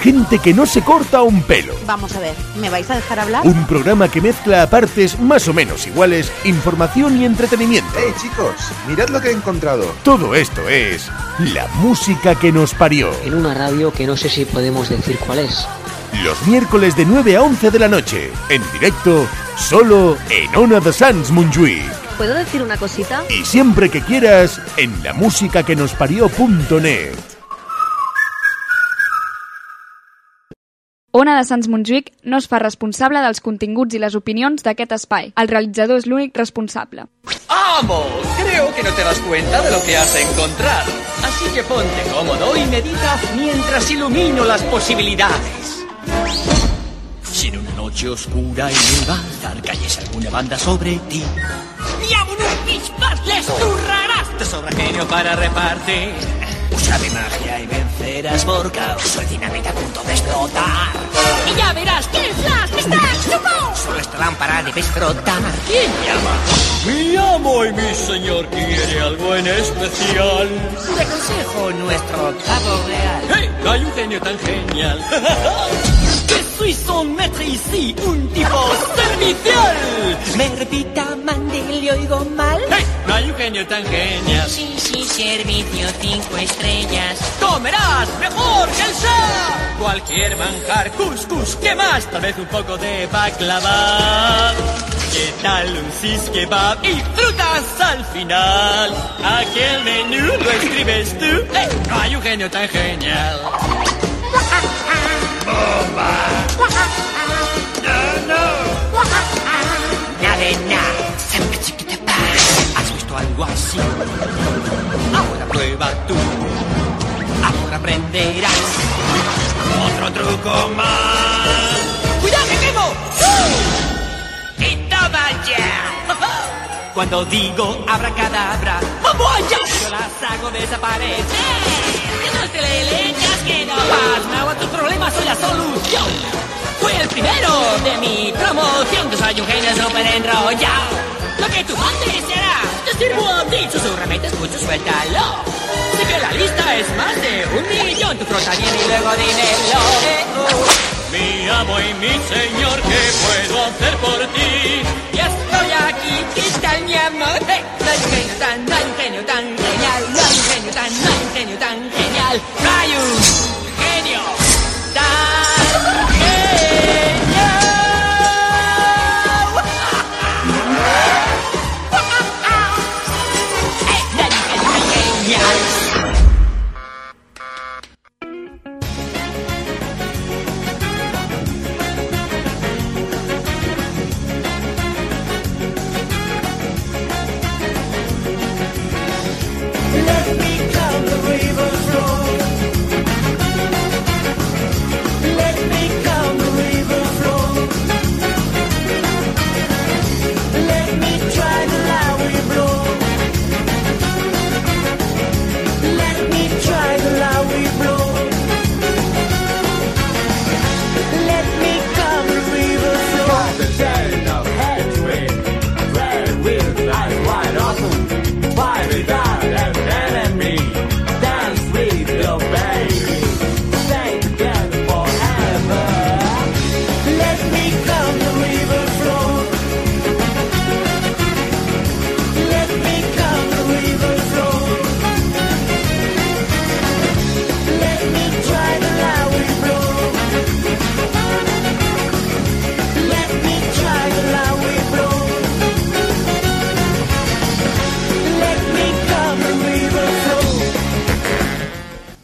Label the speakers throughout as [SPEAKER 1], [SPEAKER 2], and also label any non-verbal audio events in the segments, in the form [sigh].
[SPEAKER 1] Gente que no se corta un pelo.
[SPEAKER 2] Vamos a ver, ¿me vais a dejar hablar?
[SPEAKER 1] Un programa que mezcla a partes más o menos iguales información y entretenimiento.
[SPEAKER 3] ¡Hey chicos! Mirad lo que he encontrado.
[SPEAKER 1] Todo esto es la música que nos parió.
[SPEAKER 4] En una radio que no sé si podemos decir cuál es.
[SPEAKER 1] Los miércoles de 9 a 11 de la noche, en directo, solo en Ona de Sans Montjuïc.
[SPEAKER 5] ¿Puedo decir una cosita?
[SPEAKER 1] Y siempre que quieras, en la música que nos parió.net.
[SPEAKER 6] Ona de Sants Montjuïc no es fa responsable dels continguts i les opinions d'aquest espai. El realitzador és l'únic responsable.
[SPEAKER 7] ¡Vamos! Creo que no te das cuenta de lo que has de encontrar. Así que ponte cómodo y medita mientras ilumino las posibilidades. Sin una noche oscura y dar calles alguna banda sobre ti. ¡Diablos, mis les zurrarás! Te genio para repartir. Usa mi magia y vencerás por caos. Soy dinamita a punto de explotar.
[SPEAKER 8] Y ya verás que el flash está chupón.
[SPEAKER 9] Solo esta lámpara debes trotar.
[SPEAKER 7] ¿Quién llama? Mi amo y mi señor quiere algo en especial.
[SPEAKER 9] Te aconsejo nuestro octavo real.
[SPEAKER 7] ¡Hey! No hay un genio tan [laughs] genial. que soy son maître ici, un tipo servicial.
[SPEAKER 9] Me repita mandil y oigo mal.
[SPEAKER 7] ¡Hey! No hay un genio tan genial.
[SPEAKER 9] Sí, sí, servicio cinco estrellas.
[SPEAKER 7] ¡Comerás mejor que el sol! Cualquier manjar, cuscús, ¿qué más? Tal vez un poco de baklava. ¿Qué tal un cis kebab y frutas al final? Aquí el menú lo escribes tú. ¡Eh! No hay un genio tan genial. ¡Bomba! ¡No, no!
[SPEAKER 9] Nada de nada. Samba chiquita pa.
[SPEAKER 7] ¿Has visto algo así? Ahora prueba tú. Ahora aprenderás otro truco más. ¡Cuidado, que quemo!
[SPEAKER 9] Y toma ya.
[SPEAKER 7] Cuando digo abracadabra, ¡vamos allá! Yo las hago desaparecer.
[SPEAKER 9] Que no te le leñas, que no
[SPEAKER 7] Pasmao a tus problemas, soy la solución.
[SPEAKER 9] Fui el primero de mi promoción, que soy un genio súper enrollado. Lo que tú antes será, te sirvo a ti, susurrame, te escucho, suéltalo. Sé que la lista es más de un millón, tú frota bien y luego dímelo. Eh, oh.
[SPEAKER 7] Mi amo y mi señor, ¿qué puedo hacer por ti?
[SPEAKER 9] Ya estoy aquí, ¿qué tal mi amor? Eh, no hay un genio tan, no hay un genio tan genial, no hay un genio tan, no hay un genio tan genial, no hay un genio tan genial. Eh, no hay un genio tan genial.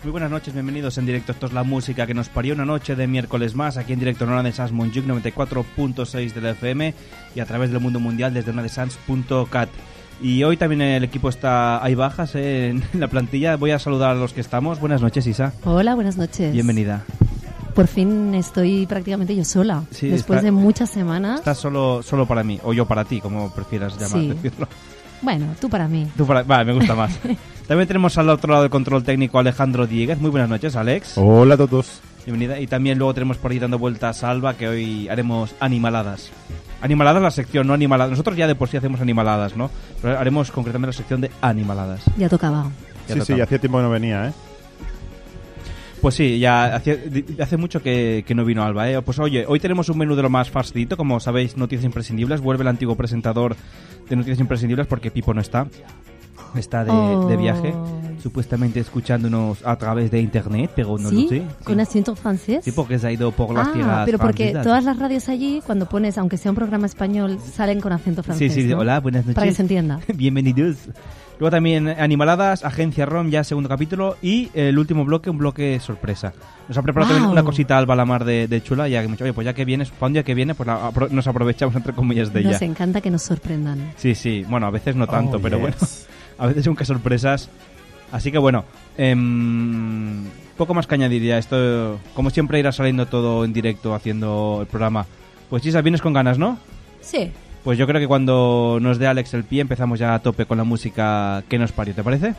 [SPEAKER 10] Muy buenas noches, bienvenidos en directo. Esto es la música que nos parió una noche de miércoles más aquí en directo en Hora de Sans Montjuic 94.6 del FM y a través del mundo mundial desde onadesans.cat. Y hoy también el equipo está. Hay bajas [laughs] eh, en la plantilla. Voy a saludar a los que estamos. Buenas noches, Isa.
[SPEAKER 11] Hola, buenas noches.
[SPEAKER 10] Bienvenida.
[SPEAKER 12] por fin estoy prácticamente yo sola.
[SPEAKER 10] Sí,
[SPEAKER 12] Después
[SPEAKER 10] está-
[SPEAKER 12] de muchas semanas.
[SPEAKER 10] Estás solo, solo para mí, o yo para ti, como prefieras llamar,
[SPEAKER 12] ¿Ah? Sí.
[SPEAKER 10] decirlo.
[SPEAKER 12] Bueno, tú para mí.
[SPEAKER 10] Tú para- Vale, me gusta
[SPEAKER 12] [laughs]
[SPEAKER 10] más. También tenemos al otro lado del control técnico a Alejandro Dieguez. Muy buenas noches, Alex.
[SPEAKER 11] Hola a todos.
[SPEAKER 10] Bienvenida. Y también luego tenemos por ahí dando vueltas a Alba, que hoy haremos animaladas. Animaladas la sección, no animaladas. Nosotros ya de por sí hacemos animaladas, ¿no? Pero haremos concretamente la sección de animaladas.
[SPEAKER 12] Ya tocaba.
[SPEAKER 10] Ya
[SPEAKER 11] sí, sí,
[SPEAKER 10] tocaba.
[SPEAKER 11] hacía tiempo que no venía, ¿eh?
[SPEAKER 10] Pues sí, ya hacía- di- hace, mucho que, que no vino Alba. ¿eh? Pues oye, hoy tenemos un menú de lo más facilito. Como sabéis, Noticias Imprescindibles. Vuelve el antiguo presentador de Noticias Imprescindibles porque Pipo no está. Está de, de viaje,
[SPEAKER 12] Oh.
[SPEAKER 10] supuestamente escuchándonos a través de internet, pero no
[SPEAKER 12] ¿Sí?
[SPEAKER 10] lo sé.
[SPEAKER 12] ¿Con acento francés?
[SPEAKER 10] Sí, porque se ha ido por las
[SPEAKER 12] Ah,
[SPEAKER 10] tierras
[SPEAKER 12] pero porque
[SPEAKER 10] francesas.
[SPEAKER 12] todas las radios allí, cuando pones, aunque sea un programa español, salen con acento francés.
[SPEAKER 10] Sí, sí,
[SPEAKER 12] ¿no?
[SPEAKER 10] hola, buenas noches.
[SPEAKER 12] Para que se entienda.
[SPEAKER 10] Bienvenidos. Luego también Animaladas, Agencia ROM, ya segundo capítulo. Y el último bloque, un bloque sorpresa. Nos ha preparado también
[SPEAKER 12] Wow.
[SPEAKER 10] una cosita Alba Lamar de, de chula. Ya que me ha dicho, oye, pues ya que vienes, para un día que viene, pues la apro- nos aprovechamos entre comillas [laughs] de ella.
[SPEAKER 12] Nos encanta que nos sorprendan.
[SPEAKER 10] Sí, sí. Bueno, a veces no tanto,
[SPEAKER 12] Oh,
[SPEAKER 10] pero
[SPEAKER 12] yes.
[SPEAKER 10] bueno. [laughs] A veces nunca sorpresas. Así que bueno, em, poco más que añadiría. Esto, como siempre, irá saliendo todo en directo haciendo el programa. Pues Chisa, vienes con ganas, ¿no?
[SPEAKER 12] Sí.
[SPEAKER 10] Pues yo creo que cuando nos dé Alex el pie empezamos ya a tope con la música que nos parió, ¿te parece?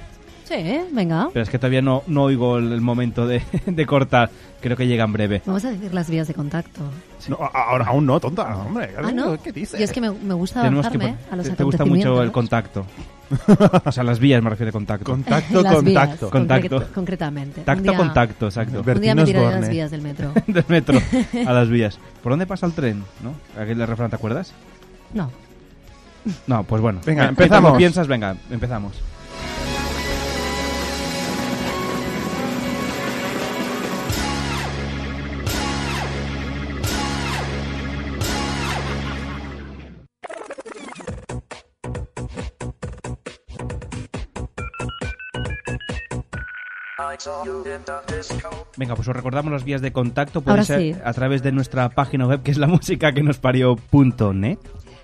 [SPEAKER 12] Sí, ¿eh? venga.
[SPEAKER 10] Pero es que todavía no, no oigo el, el momento de, [laughs] de cortar. Creo que llega en breve.
[SPEAKER 12] Vamos a decir las vías de contacto.
[SPEAKER 11] No, a- ahora aún no, tonta, hombre.
[SPEAKER 12] Ah, ¿no? ¿Qué dices? Yo es que me, me gusta
[SPEAKER 10] Tenemos
[SPEAKER 12] avanzarme
[SPEAKER 10] que
[SPEAKER 12] ¿eh? a los
[SPEAKER 10] te, te gusta mucho el
[SPEAKER 12] acontecimientos.
[SPEAKER 10] contacto. o sea, las vías me refiero a contacto.
[SPEAKER 12] Contacto, Las vías, contacto.
[SPEAKER 10] Contacto.
[SPEAKER 12] concre- concretamente.
[SPEAKER 10] Tacto,
[SPEAKER 12] Un día-
[SPEAKER 10] contacto, exacto.
[SPEAKER 12] un día me Bertinos tiraré a las Borne. vías del metro.
[SPEAKER 10] [laughs] del metro, a las
[SPEAKER 12] [laughs]
[SPEAKER 10] vías. ¿Por dónde pasa el tren? ¿No? Aquel refrán, ¿te acuerdas?
[SPEAKER 12] No.
[SPEAKER 10] No, pues bueno.
[SPEAKER 11] Venga,
[SPEAKER 10] Eh,
[SPEAKER 11] empezamos.
[SPEAKER 10] mientras Piensas, venga, empezamos. Venga, pues os recordamos las vías de contacto. Puede
[SPEAKER 12] Ahora
[SPEAKER 10] ser
[SPEAKER 12] sí.
[SPEAKER 10] a través de nuestra página web, que es la música que nos parió.net.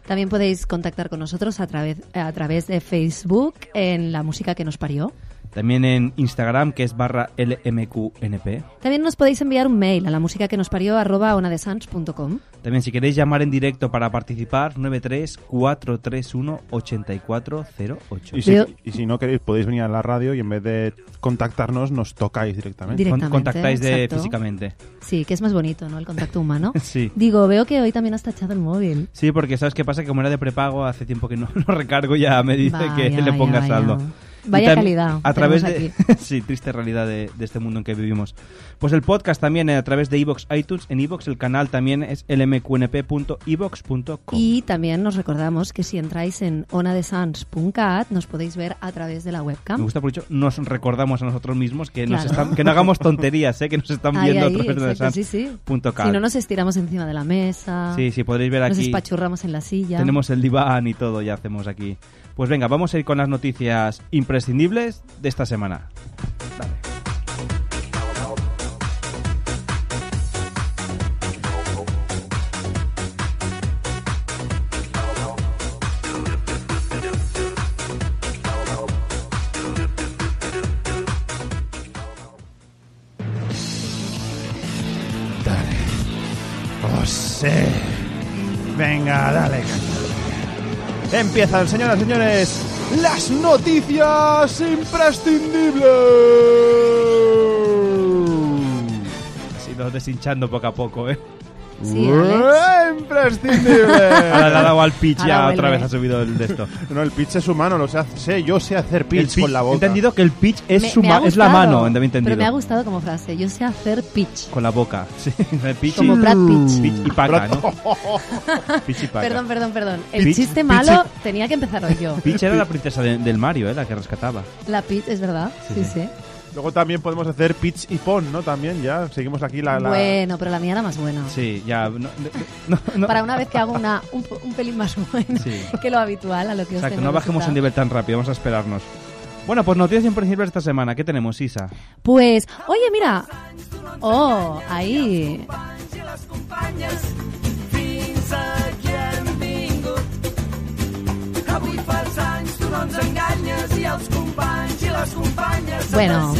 [SPEAKER 12] También podéis contactar con nosotros a través, a través de Facebook en la música que nos parió.
[SPEAKER 10] También en Instagram, que es barra LMQNP.
[SPEAKER 12] También nos podéis enviar un mail a la música que nos parió arroba onadesans.com.
[SPEAKER 10] También si queréis llamar en directo para participar, 934318408.
[SPEAKER 11] Y si, y si no queréis, podéis venir a la radio y en vez de contactarnos, nos tocáis directamente.
[SPEAKER 12] Directamente.
[SPEAKER 10] contactáis de
[SPEAKER 12] exacto.
[SPEAKER 10] físicamente.
[SPEAKER 12] Sí, que es más bonito, ¿no? El contacto humano.
[SPEAKER 10] [laughs] Sí.
[SPEAKER 12] Digo, veo que hoy también has tachado el móvil.
[SPEAKER 10] Sí, porque ¿sabes qué pasa? Que como era de prepago, hace tiempo que no [laughs] lo recargo ya me dice
[SPEAKER 12] Vaya,
[SPEAKER 10] que le
[SPEAKER 12] vaya,
[SPEAKER 10] ponga
[SPEAKER 12] vaya.
[SPEAKER 10] saldo. Y
[SPEAKER 12] Vaya
[SPEAKER 10] tam-
[SPEAKER 12] calidad
[SPEAKER 10] A través de...
[SPEAKER 12] tenemos
[SPEAKER 10] [laughs] sí, triste realidad de, de este mundo en que vivimos. Pues el podcast también eh, a través de iVox iTunes. En iVox el canal también es lmqnp.ivox.com.
[SPEAKER 12] Y también nos recordamos que si entráis en onadesans.cat nos podéis ver a través de la
[SPEAKER 10] Me
[SPEAKER 12] webcam.
[SPEAKER 10] gusta por dicho, nos recordamos a nosotros mismos que, nos
[SPEAKER 12] Claro.
[SPEAKER 10] están, que no hagamos tonterías, ¿eh? que nos están
[SPEAKER 12] Ahí,
[SPEAKER 10] viendo
[SPEAKER 12] ahí,
[SPEAKER 10] a través de Sans
[SPEAKER 12] exacto, sí, sí.
[SPEAKER 10] punto cat.
[SPEAKER 12] Si no, nos estiramos encima de la mesa.
[SPEAKER 10] Sí, sí, podréis ver
[SPEAKER 12] Nos
[SPEAKER 10] aquí.
[SPEAKER 12] espachurramos en la silla.
[SPEAKER 10] Tenemos el diván y todo ya hacemos aquí. Pues venga, vamos a ir con las noticias imprescindibles de esta semana.
[SPEAKER 11] Dale. José. Oh, Venga, dale. Empiezan, señoras y señores, las noticias imprescindibles.
[SPEAKER 10] Así nos deshinchando poco a poco, ¿eh?
[SPEAKER 11] Sí, Alex. Imprescindible.
[SPEAKER 10] Ahora le ha dado al pitch ya Ahora otra vuelve. vez, ha subido el de esto.
[SPEAKER 11] No, el pitch es humano, lo sé, sé, yo sé hacer pitch,
[SPEAKER 10] El pitch-
[SPEAKER 11] con la boca.
[SPEAKER 10] he entendido que el pitch es,
[SPEAKER 12] Me-
[SPEAKER 10] su
[SPEAKER 12] me ha
[SPEAKER 10] ma- es la
[SPEAKER 12] gustado,
[SPEAKER 10] mano, he entendido.
[SPEAKER 12] Pero me ha gustado como frase. Yo sé hacer
[SPEAKER 10] [laughs]
[SPEAKER 12] pitch.
[SPEAKER 10] Con la boca. Sí, el pitch
[SPEAKER 12] Como
[SPEAKER 10] y-
[SPEAKER 12] Brad Pitt.
[SPEAKER 10] Pitch y paca, ¿no? Pitch y paca.
[SPEAKER 12] Perdón, perdón, perdón. El
[SPEAKER 10] Pitch-
[SPEAKER 12] chiste
[SPEAKER 10] pitch-
[SPEAKER 12] malo tenía que empezar hoy yo.
[SPEAKER 10] [laughs] Pitch era la princesa de- del Mario, ¿eh? La que rescataba.
[SPEAKER 12] La pitch, es verdad.
[SPEAKER 10] Sí,
[SPEAKER 12] Sí,
[SPEAKER 10] sí.
[SPEAKER 12] sí.
[SPEAKER 11] Luego también podemos hacer pitch y pon, ¿no? También ya seguimos aquí la... la-
[SPEAKER 12] Bueno, pero la mía era más buena.
[SPEAKER 10] Sí, ya. no- [laughs] no-
[SPEAKER 12] Para una vez que hago una, un, po- un pelín más [laughs] buena
[SPEAKER 10] Sí.
[SPEAKER 12] que lo habitual, a lo que os
[SPEAKER 10] Exacto,
[SPEAKER 12] tengo
[SPEAKER 10] no bajemos
[SPEAKER 12] acostumbrado.
[SPEAKER 10] el nivel tan rápido, vamos a esperarnos. Bueno, pues noticias imprescindibles esta semana. ¿Qué tenemos, Isa?
[SPEAKER 12] Pues, oye, mira. Oh, ahí. Bueno.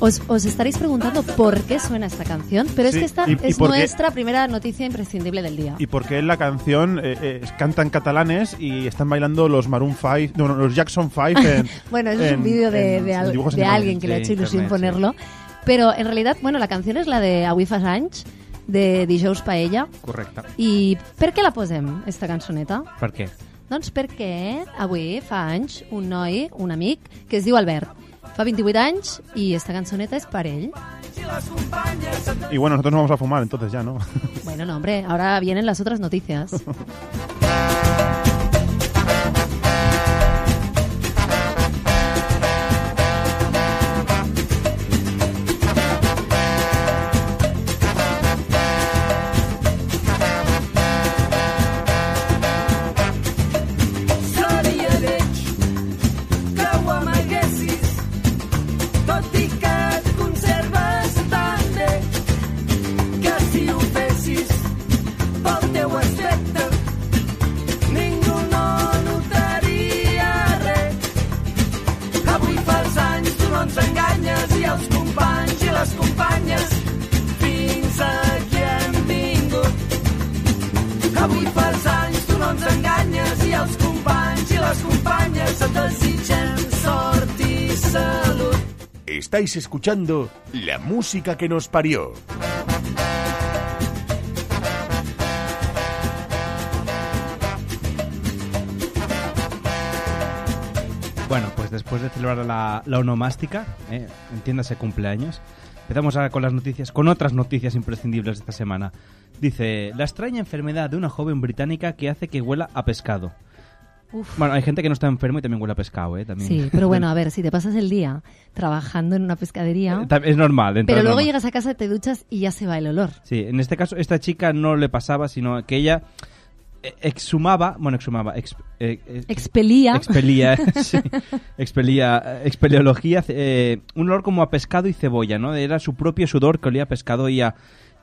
[SPEAKER 12] Os, os estaréis preguntando por qué suena esta canción, pero es
[SPEAKER 11] Sí,
[SPEAKER 12] que esta
[SPEAKER 11] y- y
[SPEAKER 12] es
[SPEAKER 11] por qué-
[SPEAKER 12] nuestra primera noticia imprescindible del día.
[SPEAKER 11] Y porque en la canción eh, eh, cantan catalanes y están bailando los Maroon 5, no, no, los Jackson 5 en,
[SPEAKER 12] [laughs] Bueno, eso es
[SPEAKER 11] en-
[SPEAKER 12] un vídeo de,
[SPEAKER 11] en
[SPEAKER 12] de al-
[SPEAKER 11] dibujos
[SPEAKER 12] de
[SPEAKER 11] animados.
[SPEAKER 12] alguien que le ha
[SPEAKER 11] Sí,
[SPEAKER 12] hecho ilusión
[SPEAKER 11] internet, sí.
[SPEAKER 12] ponerlo. Pero en realidad, bueno, la canción es la de Awif Assange, de Dijous Paella.
[SPEAKER 10] Correcte.
[SPEAKER 12] I per què la posem, esta cançoneta?
[SPEAKER 10] Per què?
[SPEAKER 12] Doncs perquè avui fa anys un noi, un amic, que es diu Albert. Fa 28 anys i esta cançoneta és per ell. [laughs]
[SPEAKER 11] Y bueno, nosotros no vamos a fumar entonces ya, ¿no?
[SPEAKER 12] Bueno, no, hombre, ahora vienen las otras
[SPEAKER 10] [laughs]
[SPEAKER 12] noticias.
[SPEAKER 8] Seria lleig que ho amaguessis, tot i que et conserves tan bé que si ho fessis pel teu aspecte ningú no notaria res. Avui fas anys, tu no ens enganyes i els companys i les companyes fins aquí hem vingut. Avui fas anys, tu no ens enganyes i els companys i les companyes et desitgem sort i salut.
[SPEAKER 1] Estáis escuchando la música que nos parió.
[SPEAKER 10] Bueno, pues después de celebrar la, la onomástica, eh, entiéndase cumpleaños, empezamos ahora con las noticias, con otras noticias imprescindibles de esta semana. Dice, la extraña enfermedad de una joven británica que hace que huela a pescado.
[SPEAKER 12] Uf.
[SPEAKER 10] Bueno, hay gente que no está enfermo y también huele a pescado, ¿eh? También.
[SPEAKER 12] Sí, pero bueno, a ver, si te pasas el día trabajando en una pescadería,
[SPEAKER 10] [laughs] Tam- es normal. Eh, dentro
[SPEAKER 12] pero
[SPEAKER 10] de lo
[SPEAKER 12] luego
[SPEAKER 10] normal.
[SPEAKER 12] llegas a casa, te duchas y ya se va el olor.
[SPEAKER 10] Sí, en este caso esta chica no le pasaba, sino que ella eh, exhumaba, bueno, exhumaba, ex- eh, eh,
[SPEAKER 12] Expelía. [laughs]
[SPEAKER 10] expelía, sí, expelía, eh, expeleología, eh, un olor como a pescado y cebolla, ¿no? Era su propio sudor que olía a pescado y a,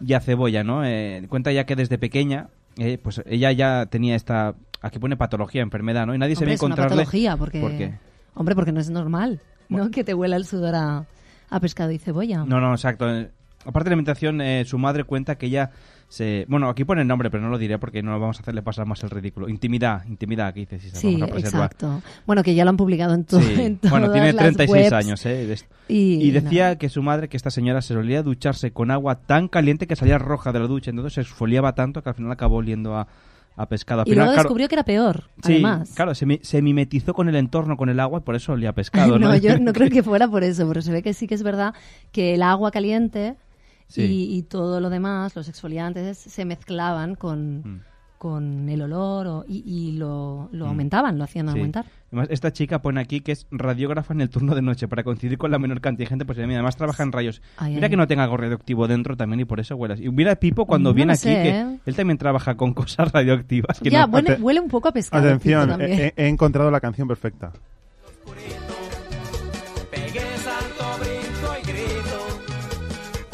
[SPEAKER 10] y a cebolla, ¿no? Eh, cuenta ya que desde pequeña, eh, pues ella ya tenía esta, aquí pone patología, enfermedad, ¿no? Y nadie se
[SPEAKER 12] Hombre,
[SPEAKER 10] ve
[SPEAKER 12] es una
[SPEAKER 10] encontrarle.
[SPEAKER 12] patología, porque...
[SPEAKER 10] ¿Por qué?
[SPEAKER 12] Hombre, porque no es normal, ¿no? Que te huela el sudor a, a pescado y cebolla.
[SPEAKER 10] No, no, exacto. Eh, Aparte de la alimentación, eh, su madre cuenta que ella se... Bueno, aquí pone el nombre, pero no lo diré porque no vamos a hacerle pasar más el ridículo. Intimidad, intimidad, aquí dice, si se
[SPEAKER 12] Sí,
[SPEAKER 10] vamos a preservar.
[SPEAKER 12] exacto. Bueno, que ya lo han publicado en, todo,
[SPEAKER 10] Sí.
[SPEAKER 12] [laughs] en todas
[SPEAKER 10] Bueno, tiene
[SPEAKER 12] las
[SPEAKER 10] 36
[SPEAKER 12] webs.
[SPEAKER 10] años, ¿eh? de esto.
[SPEAKER 12] Y
[SPEAKER 10] Y,
[SPEAKER 12] [laughs]
[SPEAKER 10] decía que su madre, que esta señora se solía ducharse con agua tan caliente que salía roja de la ducha, entonces se exfoliaba tanto que al final acabó oliendo a, a pescado. Al
[SPEAKER 12] Y
[SPEAKER 10] final,
[SPEAKER 12] luego
[SPEAKER 10] claro-
[SPEAKER 12] descubrió que era peor,
[SPEAKER 10] Sí,
[SPEAKER 12] además.
[SPEAKER 10] claro, se, mi- se mimetizó con el entorno, con el agua, y por eso olía a pescado, ¿no?
[SPEAKER 12] [laughs] No, yo no
[SPEAKER 10] [laughs]
[SPEAKER 12] creo que fuera por eso, pero se ve que sí que es verdad que el agua caliente
[SPEAKER 10] Sí.
[SPEAKER 12] y, y todo lo demás, los exfoliantes, se mezclaban con, con el olor o- y, y lo, lo
[SPEAKER 10] Mm.
[SPEAKER 12] aumentaban, lo hacían
[SPEAKER 10] Sí.
[SPEAKER 12] aumentar.
[SPEAKER 10] Además, esta chica pone aquí que es radiógrafa en el turno de noche para coincidir con la menor cantidad de gente posible. Mira, además trabaja en rayos.
[SPEAKER 12] Ay,
[SPEAKER 10] mira
[SPEAKER 12] ay.
[SPEAKER 10] que no tenga algo radioactivo dentro también y por eso huelas. Y mira Pipo cuando
[SPEAKER 12] No
[SPEAKER 10] viene
[SPEAKER 12] lo
[SPEAKER 10] aquí
[SPEAKER 12] sé,
[SPEAKER 10] que
[SPEAKER 12] ¿eh?
[SPEAKER 10] él también trabaja con cosas [laughs] radioactivas. que
[SPEAKER 12] ya,
[SPEAKER 10] no-
[SPEAKER 12] huele,
[SPEAKER 11] ate-
[SPEAKER 12] huele un poco a pescado. tipo,
[SPEAKER 11] Atención, eh,
[SPEAKER 12] también.
[SPEAKER 11] he, he- he encontrado la canción perfecta.
[SPEAKER 8] Pegué salto, brinco y grito.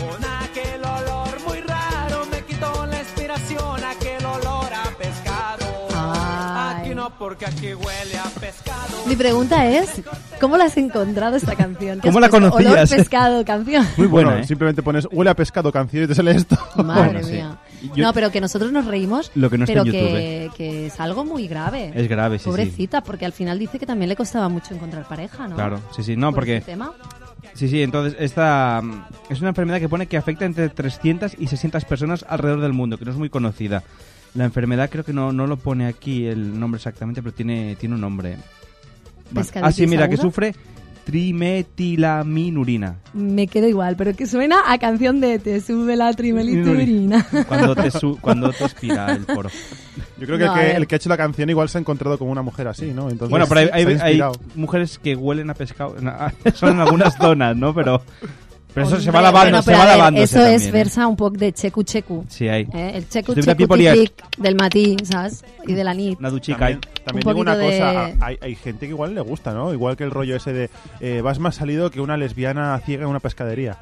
[SPEAKER 8] Con aquel olor muy raro me quitó la inspiración, aquel olor a pescado. Aquí no porque aquí huele a pescado.
[SPEAKER 12] Mi pregunta es, ¿cómo la has encontrado esta canción? ¿Qué
[SPEAKER 11] ¿Cómo
[SPEAKER 12] has
[SPEAKER 11] la
[SPEAKER 12] puesto? Olor
[SPEAKER 11] conocías?
[SPEAKER 12] pescado, canción.
[SPEAKER 11] Muy
[SPEAKER 10] buena,
[SPEAKER 11] Bueno,
[SPEAKER 10] ¿eh?
[SPEAKER 11] Simplemente pones huele a pescado canción y te sale esto.
[SPEAKER 12] [laughs]
[SPEAKER 11] [laughs]
[SPEAKER 12] Madre
[SPEAKER 10] Bueno, sí.
[SPEAKER 12] mía.
[SPEAKER 10] Yo-
[SPEAKER 12] No, pero que nosotros nos reímos,
[SPEAKER 10] Lo que no está en
[SPEAKER 12] pero
[SPEAKER 10] ¿eh?
[SPEAKER 12] que, que es algo muy grave.
[SPEAKER 10] Es grave, sí, sí.
[SPEAKER 12] Pobrecita, porque al final dice que también le costaba mucho encontrar pareja, ¿no?
[SPEAKER 10] Claro, sí, sí, no,
[SPEAKER 12] Por
[SPEAKER 10] porque-
[SPEAKER 12] este tema.
[SPEAKER 10] Sí, sí, entonces esta mm, es una enfermedad que pone que afecta entre 300 y 600 personas alrededor del mundo, que no es muy conocida. La enfermedad creo que no, no lo pone aquí el nombre exactamente, pero tiene, tiene un nombre. Bueno,
[SPEAKER 12] ¿Pescaditis
[SPEAKER 10] ah, sí, mira, que
[SPEAKER 12] aguda?
[SPEAKER 10] sufre trimetilaminurina.
[SPEAKER 12] Me quedo igual, pero que suena a canción de Te sube la trimeliturina.
[SPEAKER 10] Cuando
[SPEAKER 12] [laughs]
[SPEAKER 10] te, su- [laughs] cuando te expira el poro.
[SPEAKER 11] Yo creo que,
[SPEAKER 12] No,
[SPEAKER 11] el,
[SPEAKER 12] a
[SPEAKER 11] que
[SPEAKER 12] ver.
[SPEAKER 11] el que ha hecho la canción igual se ha encontrado con una mujer así, ¿no? Entonces,
[SPEAKER 10] Bueno, pero hay, hay-
[SPEAKER 11] se ha
[SPEAKER 10] hay
[SPEAKER 11] inspirado.
[SPEAKER 10] mujeres que huelen a pescado. [laughs] na- Son en algunas [laughs] zonas, ¿no? Pero, pero
[SPEAKER 12] [laughs]
[SPEAKER 10] eso se va
[SPEAKER 12] Hombre,
[SPEAKER 10] lavando,
[SPEAKER 12] Pues bueno,
[SPEAKER 10] se
[SPEAKER 12] pero
[SPEAKER 10] va ¿eh?
[SPEAKER 12] a ver,
[SPEAKER 10] lavando.
[SPEAKER 12] Eso es versa un poco de checu checu.
[SPEAKER 10] Sí, hay.
[SPEAKER 12] Eh, El checu
[SPEAKER 10] Si tuviera
[SPEAKER 12] checu
[SPEAKER 10] pipolia-
[SPEAKER 12] típic del matí, ¿sabes? Y de la nit.
[SPEAKER 10] Una duchica.
[SPEAKER 11] También,
[SPEAKER 10] hay.
[SPEAKER 11] también
[SPEAKER 12] Un
[SPEAKER 11] digo una
[SPEAKER 12] poquito
[SPEAKER 11] cosa, ah.
[SPEAKER 12] de-
[SPEAKER 11] a- hay, hay gente que igual le gusta, ¿no? Igual que el rollo ese de eh, vas más salido que una lesbiana ciega en una pescadería.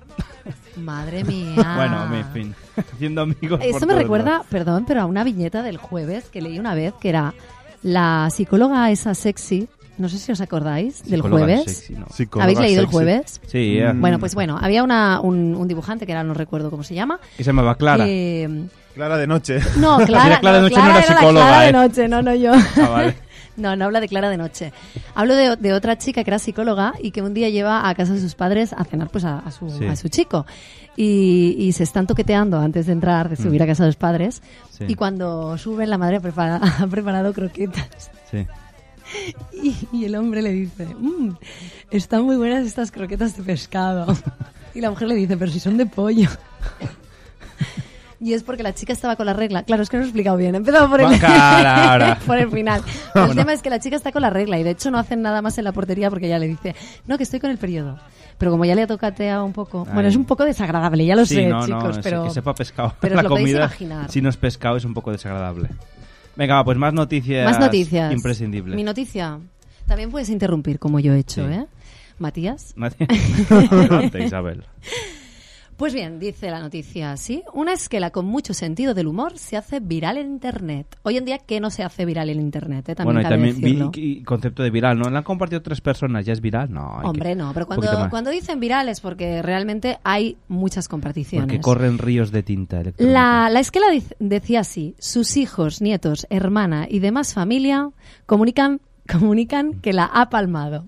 [SPEAKER 10] [laughs]
[SPEAKER 12] Madre mía.
[SPEAKER 10] Bueno, en fin. [laughs] Haciendo amigos. por
[SPEAKER 12] Esto me
[SPEAKER 10] todos
[SPEAKER 12] recuerda,
[SPEAKER 10] lados.
[SPEAKER 12] perdón, pero a una viñeta del jueves que leí una vez que era la psicóloga esa sexy No sé si os acordáis del
[SPEAKER 10] Psicóloga
[SPEAKER 12] jueves.
[SPEAKER 10] sexy, no.
[SPEAKER 12] ¿Habéis
[SPEAKER 10] Psicóloga
[SPEAKER 12] leído el
[SPEAKER 10] sexy.
[SPEAKER 12] jueves?
[SPEAKER 10] Sí, eh.
[SPEAKER 12] Bueno, pues bueno, había una- un, un dibujante que ahora no recuerdo cómo se llama.
[SPEAKER 10] Que se llamaba Clara.
[SPEAKER 12] que-
[SPEAKER 11] Clara de noche.
[SPEAKER 10] [laughs]
[SPEAKER 12] No, Clara,
[SPEAKER 10] Mira, Clara de
[SPEAKER 12] no,
[SPEAKER 10] noche no
[SPEAKER 12] Clara
[SPEAKER 10] era
[SPEAKER 12] era la
[SPEAKER 10] psicóloga,
[SPEAKER 12] Clara de
[SPEAKER 10] eh.
[SPEAKER 12] noche, no, no yo.
[SPEAKER 10] Ah, vale.
[SPEAKER 12] [laughs] No, no habla de Clara de noche. Hablo de, de otra chica que era psicóloga y que un día lleva a casa de sus padres a cenar pues a, a su,
[SPEAKER 13] Sí.
[SPEAKER 12] a su chico. Y, y se están toqueteando antes de entrar, de subir
[SPEAKER 13] Mm.
[SPEAKER 12] a casa de los padres.
[SPEAKER 13] Sí.
[SPEAKER 12] Y cuando suben, la madre prepara- [laughs] ha preparado croquetas.
[SPEAKER 10] Sí.
[SPEAKER 12] [laughs] Y, y el hombre le dice, "Mm, están muy buenas estas croquetas de
[SPEAKER 10] [laughs]
[SPEAKER 12] pescado. Y la mujer le dice, pero si son de pollo. [laughs] Y es porque la chica estaba con la regla. Claro, es que no lo he explicado bien. Empezamos por el,
[SPEAKER 10] Va, cara, ahora.
[SPEAKER 12] [laughs] por el
[SPEAKER 10] [laughs]
[SPEAKER 12] final.
[SPEAKER 10] Vámonos.
[SPEAKER 12] El tema es que la chica está con la regla y de hecho no hacen nada más en la portería porque ella le dice, no, que estoy con el periodo. Pero como ya le ha tocateado un poco...
[SPEAKER 10] Ay.
[SPEAKER 12] Bueno, es un poco desagradable, ya lo
[SPEAKER 10] Sí,
[SPEAKER 12] sé,
[SPEAKER 10] no, no,
[SPEAKER 12] chicos,
[SPEAKER 10] sí,
[SPEAKER 12] pero...
[SPEAKER 10] que sepa pescado.
[SPEAKER 12] [laughs] Pero
[SPEAKER 10] [laughs] la
[SPEAKER 12] os lo podéis
[SPEAKER 10] comida,
[SPEAKER 12] imaginar.
[SPEAKER 10] si no es pescado, es un poco desagradable. Venga, va, pues más noticias.
[SPEAKER 12] Más noticias.
[SPEAKER 10] Imprescindibles.
[SPEAKER 12] Mi noticia. También puedes interrumpir, como yo he hecho, ¿eh? Matías.
[SPEAKER 10] [laughs]
[SPEAKER 12] [laughs]
[SPEAKER 10] De Isabel.
[SPEAKER 12] Pues bien, dice la noticia así. Una esquela con mucho sentido del humor se hace viral en Internet. Hoy en día, ¿qué no se hace viral en Internet? eh? También
[SPEAKER 10] bueno, y
[SPEAKER 12] cabe
[SPEAKER 10] también vi-
[SPEAKER 12] decirlo.
[SPEAKER 10] y- y concepto de viral, ¿no? La han compartido tres personas, ¿ya es viral? No. hay que-
[SPEAKER 12] Hombre, no, pero
[SPEAKER 10] un poquito
[SPEAKER 12] cuando,
[SPEAKER 10] más.
[SPEAKER 12] cuando dicen viral es porque realmente hay muchas comparticiones.
[SPEAKER 10] Porque corren ríos de tinta electrónica.
[SPEAKER 12] La, la esquela diz- decía así, sus hijos, nietos, hermana y demás familia comunican, comunican que la ha palmado.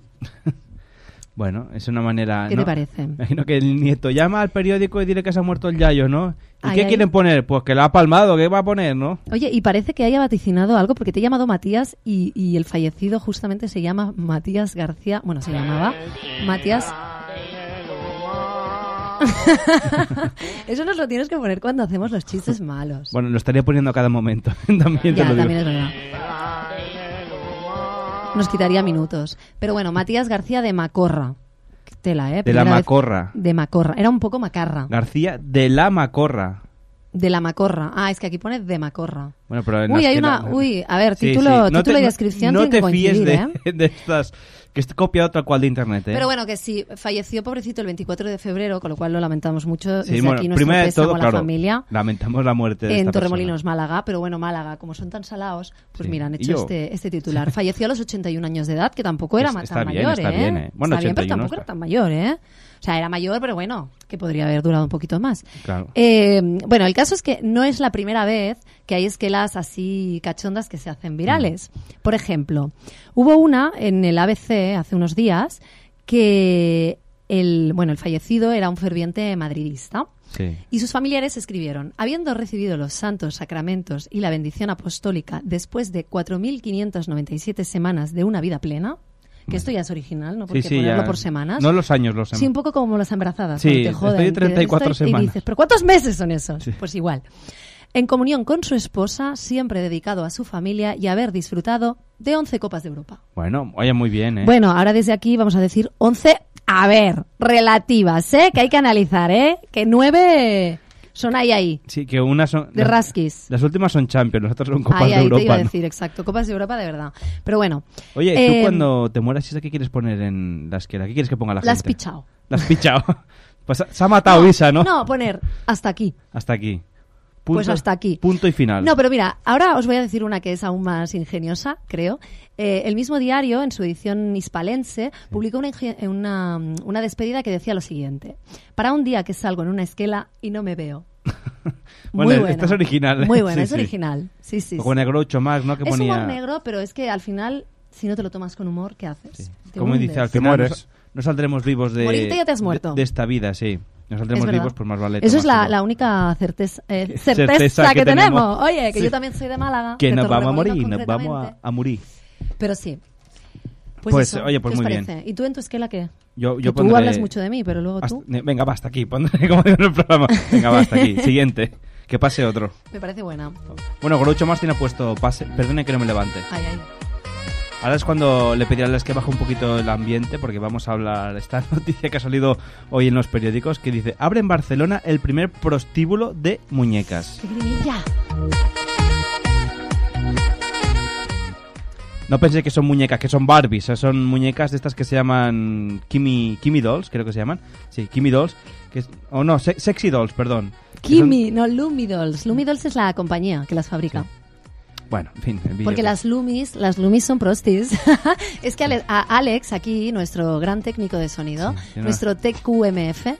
[SPEAKER 10] Bueno, es una manera...
[SPEAKER 12] ¿Qué te
[SPEAKER 10] ¿no? [laughs]
[SPEAKER 12] parece?
[SPEAKER 10] Imagino que el nieto llama al periódico y dile que se ha muerto el yayo, ¿no? ¿Y
[SPEAKER 12] Ay,
[SPEAKER 10] qué
[SPEAKER 12] ay.
[SPEAKER 10] quieren poner? Pues que la ha palmado, ¿qué va a poner, no?
[SPEAKER 12] Oye, y parece que haya vaticinado algo porque te he llamado Matías y, y el fallecido justamente se llama Matías García, bueno, se llamaba Matías... [laughs] Eso nos lo tienes que poner cuando hacemos los
[SPEAKER 10] [laughs]
[SPEAKER 12] chistes malos.
[SPEAKER 10] Bueno, lo estaría poniendo a cada momento. [laughs] también te
[SPEAKER 12] Ya,
[SPEAKER 10] lo digo.
[SPEAKER 12] también es verdad. Nos quitaría minutos. Pero bueno, Matías García de Macorra. Qué Tela, ¿eh?
[SPEAKER 10] De la
[SPEAKER 12] Primera vez-
[SPEAKER 10] Macorra.
[SPEAKER 12] De Macorra. Era un poco macarra.
[SPEAKER 10] García de la Macorra.
[SPEAKER 12] De la Macorra. Ah, es que aquí pone de Macorra.
[SPEAKER 10] Bueno, pero en
[SPEAKER 12] Uy,
[SPEAKER 10] las
[SPEAKER 12] hay
[SPEAKER 10] que
[SPEAKER 12] una-
[SPEAKER 10] no-
[SPEAKER 12] uy, a ver,
[SPEAKER 10] Sí,
[SPEAKER 12] título-
[SPEAKER 10] sí. No
[SPEAKER 12] título y
[SPEAKER 10] te-
[SPEAKER 12] descripción
[SPEAKER 10] No,
[SPEAKER 12] tienen
[SPEAKER 10] te
[SPEAKER 12] que
[SPEAKER 10] fíes de, este, ¿eh?
[SPEAKER 12] coincidir, ¿eh?
[SPEAKER 10] [laughs] de estas que está copiado tal cual de internet, ¿eh?
[SPEAKER 12] Pero bueno, que sí, falleció pobrecito el 24 de febrero, con lo cual lo lamentamos mucho.
[SPEAKER 10] Sí,
[SPEAKER 12] Desde
[SPEAKER 10] bueno,
[SPEAKER 12] aquí nuestro
[SPEAKER 10] primero de
[SPEAKER 12] pésamo
[SPEAKER 10] todo,
[SPEAKER 12] a la
[SPEAKER 10] claro,
[SPEAKER 12] familia.
[SPEAKER 10] lamentamos la muerte de
[SPEAKER 12] en
[SPEAKER 10] esta
[SPEAKER 12] Torremolinos, Málaga, pero bueno, Málaga, como son tan salados, pues
[SPEAKER 10] Sí.
[SPEAKER 12] mira, han
[SPEAKER 10] Y
[SPEAKER 12] hecho
[SPEAKER 10] yo. [laughs]
[SPEAKER 12] este, este titular. Falleció a los 81 años de edad, que tampoco era
[SPEAKER 10] Es-
[SPEAKER 12] ma-
[SPEAKER 10] está
[SPEAKER 12] tan
[SPEAKER 10] bien,
[SPEAKER 12] mayor,
[SPEAKER 10] está
[SPEAKER 12] ¿eh?
[SPEAKER 10] bien, ¿eh? Bueno,
[SPEAKER 12] está bien, pero
[SPEAKER 10] 81
[SPEAKER 12] tampoco era tan mayor, ¿eh? O sea, era mayor, pero bueno, que podría haber durado un poquito más.
[SPEAKER 10] persona. Claro.
[SPEAKER 12] Eh, bueno, el caso es que no es la primera vez que hay esquelas así cachondas que se hacen virales. Por ejemplo, hubo una en el ABC hace unos días que el, bueno, el fallecido era un ferviente madridista.
[SPEAKER 10] Sí.
[SPEAKER 12] Y sus familiares escribieron, habiendo recibido los santos sacramentos y la bendición apostólica después de 4.597 semanas de una vida plena, que esto ya es original, no
[SPEAKER 10] Sí,
[SPEAKER 12] porque
[SPEAKER 10] sí,
[SPEAKER 12] ponerlo
[SPEAKER 10] ya.
[SPEAKER 12] por semanas.
[SPEAKER 10] No los años, los
[SPEAKER 12] Sí,
[SPEAKER 10] semanas.
[SPEAKER 12] un poco como las embarazadas.
[SPEAKER 10] Sí,
[SPEAKER 12] cuando te joden,
[SPEAKER 10] estoy
[SPEAKER 12] que
[SPEAKER 10] 34 semanas.
[SPEAKER 12] Y dices, ¿pero cuántos meses son esos?
[SPEAKER 10] Sí.
[SPEAKER 12] Pues igual. En comunión con su esposa, siempre dedicado a su familia y haber disfrutado de 11 copas de Europa.
[SPEAKER 10] Bueno, oye, muy bien, ¿eh?
[SPEAKER 12] Bueno, ahora desde aquí vamos a decir 11, a ver, relativas, ¿eh? Que hay que analizar, ¿eh? Que 9 son ahí, ahí,
[SPEAKER 10] Sí, que unas son...
[SPEAKER 12] de
[SPEAKER 10] las,
[SPEAKER 12] rasquis.
[SPEAKER 10] las últimas son Champions, las otras son Copas
[SPEAKER 12] ahí,
[SPEAKER 10] de
[SPEAKER 12] ahí
[SPEAKER 10] Europa,
[SPEAKER 12] te iba a
[SPEAKER 10] ¿no?
[SPEAKER 12] decir, exacto. Copas de Europa de verdad. Pero bueno.
[SPEAKER 10] Oye,
[SPEAKER 12] eh,
[SPEAKER 10] tú cuando te mueras, ¿qué quieres poner en la esquela? ¿Qué quieres que ponga la
[SPEAKER 12] La has
[SPEAKER 10] gente?
[SPEAKER 12] pichado.
[SPEAKER 10] La has pichado. [laughs] Pues se ha matado Isa, ¿no?
[SPEAKER 12] No, poner hasta aquí.
[SPEAKER 10] Hasta aquí.
[SPEAKER 12] Pues hasta aquí.
[SPEAKER 10] Punto y final.
[SPEAKER 12] No, pero mira, ahora os voy a decir una que es aún más ingeniosa, creo. Eh, el mismo diario, en su edición hispalense, publicó una, inge- una, mm, una despedida que decía lo siguiente. Para un día que salgo en una esquela y no me veo.
[SPEAKER 10] [laughs]
[SPEAKER 12] Muy
[SPEAKER 10] Bueno,
[SPEAKER 12] buena.
[SPEAKER 10] esta es original, ¿eh?
[SPEAKER 12] Muy buena,
[SPEAKER 10] Sí,
[SPEAKER 12] es
[SPEAKER 10] sí.
[SPEAKER 12] original. Sí, sí.
[SPEAKER 10] O con
[SPEAKER 12] sí.
[SPEAKER 10] el Groucho Marx, ¿no? Que
[SPEAKER 12] es
[SPEAKER 10] ponía...
[SPEAKER 12] humor negro, pero es que al final, si no te lo tomas con humor, ¿qué haces? Te
[SPEAKER 10] Como
[SPEAKER 12] hundes.
[SPEAKER 10] dice, al
[SPEAKER 11] Te
[SPEAKER 10] final
[SPEAKER 11] mueres.
[SPEAKER 10] no sa- No, saldremos vivos de...
[SPEAKER 12] Morirte ya te has
[SPEAKER 10] de-
[SPEAKER 12] muerto.
[SPEAKER 10] De, esta vida, sí. No
[SPEAKER 12] Es
[SPEAKER 10] saldremos
[SPEAKER 12] verdad.
[SPEAKER 10] vivos, pues más vale...
[SPEAKER 12] Eso es la,
[SPEAKER 10] tomárselo.
[SPEAKER 12] la única certeza,
[SPEAKER 10] [laughs]
[SPEAKER 12] eh, certeza,
[SPEAKER 10] Certeza
[SPEAKER 12] que,
[SPEAKER 10] que
[SPEAKER 12] tenemos.
[SPEAKER 10] tenemos.
[SPEAKER 12] Oye, que
[SPEAKER 10] Sí.
[SPEAKER 12] yo también soy de Málaga.
[SPEAKER 10] Que
[SPEAKER 12] de
[SPEAKER 10] nos vamos a morir,
[SPEAKER 12] Torremolinos
[SPEAKER 10] nos vamos a,
[SPEAKER 12] concretamente.
[SPEAKER 10] a morir.
[SPEAKER 12] Pero sí.
[SPEAKER 10] Pues, oye, pues
[SPEAKER 12] ¿qué os
[SPEAKER 10] muy bien.
[SPEAKER 12] parece? ¿Y tú en tu esquela qué?
[SPEAKER 10] Yo, yo
[SPEAKER 12] Que tú
[SPEAKER 10] pondré-
[SPEAKER 12] hablas mucho de mí, pero luego
[SPEAKER 10] Hasta-
[SPEAKER 12] tú.
[SPEAKER 10] ne- Venga, basta aquí, pondré como digo en el programa. Venga, basta
[SPEAKER 12] [laughs]
[SPEAKER 10] aquí. Siguiente. Que pase otro.
[SPEAKER 12] Me parece buena.
[SPEAKER 10] Bueno, Groucho Marx tiene puesto pase. Perdone que no me levante.
[SPEAKER 12] Ay, ay.
[SPEAKER 10] Ahora es cuando le pediré a las que baje un poquito el ambiente, porque vamos a hablar de esta [laughs] noticia que ha salido hoy en los periódicos, que dice, abre en Barcelona el primer prostíbulo de muñecas.
[SPEAKER 12] ¡Qué grimilla!
[SPEAKER 10] No pensé que son muñecas, que son Barbies, eh, son muñecas de estas que se llaman Kimi, Kimi Dolls, creo que se llaman. Sí, Kimi Dolls, que es- o no, se- Sexy Dolls, perdón. Que son-
[SPEAKER 12] Kimi, no, Lumidolls. Lumidolls es la compañía que las fabrica.
[SPEAKER 10] Bueno, en fin. el vídeo
[SPEAKER 12] Porque
[SPEAKER 10] que-
[SPEAKER 12] las Lumis, las Lumis son prostis. [laughs] es que Ale- a Alex, aquí, nuestro gran técnico de sonido,
[SPEAKER 10] tiene
[SPEAKER 12] nuestro TQMF,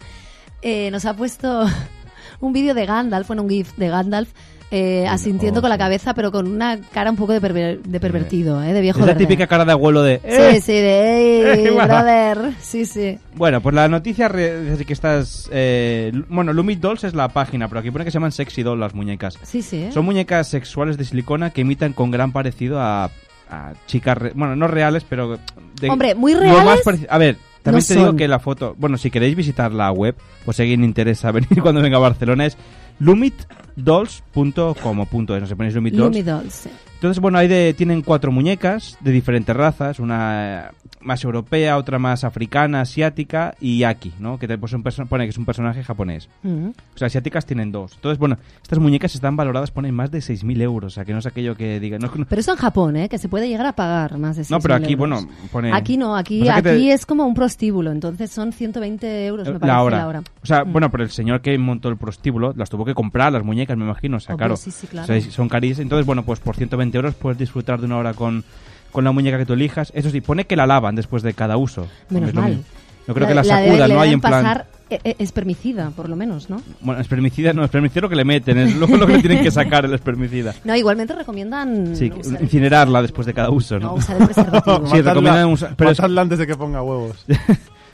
[SPEAKER 12] eh, nos ha puesto [laughs] un vídeo de Gandalf, bueno, un GIF de Gandalf, eh,
[SPEAKER 10] oh,
[SPEAKER 12] asintiendo con la cabeza, pero con una cara un poco de, perver- de pervertido, eh, de viejo
[SPEAKER 10] Es la
[SPEAKER 12] verde.
[SPEAKER 10] típica cara de abuelo de...
[SPEAKER 12] Sí, sí, de
[SPEAKER 10] [laughs]
[SPEAKER 12] "Ey,
[SPEAKER 10] Eh, guapa".
[SPEAKER 12] brother. Sí, sí.
[SPEAKER 10] Bueno, pues la noticia re- es que estás... eh, lu- bueno, Lumit Dolls es la página, pero aquí pone que se llaman Sexy Doll las muñecas.
[SPEAKER 12] Sí, sí. ¿eh?
[SPEAKER 10] Son muñecas sexuales de silicona que imitan con gran parecido a, a chicas... re- bueno, no reales, pero... de-
[SPEAKER 12] Hombre, muy
[SPEAKER 10] lo
[SPEAKER 12] reales
[SPEAKER 10] más pareci- a ver, también
[SPEAKER 12] no
[SPEAKER 10] te digo
[SPEAKER 12] son.
[SPEAKER 10] que la foto... Bueno, si queréis visitar la web, o si a alguien interesa [laughs] venir cuando venga a Barcelona, es lumitdolls.com.es. No sé, ponéis Lumit Dolls.
[SPEAKER 12] Lumidolls, sí.
[SPEAKER 10] Entonces, bueno, ahí de- tienen cuatro muñecas de diferentes razas, una eh, más europea, otra más africana, asiática y Yaki, ¿no? Que te- pues, un perso- pone que es un personaje japonés.
[SPEAKER 12] Mm.
[SPEAKER 10] O sea, asiáticas tienen dos. Entonces, bueno, estas muñecas están valoradas, ponen más de 6.000 euros, o sea, que no es aquello que diga... No, es que no-
[SPEAKER 12] Pero eso en Japón, ¿eh? que se puede llegar a pagar más de
[SPEAKER 10] no, pero
[SPEAKER 12] 6.000
[SPEAKER 10] aquí,
[SPEAKER 12] euros.
[SPEAKER 10] bueno, pone...
[SPEAKER 12] Aquí no, aquí,
[SPEAKER 10] O sea, que te- Eh,
[SPEAKER 12] aquí es como un prostíbulo, entonces son 120 euros, me parece,
[SPEAKER 10] la hora.
[SPEAKER 12] la hora.
[SPEAKER 10] O sea,
[SPEAKER 12] Mm.
[SPEAKER 10] bueno, pero el señor que montó el prostíbulo las tuvo que comprar, las muñecas, me imagino. O sea,
[SPEAKER 12] Hombre,
[SPEAKER 10] claro.
[SPEAKER 12] sí, sí, claro.
[SPEAKER 10] o sea, son carísimas. Entonces, bueno, pues por 120 euros puedes disfrutar de una hora con, con la muñeca que tú elijas. Eso sí, pone que la lavan después de cada uso.
[SPEAKER 12] Menos
[SPEAKER 10] Es lo
[SPEAKER 12] mal.
[SPEAKER 10] mismo. No creo que
[SPEAKER 12] La-
[SPEAKER 10] la
[SPEAKER 12] la de-
[SPEAKER 10] sacudan,
[SPEAKER 12] le
[SPEAKER 10] ¿no? Hay en
[SPEAKER 12] deben
[SPEAKER 10] plan.
[SPEAKER 12] pasar eh, eh, espermicida, por lo menos, ¿no?
[SPEAKER 10] Bueno, espermicida no, espermicida es lo que le meten, es lo, lo que tienen
[SPEAKER 12] [laughs]
[SPEAKER 10] que sacar el espermicida.
[SPEAKER 12] No, igualmente recomiendan...
[SPEAKER 10] Sí,
[SPEAKER 12] no
[SPEAKER 10] que-
[SPEAKER 12] usar-
[SPEAKER 10] incinerarla después de cada uso, ¿no?
[SPEAKER 12] No, usar el preservativo.
[SPEAKER 10] sí, recomiendan usar. Pero es-
[SPEAKER 11] Matadla antes de que ponga huevos.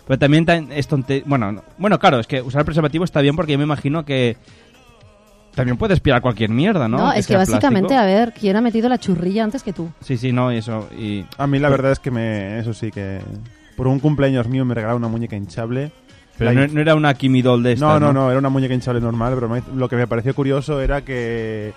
[SPEAKER 10] Pero también tan- es tonte... Bueno, no. bueno, claro, es que usar el preservativo está bien porque yo me imagino que también puede espiar cualquier mierda, ¿no?
[SPEAKER 12] No, es que
[SPEAKER 10] sea
[SPEAKER 12] básicamente,
[SPEAKER 10] plástico.
[SPEAKER 12] a ver, ¿quién ha metido la churrilla antes que tú?
[SPEAKER 10] Sí, sí, no, y eso. Y...
[SPEAKER 11] A mí la verdad es que me, eso sí que por un cumpleaños mío me regalaron una muñeca hinchable.
[SPEAKER 10] Pero
[SPEAKER 11] La
[SPEAKER 10] no,
[SPEAKER 11] hin-
[SPEAKER 10] no era una Kimidol de estas,
[SPEAKER 11] no, no,
[SPEAKER 10] ¿no?
[SPEAKER 11] no, era una muñeca hinchable normal, pero me- lo que me pareció curioso era que,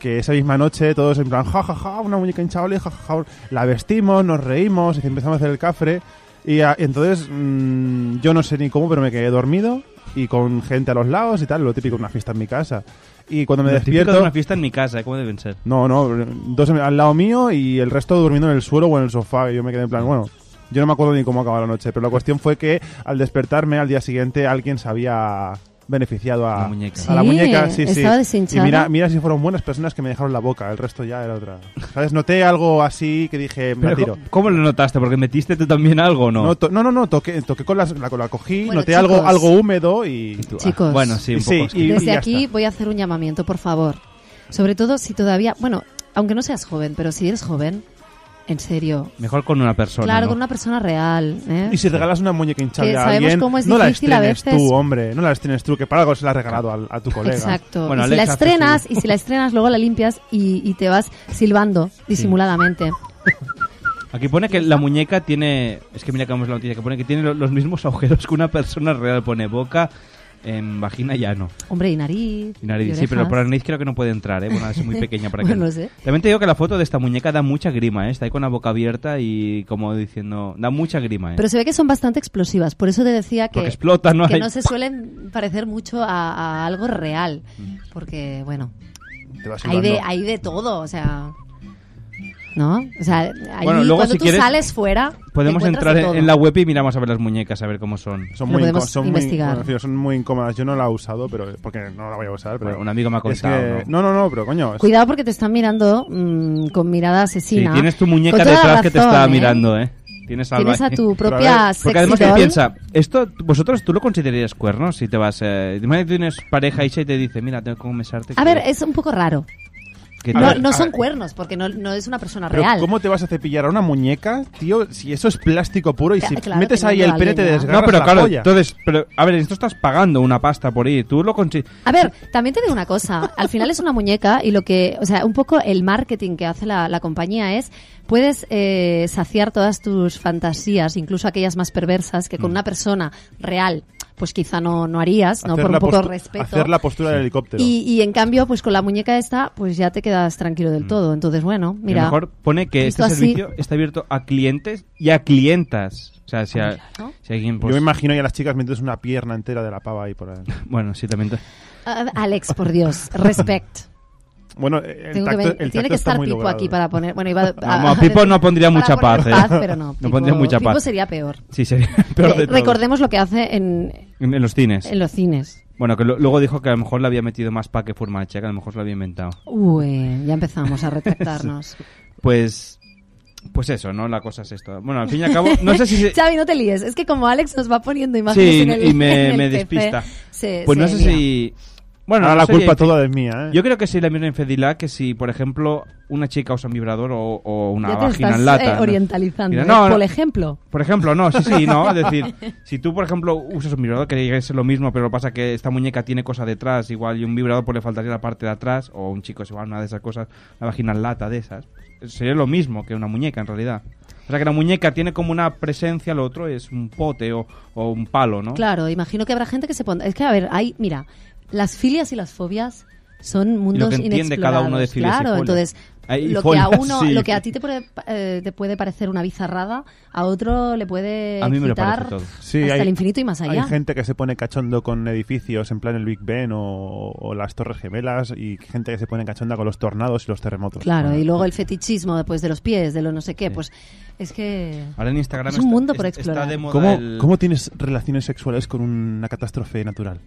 [SPEAKER 11] que esa misma noche todos en plan, jajaja, una muñeca hinchable, jajaja, la vestimos, nos reímos, y empezamos a hacer el cafre. Y a- entonces mm, yo no sé ni cómo, pero me quedé dormido y con gente a los lados y tal, lo típico de una fiesta en mi casa. Y cuando me
[SPEAKER 10] Lo típico
[SPEAKER 11] despierto...
[SPEAKER 10] de una fiesta en mi casa, ¿eh? ¿cómo deben ser?
[SPEAKER 11] No, no, dos al lado mío y el resto durmiendo en el suelo o en el sofá. Y yo me quedé en plan, bueno, yo no me acuerdo ni cómo acabó la noche, pero la cuestión fue que al despertarme al día siguiente alguien se había beneficiado a la muñeca. A la
[SPEAKER 12] Sí,
[SPEAKER 11] muñeca, sí, sí.
[SPEAKER 12] estaba
[SPEAKER 11] Y
[SPEAKER 12] deshinchada.
[SPEAKER 11] mira, mira si fueron buenas personas que me dejaron la boca, el resto ya era otra. ¿Sabes? Noté algo así que dije, me
[SPEAKER 10] Pero,
[SPEAKER 11] la tiro.
[SPEAKER 10] ¿cómo- ¿Cómo lo notaste? ¿Porque metiste tú también algo o no?
[SPEAKER 11] No, to- no, no, no, toqué, toqué con las- la, la cogí,
[SPEAKER 12] Bueno,
[SPEAKER 11] noté
[SPEAKER 12] chicos.
[SPEAKER 11] algo, algo húmedo y...
[SPEAKER 12] Chicos.
[SPEAKER 10] ah, bueno, sí, un poco, sí.
[SPEAKER 11] y- y
[SPEAKER 12] Desde
[SPEAKER 11] ya
[SPEAKER 12] aquí
[SPEAKER 11] está.
[SPEAKER 12] voy a hacer un llamamiento, por favor. Sobre todo si todavía, bueno, aunque no seas joven, pero si eres joven, en serio.
[SPEAKER 10] Mejor con una persona.
[SPEAKER 12] claro,
[SPEAKER 10] ¿no?
[SPEAKER 12] con una persona real. ¿eh?
[SPEAKER 11] Y si regalas una muñeca hinchable
[SPEAKER 12] Que
[SPEAKER 11] a
[SPEAKER 12] sabemos
[SPEAKER 11] alguien,
[SPEAKER 12] cómo es
[SPEAKER 11] no la
[SPEAKER 12] difícil a
[SPEAKER 11] estrenes
[SPEAKER 12] veces.
[SPEAKER 11] tú, hombre. No la estrenes tú, que para algo se la has regalado al- a, tu colega.
[SPEAKER 12] Exacto. y si la estrenas, y si la estrenas, luego la limpias y, y te vas silbando disimuladamente.
[SPEAKER 10] Aquí pone que la muñeca tiene. Es que mira que vamos la noticia, que pone que tiene lo- los mismos agujeros que una persona real. Pone boca, en vagina y ano.
[SPEAKER 12] Hombre, y nariz.
[SPEAKER 10] Y nariz,
[SPEAKER 12] y
[SPEAKER 10] sí, pero
[SPEAKER 12] orejas.
[SPEAKER 10] por la nariz creo que no puede entrar, ¿eh? Bueno, es
[SPEAKER 12] [laughs]
[SPEAKER 10] muy pequeña para que...
[SPEAKER 12] Bueno, no sé.
[SPEAKER 10] También te digo que la foto de esta muñeca da mucha grima, ¿eh? Está ahí con la boca abierta y como diciendo... Da mucha grima, ¿eh?
[SPEAKER 12] Pero se ve que son bastante explosivas, por eso te decía que,
[SPEAKER 10] Porque explotan, ¿no?
[SPEAKER 12] que
[SPEAKER 10] Hay-
[SPEAKER 12] no se suelen parecer mucho a, a algo real,
[SPEAKER 10] Mm.
[SPEAKER 12] porque bueno,
[SPEAKER 11] Te vas
[SPEAKER 12] hay de,
[SPEAKER 11] silbando.
[SPEAKER 12] hay de todo, o sea, ¿no? O sea, ahí
[SPEAKER 10] Bueno, luego,
[SPEAKER 12] cuando
[SPEAKER 10] si
[SPEAKER 12] tú
[SPEAKER 10] quieres,
[SPEAKER 12] sales fuera, te
[SPEAKER 10] Podemos
[SPEAKER 12] encuentras
[SPEAKER 10] entrar
[SPEAKER 12] de
[SPEAKER 10] en,
[SPEAKER 12] todo.
[SPEAKER 10] en la web y miramos a ver las muñecas, a ver cómo son.
[SPEAKER 11] Son
[SPEAKER 12] Lo
[SPEAKER 11] muy,
[SPEAKER 12] podemos
[SPEAKER 11] incó- son, muy,
[SPEAKER 12] investigar.
[SPEAKER 11] bueno, en fin, son muy incómodas. Yo no la he usado, pero eh, porque no la voy a usar. Pero
[SPEAKER 10] Bueno, un amigo me ha
[SPEAKER 11] es
[SPEAKER 10] contado,
[SPEAKER 11] que- no, no, no, pero coño. es-
[SPEAKER 12] Cuidado porque te están mirando mm, con mirada
[SPEAKER 10] Sí,
[SPEAKER 12] asesina.
[SPEAKER 10] tienes tu muñeca
[SPEAKER 12] Con toda la
[SPEAKER 10] detrás que te
[SPEAKER 12] razón,
[SPEAKER 10] está
[SPEAKER 12] ¿eh?
[SPEAKER 10] mirando, ¿eh? Tienes, algo
[SPEAKER 12] Tienes a
[SPEAKER 10] ahí. [laughs]
[SPEAKER 12] tu
[SPEAKER 10] Pero
[SPEAKER 12] propia
[SPEAKER 10] ver, Porque además
[SPEAKER 12] sexy
[SPEAKER 10] que
[SPEAKER 12] doll.
[SPEAKER 10] piensa, esto, vosotros, ¿tú lo considerarías cuerno si te vas... Eh, imagínate que tienes pareja y se te dice, mira, tengo que confesarte que-
[SPEAKER 12] A ver, es un poco raro.
[SPEAKER 10] que
[SPEAKER 12] No,
[SPEAKER 10] te-
[SPEAKER 12] no
[SPEAKER 11] a
[SPEAKER 12] son
[SPEAKER 11] ver.
[SPEAKER 12] cuernos, porque no, no es una persona
[SPEAKER 11] pero
[SPEAKER 12] real.
[SPEAKER 11] ¿Cómo te vas a cepillar a una muñeca, tío? Si eso es plástico puro y
[SPEAKER 12] Ya,
[SPEAKER 11] si
[SPEAKER 12] claro,
[SPEAKER 11] metes ahí el
[SPEAKER 12] teniendo a
[SPEAKER 11] pene te
[SPEAKER 12] alguien, ¿no?
[SPEAKER 11] desgarras
[SPEAKER 10] no, pero
[SPEAKER 11] la
[SPEAKER 10] claro,
[SPEAKER 11] polla.
[SPEAKER 10] entonces, pero, a ver, esto estás pagando una pasta por ir. Tú lo consideras...
[SPEAKER 12] A ver, también te digo una cosa. Al final es una muñeca y lo que, o sea, un poco el marketing que hace la, la compañía es, puedes eh, saciar todas tus fantasías, incluso aquellas más perversas, que
[SPEAKER 10] Mm.
[SPEAKER 12] con una persona real, pues quizá no, no harías, ¿no?
[SPEAKER 11] Hacer
[SPEAKER 12] Por un
[SPEAKER 11] la
[SPEAKER 12] poco de
[SPEAKER 11] postu-
[SPEAKER 12] respeto.
[SPEAKER 11] Hacer la postura del helicóptero.
[SPEAKER 12] y, y en cambio, pues con la muñeca esta, pues ya te quedas tranquilo del todo. Entonces, bueno,
[SPEAKER 10] Mm. Que
[SPEAKER 12] mira.
[SPEAKER 10] mejor pone que este
[SPEAKER 12] visto así-
[SPEAKER 10] servicio está abierto a clientes y a clientas. O sea, si,
[SPEAKER 12] Ah,
[SPEAKER 10] a- si alguien...
[SPEAKER 11] Yo
[SPEAKER 10] Pues,
[SPEAKER 11] me imagino ya a las chicas metes una pierna entera de la pava ahí por ahí.
[SPEAKER 10] bueno, sí, también...
[SPEAKER 12] Ah, Alex, por Dios,
[SPEAKER 10] [laughs]
[SPEAKER 12] respect.
[SPEAKER 11] Bueno, eh, el
[SPEAKER 12] Tengo que
[SPEAKER 11] tacto,
[SPEAKER 12] ven- tiene
[SPEAKER 11] el tacto
[SPEAKER 12] que
[SPEAKER 11] está
[SPEAKER 12] estar
[SPEAKER 11] muy
[SPEAKER 12] Pipo
[SPEAKER 11] logrado.
[SPEAKER 12] aquí para poner.
[SPEAKER 10] [laughs]
[SPEAKER 12] Bueno, iba a-
[SPEAKER 10] No,
[SPEAKER 12] a-
[SPEAKER 10] Pipo no pondría
[SPEAKER 12] para
[SPEAKER 10] mucha
[SPEAKER 12] poner
[SPEAKER 10] paz, ¿eh?
[SPEAKER 12] pero no.
[SPEAKER 10] [laughs] No
[SPEAKER 12] Pipo-
[SPEAKER 10] pondría mucha
[SPEAKER 12] Pipo
[SPEAKER 10] paz.
[SPEAKER 12] sería peor.
[SPEAKER 10] Sí, sería [laughs] peor
[SPEAKER 12] Eh,
[SPEAKER 10] de todo.
[SPEAKER 12] recordemos lo que hace en,
[SPEAKER 10] En en los cines.
[SPEAKER 12] en los cines.
[SPEAKER 10] Bueno, que lo- luego dijo que a lo mejor le había metido más pa' que furmacha, que a lo mejor se lo había inventado.
[SPEAKER 12] Uy, ya empezamos
[SPEAKER 10] [laughs]
[SPEAKER 12] a [laughs] retractarnos.
[SPEAKER 10] Pues pues eso, ¿no? La cosa es esto. Bueno, al fin y al cabo, no sé si... se-
[SPEAKER 12] Xavi, no te líes. Es que como Alex nos va poniendo imágenes
[SPEAKER 10] Sí,
[SPEAKER 12] en el
[SPEAKER 10] y me,
[SPEAKER 12] [laughs] en el
[SPEAKER 10] me
[SPEAKER 12] PC,
[SPEAKER 10] despista.
[SPEAKER 12] se-
[SPEAKER 10] pues no
[SPEAKER 12] se
[SPEAKER 10] sé
[SPEAKER 12] lía.
[SPEAKER 10] si... Bueno,
[SPEAKER 11] Ahora
[SPEAKER 10] no
[SPEAKER 11] la
[SPEAKER 10] sé,
[SPEAKER 11] culpa
[SPEAKER 10] en fin.
[SPEAKER 11] toda es mía, ¿eh?
[SPEAKER 10] Yo creo que sí la misma infidelidad que si, por ejemplo, una chica usa un vibrador o, o una
[SPEAKER 12] Ya te
[SPEAKER 10] vagina
[SPEAKER 12] estás,
[SPEAKER 10] en lata.
[SPEAKER 12] eh,
[SPEAKER 10] ¿no?
[SPEAKER 12] orientalizando,
[SPEAKER 10] Mira,
[SPEAKER 12] ¿eh? Por ejemplo.
[SPEAKER 10] Por ejemplo, no, sí, sí, no. Es decir, si tú, por ejemplo, usas un vibrador, que llega a ser lo mismo, pero pasa que esta muñeca tiene cosa detrás, igual, y un vibrador pues le faltaría la parte de atrás, o un chico se va a una de esas cosas, una vagina en lata de esas. pues, Sería lo mismo que una muñeca, en realidad. O sea, que la muñeca tiene como una presencia, lo otro es un pote o, o un palo, ¿no?
[SPEAKER 12] Claro, imagino que habrá gente que se pondrá. Es que, a ver, hay, mira, las filias y las fobias son mundos
[SPEAKER 10] que entiende
[SPEAKER 12] inexplorados.
[SPEAKER 10] cada uno de filias y
[SPEAKER 12] claro,
[SPEAKER 10] folias.
[SPEAKER 12] entonces
[SPEAKER 10] Ahí,
[SPEAKER 12] lo
[SPEAKER 10] folias,
[SPEAKER 12] que a uno,
[SPEAKER 10] sí.
[SPEAKER 12] lo que a ti te puede, eh, te puede parecer una bizarrada, a otro le puede
[SPEAKER 11] A mí me lo
[SPEAKER 12] excitar
[SPEAKER 11] parece todo. Sí,
[SPEAKER 12] Eh, hasta
[SPEAKER 11] hay-
[SPEAKER 12] el infinito y más allá.
[SPEAKER 11] Hay gente que se pone cachondo con edificios, en plan el Big Ben o, o las Torres Gemelas, y gente que se pone cachonda con los tornados y los terremotos.
[SPEAKER 12] Claro,
[SPEAKER 11] Bueno.
[SPEAKER 12] y luego el fetichismo después de los pies, de lo no sé qué, pues es que
[SPEAKER 10] Ahora en Instagram
[SPEAKER 12] es un
[SPEAKER 10] está-
[SPEAKER 12] mundo por
[SPEAKER 10] es- está
[SPEAKER 12] explorar.
[SPEAKER 10] de moda
[SPEAKER 11] ¿Cómo,
[SPEAKER 10] el-
[SPEAKER 11] cómo tienes relaciones sexuales con una catástrofe natural?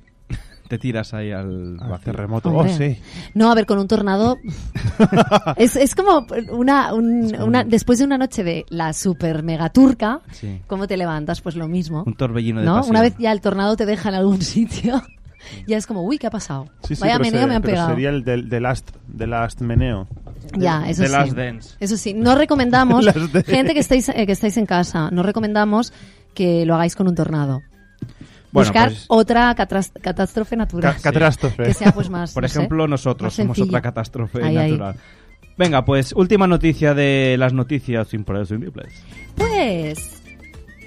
[SPEAKER 10] Te tiras ahí al, vacío.
[SPEAKER 11] terremoto.
[SPEAKER 12] Hombre.
[SPEAKER 11] Oh, sí.
[SPEAKER 12] No, a ver, con
[SPEAKER 10] [laughs]
[SPEAKER 12] un tornado. es, es como una, un- una- Después de una noche de la super mega turca,
[SPEAKER 10] Sí.
[SPEAKER 12] ¿cómo te levantas? Pues lo mismo.
[SPEAKER 10] Un torbellino de
[SPEAKER 12] ¿no?
[SPEAKER 10] pasión.
[SPEAKER 12] Una vez ya el tornado te deja en algún [laughs] sitio, ya es como, uy, ¿qué ha pasado?
[SPEAKER 11] Sí, sí,
[SPEAKER 12] Vaya
[SPEAKER 11] pero
[SPEAKER 12] meneo
[SPEAKER 11] se-
[SPEAKER 12] me han
[SPEAKER 11] pero
[SPEAKER 12] pegado.
[SPEAKER 11] Sería el del, del last, del last meneo.
[SPEAKER 12] Ya, eso
[SPEAKER 11] The
[SPEAKER 12] sí.
[SPEAKER 11] Last Dance.
[SPEAKER 12] Eso sí,
[SPEAKER 10] [laughs]
[SPEAKER 12] no recomendamos,
[SPEAKER 11] Las de-
[SPEAKER 12] gente que estáis, eh, que estáis en casa, no recomendamos que lo hagáis con un tornado.
[SPEAKER 10] Bueno,
[SPEAKER 12] Buscar
[SPEAKER 10] pues-
[SPEAKER 12] otra catras- catástrofe natural.
[SPEAKER 10] Ca- catástrofe.
[SPEAKER 12] Que sea pues
[SPEAKER 10] [laughs]
[SPEAKER 12] más.
[SPEAKER 10] Por
[SPEAKER 12] no sé,
[SPEAKER 10] ejemplo, nosotros
[SPEAKER 12] más
[SPEAKER 10] somos
[SPEAKER 12] sencilla.
[SPEAKER 10] otra catástrofe
[SPEAKER 12] Ahí, ahí.
[SPEAKER 10] natural. Venga, pues última noticia de las noticias sin poder simples.
[SPEAKER 12] Pues.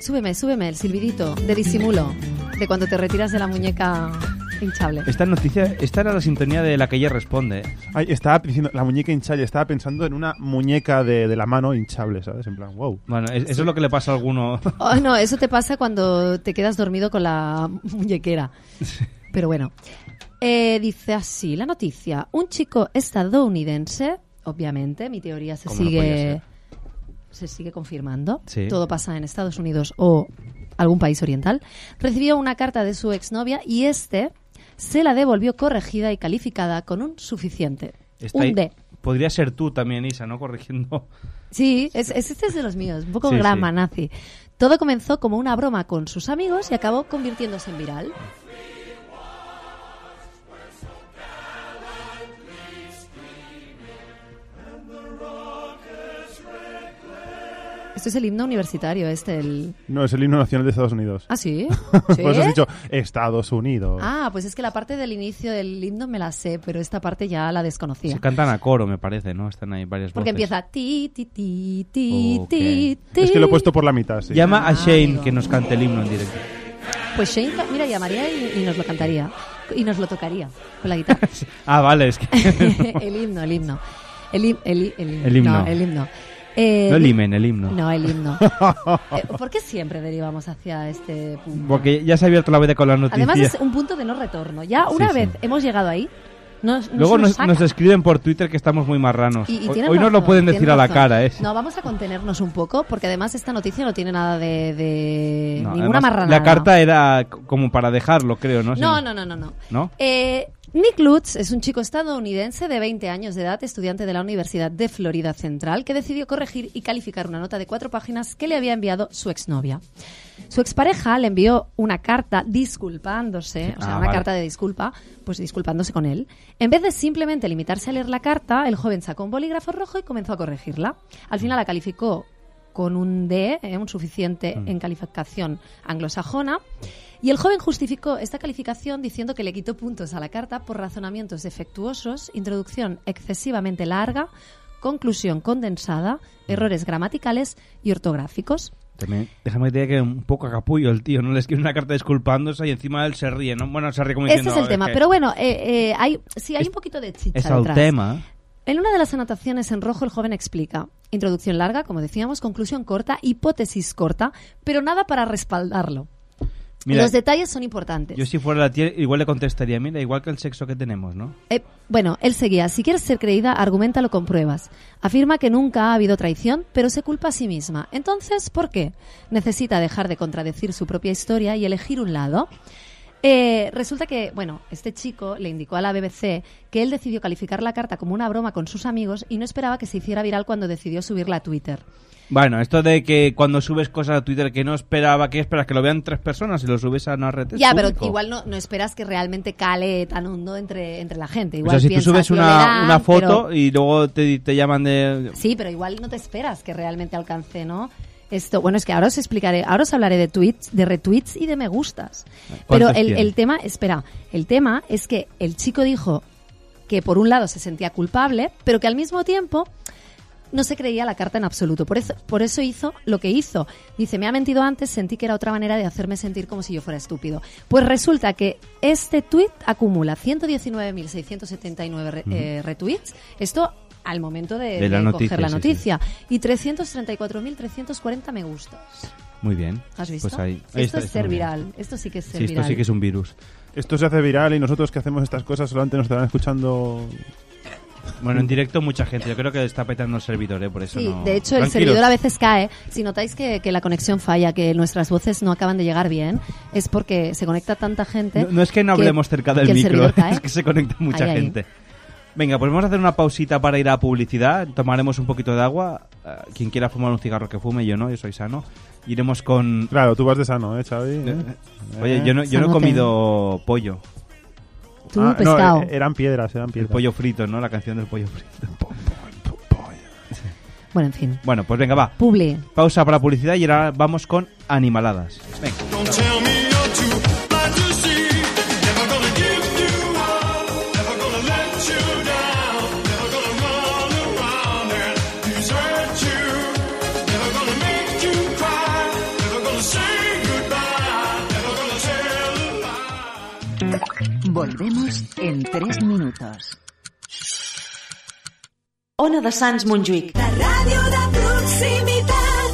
[SPEAKER 12] Súbeme, súbeme el silbidito de disimulo de cuando te retiras de la muñeca hinchable.
[SPEAKER 10] Esta noticia, esta era la sintonía de la que ella responde. ¿eh?
[SPEAKER 11] Ay, estaba diciendo, la muñeca hinchable, estaba pensando en una muñeca de, de la mano hinchable, ¿sabes? En plan, wow.
[SPEAKER 10] Bueno, es- eso es lo que le pasa a [laughs] alguno.
[SPEAKER 12] Oh, no, eso te pasa cuando te quedas dormido con la muñequera. Pero bueno. Eh, dice así la noticia. Un chico estadounidense, obviamente, mi teoría se
[SPEAKER 13] ¿Cómo no podía
[SPEAKER 12] sigue
[SPEAKER 13] ser?
[SPEAKER 12] se sigue confirmando.
[SPEAKER 13] Sí.
[SPEAKER 12] Todo pasa en Estados Unidos o algún país oriental. Recibió una carta de su exnovia y este se la devolvió corregida y calificada con un suficiente.
[SPEAKER 10] Está
[SPEAKER 12] un
[SPEAKER 10] ahí-
[SPEAKER 12] D.
[SPEAKER 10] Podría ser tú también, Isa, ¿no? Corrigiendo.
[SPEAKER 12] Sí, es, es- este es de los míos, un poco
[SPEAKER 10] Sí,
[SPEAKER 12] grama
[SPEAKER 10] sí.
[SPEAKER 12] nazi. Todo comenzó como una broma con sus amigos y acabó convirtiéndose en viral. Esto Este es el himno universitario, este, el...
[SPEAKER 11] No, es el himno nacional de Estados Unidos.
[SPEAKER 12] ¿Ah,
[SPEAKER 11] [laughs]
[SPEAKER 12] sí? ¿Sí?
[SPEAKER 11] Por eso has dicho Estados Unidos.
[SPEAKER 12] Ah, pues es que la parte del inicio del himno me la sé, pero esta parte ya la desconocía.
[SPEAKER 10] Se cantan a coro, me parece, ¿no? Están ahí varias
[SPEAKER 12] Porque
[SPEAKER 10] voces.
[SPEAKER 12] empieza ti, ti, ti, ti,
[SPEAKER 10] Ok.
[SPEAKER 12] ti, ti.
[SPEAKER 11] Es que lo he puesto por la mitad, sí.
[SPEAKER 12] Ah,
[SPEAKER 10] Llama a Shane que nos cante el himno en directo.
[SPEAKER 12] Pues Shane, ca- mira, llamaría y, y nos lo cantaría. Y nos lo tocaría con la
[SPEAKER 11] [laughs]
[SPEAKER 12] guitarra.
[SPEAKER 10] Ah, vale, es que.
[SPEAKER 12] [laughs] el himno, el himno. El, him- el, hi- el himno.
[SPEAKER 10] El himno.
[SPEAKER 12] No, el himno. Eh,
[SPEAKER 10] No el himen, el himno.
[SPEAKER 12] No, el
[SPEAKER 10] [laughs]
[SPEAKER 12] himno. Eh, ¿Por qué siempre derivamos hacia este punto?
[SPEAKER 10] Porque ya se ha abierto la veda con la noticia.
[SPEAKER 12] Además es un punto de no retorno. Ya una
[SPEAKER 10] Sí, sí.
[SPEAKER 12] vez hemos llegado ahí, nos, nos
[SPEAKER 10] Luego
[SPEAKER 12] lo
[SPEAKER 10] nos,
[SPEAKER 12] sacan.
[SPEAKER 10] nos escriben por Twitter que estamos muy marranos.
[SPEAKER 12] Y- y
[SPEAKER 10] hoy
[SPEAKER 12] tienen
[SPEAKER 10] hoy nos lo
[SPEAKER 12] razón,
[SPEAKER 10] pueden decir
[SPEAKER 12] tienen
[SPEAKER 10] a la
[SPEAKER 12] razón.
[SPEAKER 10] cara, ¿eh?
[SPEAKER 12] No, vamos a contenernos un poco, porque además esta noticia no tiene nada de, de
[SPEAKER 10] No,
[SPEAKER 12] ninguna
[SPEAKER 10] además,
[SPEAKER 12] marranada.
[SPEAKER 10] La carta era c- como para dejarlo, creo, ¿no?
[SPEAKER 12] No,
[SPEAKER 10] Sí.
[SPEAKER 12] no, no, no, no.
[SPEAKER 10] ¿No?
[SPEAKER 12] Eh, Nick Lutz es un chico estadounidense de 20 años de edad, estudiante de la Universidad de Florida Central, que decidió corregir y calificar una nota de cuatro páginas que le había enviado su exnovia. Su expareja le envió una carta disculpándose, o sea,
[SPEAKER 13] Ah,
[SPEAKER 12] una
[SPEAKER 13] vale.
[SPEAKER 12] carta de disculpa, pues disculpándose con él. En vez de simplemente limitarse a leer la carta, el joven sacó un bolígrafo rojo y comenzó a corregirla. Al final la calificó con un D, eh, un suficiente
[SPEAKER 10] Mm.
[SPEAKER 12] en calificación anglosajona. Y el joven justificó esta calificación diciendo que le quitó puntos a la carta por razonamientos defectuosos, introducción excesivamente larga, conclusión condensada,
[SPEAKER 10] Mm.
[SPEAKER 12] errores gramaticales y ortográficos.
[SPEAKER 10] También, déjame que te diga que un poco capullo el tío, ¿no? Le escribe una carta disculpándose y encima él se ríe, ¿no? Bueno, se ríe como
[SPEAKER 12] Este
[SPEAKER 10] diciendo...
[SPEAKER 12] es el
[SPEAKER 10] "Ah,
[SPEAKER 12] tema.
[SPEAKER 10] que
[SPEAKER 12] Pero bueno, eh, eh, hay, sí, hay un poquito de chicha
[SPEAKER 10] Es el
[SPEAKER 12] detrás.
[SPEAKER 10] tema.
[SPEAKER 12] En una de las anotaciones en rojo, el joven explica. Introducción larga, como decíamos, conclusión corta, hipótesis corta, pero nada para respaldarlo.
[SPEAKER 10] Mira,
[SPEAKER 12] Los detalles son importantes.
[SPEAKER 10] Yo si fuera la tía igual le contestaría, mira, igual que el sexo que tenemos, ¿no?
[SPEAKER 12] Eh, bueno, él seguía. Si quieres ser creída, argumentalo con pruebas. Afirma que nunca ha habido traición, pero se culpa a sí misma. Entonces, ¿por qué? Necesita dejar de contradecir su propia historia y elegir un lado. Eh, resulta que, bueno, este chico le indicó a la BBC que él decidió calificar la carta como una broma con sus amigos y no esperaba que se hiciera viral cuando decidió subirla a Twitter.
[SPEAKER 10] Bueno, esto de que cuando subes cosas a Twitter que no esperaba, que esperas que lo vean tres personas y lo subes a una red es
[SPEAKER 12] ya,
[SPEAKER 10] público.
[SPEAKER 12] pero igual no, no esperas que realmente cale tan hondo entre, entre la gente.
[SPEAKER 10] O
[SPEAKER 12] Igual
[SPEAKER 10] sea, si tú
[SPEAKER 12] piensas,
[SPEAKER 10] subes
[SPEAKER 12] "Lo
[SPEAKER 10] una,
[SPEAKER 12] verán",
[SPEAKER 10] una foto
[SPEAKER 12] pero-
[SPEAKER 10] y luego te, te llaman de...
[SPEAKER 12] Sí, pero igual no te esperas que realmente alcance, ¿no? Esto, bueno, es que ahora os explicaré, ahora os hablaré de tweets, de retweets y de me gustas. Pero
[SPEAKER 13] ¿Cuántos
[SPEAKER 12] el,
[SPEAKER 13] tienes?
[SPEAKER 12] el tema, espera, el tema es que el chico dijo que por un lado se sentía culpable, pero que al mismo tiempo no se creía la carta en absoluto. Por eso, por eso hizo lo que hizo. Dice, me ha mentido antes, sentí que era otra manera de hacerme sentir como si yo fuera estúpido. Pues resulta que este tweet acumula 119.679 re-
[SPEAKER 10] Ujú.
[SPEAKER 12] eh, retweets. Esto al momento eh, de,
[SPEAKER 10] De la
[SPEAKER 12] de
[SPEAKER 10] noticia,
[SPEAKER 12] coger la
[SPEAKER 10] sí,
[SPEAKER 12] noticia. Y 334.340 me gustas.
[SPEAKER 10] Muy bien.
[SPEAKER 12] ¿Has visto?
[SPEAKER 10] Pues ahí, ahí está,
[SPEAKER 12] Esto es
[SPEAKER 10] está
[SPEAKER 12] ser
[SPEAKER 10] muy bien.
[SPEAKER 12] viral. Esto sí que es ser
[SPEAKER 10] Sí, esto
[SPEAKER 12] viral.
[SPEAKER 10] sí que es un virus.
[SPEAKER 11] Esto se hace viral y nosotros que hacemos estas cosas solamente nos estarán escuchando.
[SPEAKER 10] Bueno, en directo mucha gente. Yo creo que está petando el servidor, ¿eh? Por eso
[SPEAKER 12] Sí,
[SPEAKER 10] no...
[SPEAKER 12] de hecho el
[SPEAKER 10] Tranquilos.
[SPEAKER 12] servidor a veces cae. Si notáis que, que la conexión falla, que nuestras voces no acaban de llegar bien, es porque se conecta tanta gente.
[SPEAKER 10] No, no es que no hablemos cerca del
[SPEAKER 12] que el
[SPEAKER 10] micro,
[SPEAKER 12] servidor
[SPEAKER 10] [laughs]
[SPEAKER 12] cae.
[SPEAKER 10] es que se conecta mucha
[SPEAKER 12] Ahí, ahí.
[SPEAKER 10] gente. Venga, pues vamos a hacer una pausita para ir a publicidad. Tomaremos un poquito de agua. Eh, quien quiera fumar un cigarro que fume, yo no, yo soy sano. Iremos con...
[SPEAKER 11] Claro, tú vas de sano, ¿eh, Xavi? ¿Eh?
[SPEAKER 10] Oye, yo no, yo no he
[SPEAKER 11] Sanote.
[SPEAKER 10] comido pollo.
[SPEAKER 11] Tú, Ah, no, pescado. eh, eran piedras, eran piedras.
[SPEAKER 10] El pollo frito, ¿no? La canción del pollo frito.
[SPEAKER 12] Bueno, en fin.
[SPEAKER 10] Bueno, pues venga, va.
[SPEAKER 12] Publi.
[SPEAKER 10] Pausa para publicidad y ahora vamos con animaladas. Venga.
[SPEAKER 8] Don't tell me you're too blind to see. Never gonna give you up. Never gonna let you down. Never gonna run around and desert you. Never gonna make you cry. Never gonna say goodbye. Never gonna tell a lie.
[SPEAKER 14] Volvemos en tres minutos.
[SPEAKER 15] Ona de Sants Montjuïc.
[SPEAKER 8] Ràdio de proximitat.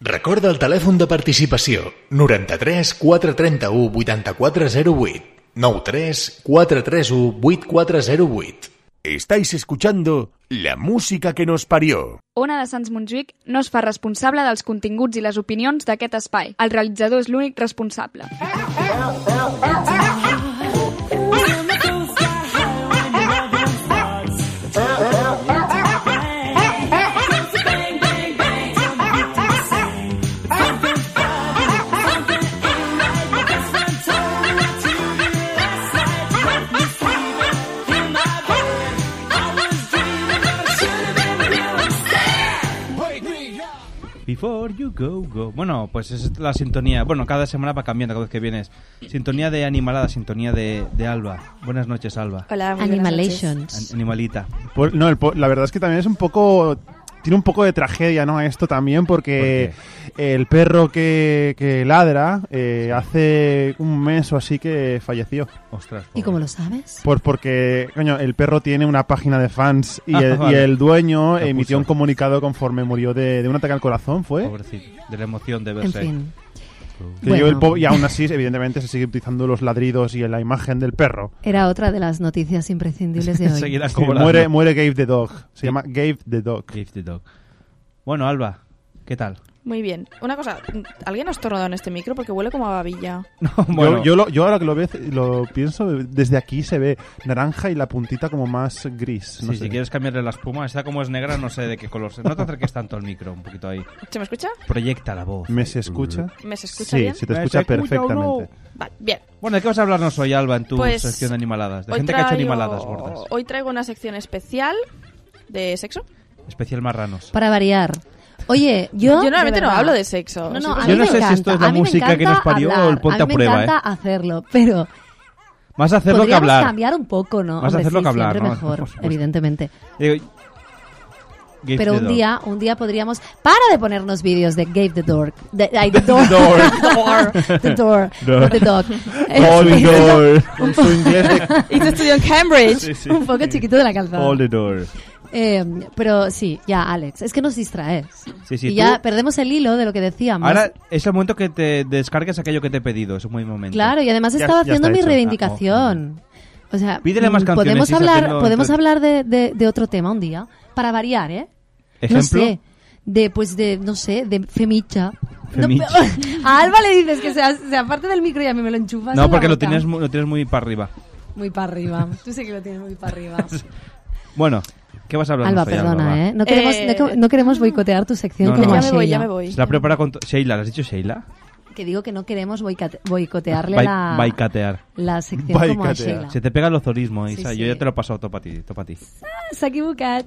[SPEAKER 16] Recorda el telèfon de participació 93 431 8408 93 431 8408
[SPEAKER 1] Estáis escuchando la música que nos parió.
[SPEAKER 6] Ona de Sants Montjuïc no es fa responsable dels continguts i les opinions d'aquest espai. El realitzador és l'únic responsable.
[SPEAKER 10] Before you go, go. Bueno, pues es la sintonía. Bueno, cada semana va cambiando cada vez que vienes. Sintonía de animalada, sintonía de, de Alba. Buenas noches, Alba.
[SPEAKER 17] Hola, muy buenas
[SPEAKER 12] Animalations.
[SPEAKER 10] An- Animalita.
[SPEAKER 11] Pues, no, el po- la verdad es que también es un poco... Tiene un poco de tragedia, ¿no? Esto también, porque el perro que, que ladra eh, hace un mes o así que falleció.
[SPEAKER 10] Ostras.
[SPEAKER 12] ¿Y cómo lo sabes?
[SPEAKER 11] Pues porque, coño, el perro tiene una página de fans y,
[SPEAKER 10] Ah,
[SPEAKER 11] el, y
[SPEAKER 10] vale.
[SPEAKER 11] el
[SPEAKER 10] Lo
[SPEAKER 11] dueño emitió
[SPEAKER 10] puso.
[SPEAKER 11] un comunicado conforme murió de, de un ataque al corazón, ¿fue?
[SPEAKER 10] Pobrecito. De la emoción de verse.
[SPEAKER 11] fin. Que
[SPEAKER 12] Bueno.
[SPEAKER 11] yo el po- y aún así, evidentemente, se sigue utilizando los ladridos y la imagen del perro.
[SPEAKER 12] Era otra de las noticias
[SPEAKER 10] [laughs]
[SPEAKER 12] imprescindibles de hoy.
[SPEAKER 10] Seguirá
[SPEAKER 11] Sí,
[SPEAKER 10] cobrando.
[SPEAKER 11] muere, muere Gabe the Dog. Se llama Gabe the Dog.
[SPEAKER 10] Gabe the Dog. Bueno, Alba, ¿qué tal?
[SPEAKER 17] Muy bien. Una cosa, ¿alguien ha estornudado en este micro? Porque huele como a babilla.
[SPEAKER 10] [laughs]
[SPEAKER 11] Yo, yo lo- yo ahora que lo, ve- lo pienso, desde aquí se ve naranja y la puntita como más gris. No
[SPEAKER 10] Sí,
[SPEAKER 11] sé.
[SPEAKER 10] si quieres cambiarle la espuma, esta como es negra, no sé de qué color. se- No te acerques tanto al micro, un poquito ahí.
[SPEAKER 17] ¿Se me escucha?
[SPEAKER 10] Proyecta la voz.
[SPEAKER 11] ¿Me se escucha?
[SPEAKER 17] ¿Me se escucha
[SPEAKER 11] Sí,
[SPEAKER 17] bien?
[SPEAKER 11] se te escucha
[SPEAKER 10] ¿Me se escucha o no?
[SPEAKER 11] perfectamente.
[SPEAKER 17] Vale, bien.
[SPEAKER 10] Bueno, ¿de qué vas a hablarnos hoy, Alba, en tu
[SPEAKER 17] Pues,
[SPEAKER 10] sección de animaladas? De
[SPEAKER 17] hoy
[SPEAKER 10] gente que ha hecho
[SPEAKER 17] traigo-
[SPEAKER 10] animaladas gordas.
[SPEAKER 17] Hoy traigo una sección especial de sexo.
[SPEAKER 10] Especial marranos.
[SPEAKER 12] Para variar. Oye, yo...
[SPEAKER 17] Yo
[SPEAKER 12] de
[SPEAKER 17] normalmente no
[SPEAKER 12] verdad-
[SPEAKER 17] hablo de sexo.
[SPEAKER 12] No, no,
[SPEAKER 17] Yo
[SPEAKER 12] a
[SPEAKER 10] Yo
[SPEAKER 12] mí
[SPEAKER 10] no
[SPEAKER 12] me
[SPEAKER 10] sé si
[SPEAKER 12] encanta,
[SPEAKER 10] esto es la
[SPEAKER 12] a mí me
[SPEAKER 10] música que nos
[SPEAKER 12] encanta
[SPEAKER 10] parió o el
[SPEAKER 12] hablar,
[SPEAKER 10] ponte a
[SPEAKER 12] mí
[SPEAKER 10] prueba, ¿eh?
[SPEAKER 12] me encanta hacerlo, pero...
[SPEAKER 10] Más hacerlo que
[SPEAKER 12] Podríamos
[SPEAKER 10] hablar.
[SPEAKER 12] cambiar un poco, ¿no?
[SPEAKER 10] Más
[SPEAKER 12] Hombre,
[SPEAKER 10] hacerlo
[SPEAKER 12] sí,
[SPEAKER 10] que hablar,
[SPEAKER 12] siempre
[SPEAKER 10] ¿no? [laughs] Por
[SPEAKER 12] mejor,
[SPEAKER 10] supuesto.
[SPEAKER 12] evidentemente.
[SPEAKER 10] Digo, Gabe
[SPEAKER 12] Pero
[SPEAKER 10] the
[SPEAKER 12] un
[SPEAKER 10] Dog.
[SPEAKER 12] día, un día podríamos... ¡Para de ponernos vídeos de Gabe the Dork! De, ay, [laughs] the Dork. the Dork.
[SPEAKER 8] Dork.
[SPEAKER 12] not The Dog. [laughs]
[SPEAKER 8] All the Dork.
[SPEAKER 12] Un
[SPEAKER 8] Con su inglés
[SPEAKER 17] [laughs] Y te estudió en Cambridge. Sí, sí.
[SPEAKER 12] Un poco chiquito de la calzada.
[SPEAKER 10] All the door.
[SPEAKER 12] Eh, pero sí, ya, Alex, es que nos distraes.
[SPEAKER 10] Sí, sí,
[SPEAKER 12] y
[SPEAKER 10] tú-
[SPEAKER 12] ya perdemos el hilo de lo que decíamos.
[SPEAKER 10] Ahora es el momento que te descargues aquello que te he pedido. Es un buen momento.
[SPEAKER 12] claro, y además
[SPEAKER 10] Ya-
[SPEAKER 12] estaba
[SPEAKER 10] ya
[SPEAKER 12] haciendo
[SPEAKER 10] está
[SPEAKER 12] mi
[SPEAKER 10] hecho.
[SPEAKER 12] reivindicación. O sea,
[SPEAKER 10] Pídele más
[SPEAKER 12] mm,
[SPEAKER 10] canciones,
[SPEAKER 12] podemos
[SPEAKER 10] Isa,
[SPEAKER 12] hablar,
[SPEAKER 10] haciendo-
[SPEAKER 12] podemos hablar de, de- de otro tema un día, para variar, ¿eh?
[SPEAKER 10] ¿Ejemplo?
[SPEAKER 12] No sé. de, pues de, no sé, de femicha. [laughs] No,
[SPEAKER 10] Femicha.
[SPEAKER 12] pero- a Alba le dices que se, se aparte del micro y a mí me lo enchufas.
[SPEAKER 10] [laughs] No,
[SPEAKER 12] en la
[SPEAKER 10] porque lo
[SPEAKER 12] boca.
[SPEAKER 10] tienes, mu- lo tienes muy para arriba.
[SPEAKER 12] Muy para
[SPEAKER 10] [laughs]
[SPEAKER 12] arriba. Tú sé que lo tienes muy para arriba.
[SPEAKER 10] Bueno, ¿qué vas a hablar?
[SPEAKER 12] Alba, perdona, ¿eh? No queremos,
[SPEAKER 17] Eh,
[SPEAKER 12] no que- no queremos boicotear tu sección
[SPEAKER 10] No,
[SPEAKER 12] como
[SPEAKER 10] no.
[SPEAKER 12] a
[SPEAKER 10] Ya me
[SPEAKER 17] voy, ya
[SPEAKER 12] Sheila.
[SPEAKER 17] me voy.
[SPEAKER 10] Se la prepara con... to- Sheila, ¿la has dicho Sheila?
[SPEAKER 12] Que digo que no queremos boicate- boicotearle
[SPEAKER 10] Bai-
[SPEAKER 12] la,
[SPEAKER 10] Baicatear.
[SPEAKER 12] la sección como a Sheila.
[SPEAKER 10] Se te pega el ozorismo,
[SPEAKER 12] Sí,
[SPEAKER 10] Isa.
[SPEAKER 12] sí.
[SPEAKER 10] Yo ya te lo he pasado todo para ti. todo pa' ti.
[SPEAKER 12] Ah, se ha equivocado.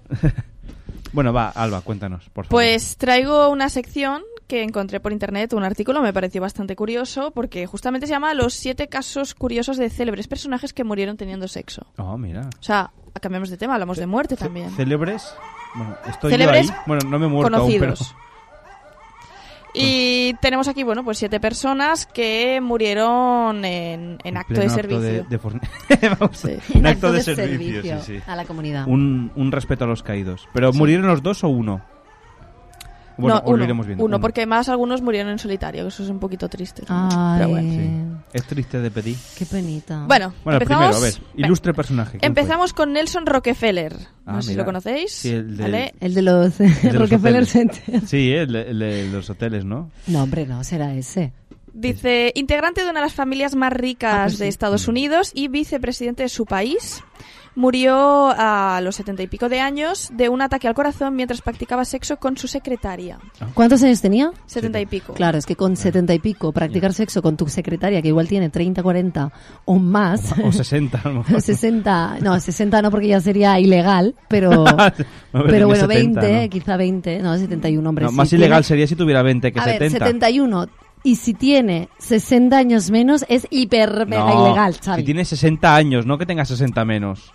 [SPEAKER 10] Bueno, va, Alba, cuéntanos, por favor.
[SPEAKER 17] Pues traigo una sección que encontré por internet, un artículo, me pareció bastante curioso, porque justamente se llama Los siete casos curiosos de célebres personajes que murieron teniendo sexo.
[SPEAKER 10] Oh, mira.
[SPEAKER 17] O sea, cambiamos de tema, hablamos de muerte también.
[SPEAKER 10] Célebres. Bueno, estoy
[SPEAKER 17] Célebres
[SPEAKER 10] yo ahí. Bueno, no me he muerto aún, pero.
[SPEAKER 17] conocidos. Y tenemos aquí, bueno, pues siete personas que murieron en, en acto
[SPEAKER 10] [laughs]
[SPEAKER 17] de
[SPEAKER 10] pleno
[SPEAKER 17] servicio.
[SPEAKER 10] De, de forni- [laughs] Vamos, Un acto de, servicio, sí, sí.
[SPEAKER 12] A la comunidad.
[SPEAKER 10] Un, un respeto a los caídos. ¿Pero murieron los dos o uno? Bueno,
[SPEAKER 17] No,
[SPEAKER 10] os
[SPEAKER 17] uno,
[SPEAKER 10] lo iremos viendo.
[SPEAKER 17] uno, porque más algunos murieron en solitario, que eso es un poquito triste.
[SPEAKER 12] Ay,
[SPEAKER 17] Pero bueno.
[SPEAKER 10] Es triste de pedir.
[SPEAKER 12] qué penita.
[SPEAKER 17] Bueno,
[SPEAKER 10] Bueno,
[SPEAKER 17] empezamos.
[SPEAKER 10] primero, a ver, ilustre personaje. ¿quién fue?
[SPEAKER 17] Empezamos con Nelson Rockefeller.
[SPEAKER 10] Ah,
[SPEAKER 17] no sé si
[SPEAKER 10] mira.
[SPEAKER 17] lo conocéis.
[SPEAKER 10] Sí, el de-
[SPEAKER 17] ¿vale?
[SPEAKER 12] El de los [laughs]
[SPEAKER 10] El de los
[SPEAKER 12] Rockefeller
[SPEAKER 10] hoteles.
[SPEAKER 12] Center.
[SPEAKER 10] Sí, eh, el, el de los hoteles, ¿no?
[SPEAKER 12] No, hombre, no, será ese.
[SPEAKER 17] Dice, integrante de una de las familias más ricas
[SPEAKER 12] Ah, pues
[SPEAKER 17] de
[SPEAKER 12] sí.
[SPEAKER 17] Estados Unidos y vicepresidente de su país. Murió a los setenta y pico de años de un ataque al corazón mientras practicaba sexo con su secretaria.
[SPEAKER 12] ¿Cuántos años tenía?
[SPEAKER 17] Setenta y pico.
[SPEAKER 12] Claro, es que con setenta y pico practicar sexo con tu secretaria, que igual tiene 30, 40 o más,
[SPEAKER 10] [laughs] O 60, a lo
[SPEAKER 12] [laughs]
[SPEAKER 10] mejor.
[SPEAKER 12] 60, no, 60 no porque ya sería ilegal, pero,
[SPEAKER 10] [laughs] Hombre, tenía
[SPEAKER 12] pero bueno,
[SPEAKER 10] 70,
[SPEAKER 12] 20,
[SPEAKER 10] ¿no?
[SPEAKER 12] quizá 20, no, 71, hombre.
[SPEAKER 10] No,
[SPEAKER 12] sí,
[SPEAKER 10] más
[SPEAKER 12] tiene-
[SPEAKER 10] ilegal sería si tuviera 20 que
[SPEAKER 12] A
[SPEAKER 10] 70.
[SPEAKER 12] ver, 71. Y si tiene 60 años menos, es hiper mega
[SPEAKER 10] No,
[SPEAKER 12] ilegal, Xavi.
[SPEAKER 10] Si tiene 60 años, no que tenga 60 menos.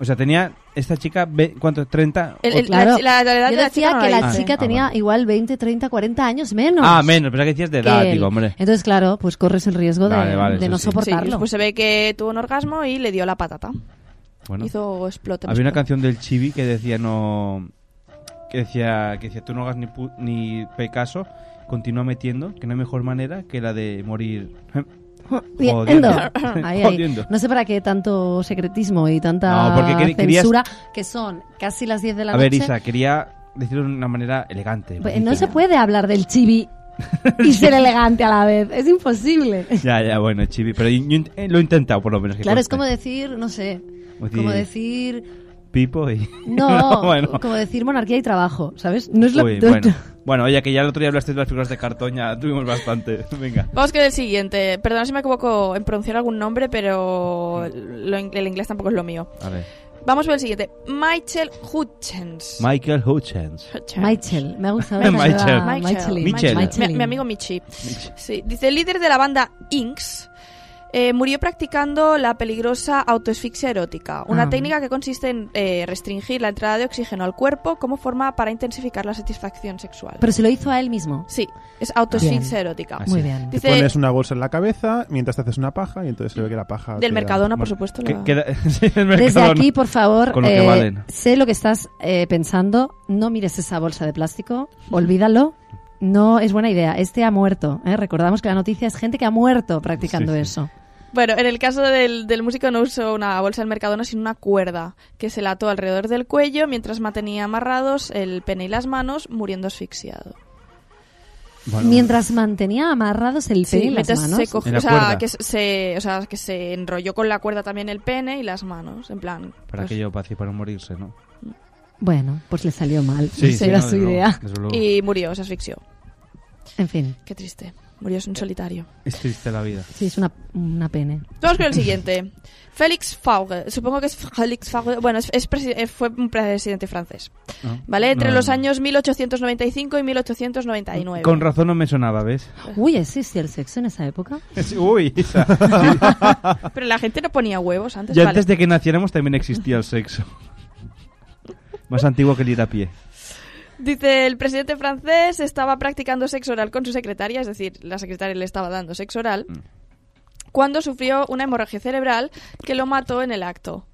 [SPEAKER 10] O sea, tenía esta chica, ve- ¿cuánto? ¿30?
[SPEAKER 17] El-
[SPEAKER 10] O-
[SPEAKER 17] el-
[SPEAKER 12] Oh, Claro.
[SPEAKER 17] la- la edad
[SPEAKER 12] Yo
[SPEAKER 17] de la
[SPEAKER 12] decía
[SPEAKER 17] chica no
[SPEAKER 12] que
[SPEAKER 17] la
[SPEAKER 12] la
[SPEAKER 10] dice.
[SPEAKER 12] chica
[SPEAKER 10] Ah,
[SPEAKER 12] tenía igual 20, 30, 40 años menos.
[SPEAKER 10] ah, menos, pero que decías de
[SPEAKER 12] que
[SPEAKER 10] edad,
[SPEAKER 12] él.
[SPEAKER 10] digo, hombre.
[SPEAKER 12] Entonces, claro, pues corres el riesgo de,
[SPEAKER 10] Vale, vale,
[SPEAKER 12] de
[SPEAKER 10] eso
[SPEAKER 12] no
[SPEAKER 10] sí.
[SPEAKER 17] Sí,
[SPEAKER 12] soportarlo.
[SPEAKER 17] pues se ve que tuvo un orgasmo y le dio la patata.
[SPEAKER 10] Bueno.
[SPEAKER 17] Hizo explote. este
[SPEAKER 10] Había una canción del Chibi que decía no que decía que decía tú no hagas ni, pu- ni pecaso, continúa metiendo, que no hay mejor manera que la de morir. [laughs]
[SPEAKER 12] Bien, [laughs]
[SPEAKER 10] Jodiendo. [laughs]
[SPEAKER 12] endo. Ahí, ahí.
[SPEAKER 10] Jodiendo.
[SPEAKER 12] No sé para qué tanto secretismo y tanta
[SPEAKER 10] No, porque quer- querías-
[SPEAKER 12] censura, que son casi las 10 de la
[SPEAKER 10] A ver,
[SPEAKER 12] noche.
[SPEAKER 10] Isa, quería decirlo de una manera elegante.
[SPEAKER 12] Pues no
[SPEAKER 10] bonita.
[SPEAKER 12] se puede hablar del chibi
[SPEAKER 10] [laughs]
[SPEAKER 12] y ser elegante a la vez. Es imposible.
[SPEAKER 10] Ya, ya, bueno, Chibi, pero yo int- eh, lo he intentado por lo menos que
[SPEAKER 12] Claro, es
[SPEAKER 10] conste.
[SPEAKER 12] como decir, no sé,
[SPEAKER 10] Como
[SPEAKER 12] como
[SPEAKER 10] decir-
[SPEAKER 12] decir
[SPEAKER 10] [laughs] Pipo y [laughs]
[SPEAKER 12] No,
[SPEAKER 10] bueno.
[SPEAKER 12] como decir monarquía y trabajo, ¿sabes? No es lo [laughs]
[SPEAKER 10] Uy,
[SPEAKER 12] no-
[SPEAKER 10] bueno. Bueno, oye, que ya el otro día hablaste de las figuras de cartón, ya [laughs] tuvimos bastante. Venga.
[SPEAKER 17] Vamos con el siguiente. Perdón si me equivoco en pronunciar algún nombre, pero lo in- el inglés tampoco es lo mío.
[SPEAKER 10] A ver.
[SPEAKER 17] Vamos con el siguiente. Michael Hutchins.
[SPEAKER 10] Michael Hutchins.
[SPEAKER 17] Hutchins.
[SPEAKER 12] Michael, me
[SPEAKER 10] [laughs]
[SPEAKER 12] ha gustado la
[SPEAKER 10] Michael.
[SPEAKER 12] nueva-
[SPEAKER 17] Michael.
[SPEAKER 12] Michelin.
[SPEAKER 10] Michel.
[SPEAKER 17] Mi,
[SPEAKER 12] Michelin.
[SPEAKER 17] mi amigo Michi. Sí, dice, el líder de la banda Inks eh, murió practicando la peligrosa autoasfixia erótica, una
[SPEAKER 12] Ah.
[SPEAKER 17] técnica que consiste en eh, restringir la entrada de oxígeno al cuerpo como forma para intensificar la satisfacción sexual.
[SPEAKER 12] Pero se lo hizo a él mismo.
[SPEAKER 17] Sí, es autoasfixia
[SPEAKER 12] Bien.
[SPEAKER 17] erótica.
[SPEAKER 12] Muy bien.
[SPEAKER 11] Te
[SPEAKER 17] Dice-
[SPEAKER 11] pones una bolsa en la cabeza mientras te haces una paja y entonces se ve que la paja.
[SPEAKER 17] Del
[SPEAKER 11] queda-
[SPEAKER 17] Mercadona, por supuesto.
[SPEAKER 10] Que-
[SPEAKER 17] la-
[SPEAKER 10] queda- [laughs] sí, el
[SPEAKER 12] Desde
[SPEAKER 10] Mercadona.
[SPEAKER 11] [laughs]
[SPEAKER 12] aquí, por favor,
[SPEAKER 10] Con lo que
[SPEAKER 12] eh,
[SPEAKER 10] valen.
[SPEAKER 12] sé lo que estás eh, pensando. No mires esa bolsa de plástico. Olvídalo. No es buena idea. Este ha muerto. ¿eh? Recordamos que la noticia es gente que ha muerto practicando eso.
[SPEAKER 17] Bueno, en el caso del, del músico no usó una bolsa del Mercadona, sino una cuerda que se la ató alrededor del cuello mientras mantenía amarrados el pene y las manos, muriendo asfixiado.
[SPEAKER 10] Bueno,
[SPEAKER 12] Mientras mantenía amarrados el pene
[SPEAKER 17] Sí,
[SPEAKER 12] y las
[SPEAKER 17] mientras
[SPEAKER 12] manos.
[SPEAKER 17] se cogió-
[SPEAKER 10] En la
[SPEAKER 17] o, sea,
[SPEAKER 10] cuerda.
[SPEAKER 17] que se, o sea, que se enrolló con la cuerda también el pene y las manos, en plan.
[SPEAKER 10] Para
[SPEAKER 17] pues-
[SPEAKER 10] aquello, para, así, para no morirse, ¿no?
[SPEAKER 12] Bueno, pues le salió mal.
[SPEAKER 10] Sí,
[SPEAKER 12] Esa
[SPEAKER 10] sí,
[SPEAKER 12] era
[SPEAKER 10] no,
[SPEAKER 12] su
[SPEAKER 10] desde luego,
[SPEAKER 12] idea.
[SPEAKER 10] desde luego.
[SPEAKER 17] Y murió, se asfixió.
[SPEAKER 12] En fin,
[SPEAKER 17] Qué triste. Murió en solitario.
[SPEAKER 10] Es triste la vida.
[SPEAKER 12] sí, es una, una pene.
[SPEAKER 17] Vamos con el siguiente. Félix Fauge. Supongo que es Félix Fauge. Bueno, es, es presi- eh, fue un presidente francés.
[SPEAKER 10] ¿no?
[SPEAKER 17] ¿Vale? Entre
[SPEAKER 10] Ah, No,
[SPEAKER 17] los
[SPEAKER 10] no.
[SPEAKER 17] años 1895 y 1899.
[SPEAKER 10] Con razón no me sonaba, [laughs] ¿ves?
[SPEAKER 12] Uy, ¿existe el sexo en esa época?
[SPEAKER 10] [laughs] Sí, Uy, Isa. [laughs]
[SPEAKER 17] Pero la gente no ponía huevos antes.
[SPEAKER 10] Ya
[SPEAKER 17] vale.
[SPEAKER 10] antes de que naciéramos también existía el sexo. [laughs] Más antiguo que el irapié.
[SPEAKER 17] Dice, el presidente francés estaba practicando sexo oral con su secretaria, es decir, la secretaria le estaba dando sexo oral,
[SPEAKER 10] Mm.
[SPEAKER 17] cuando sufrió una hemorragia cerebral que lo mató en el acto.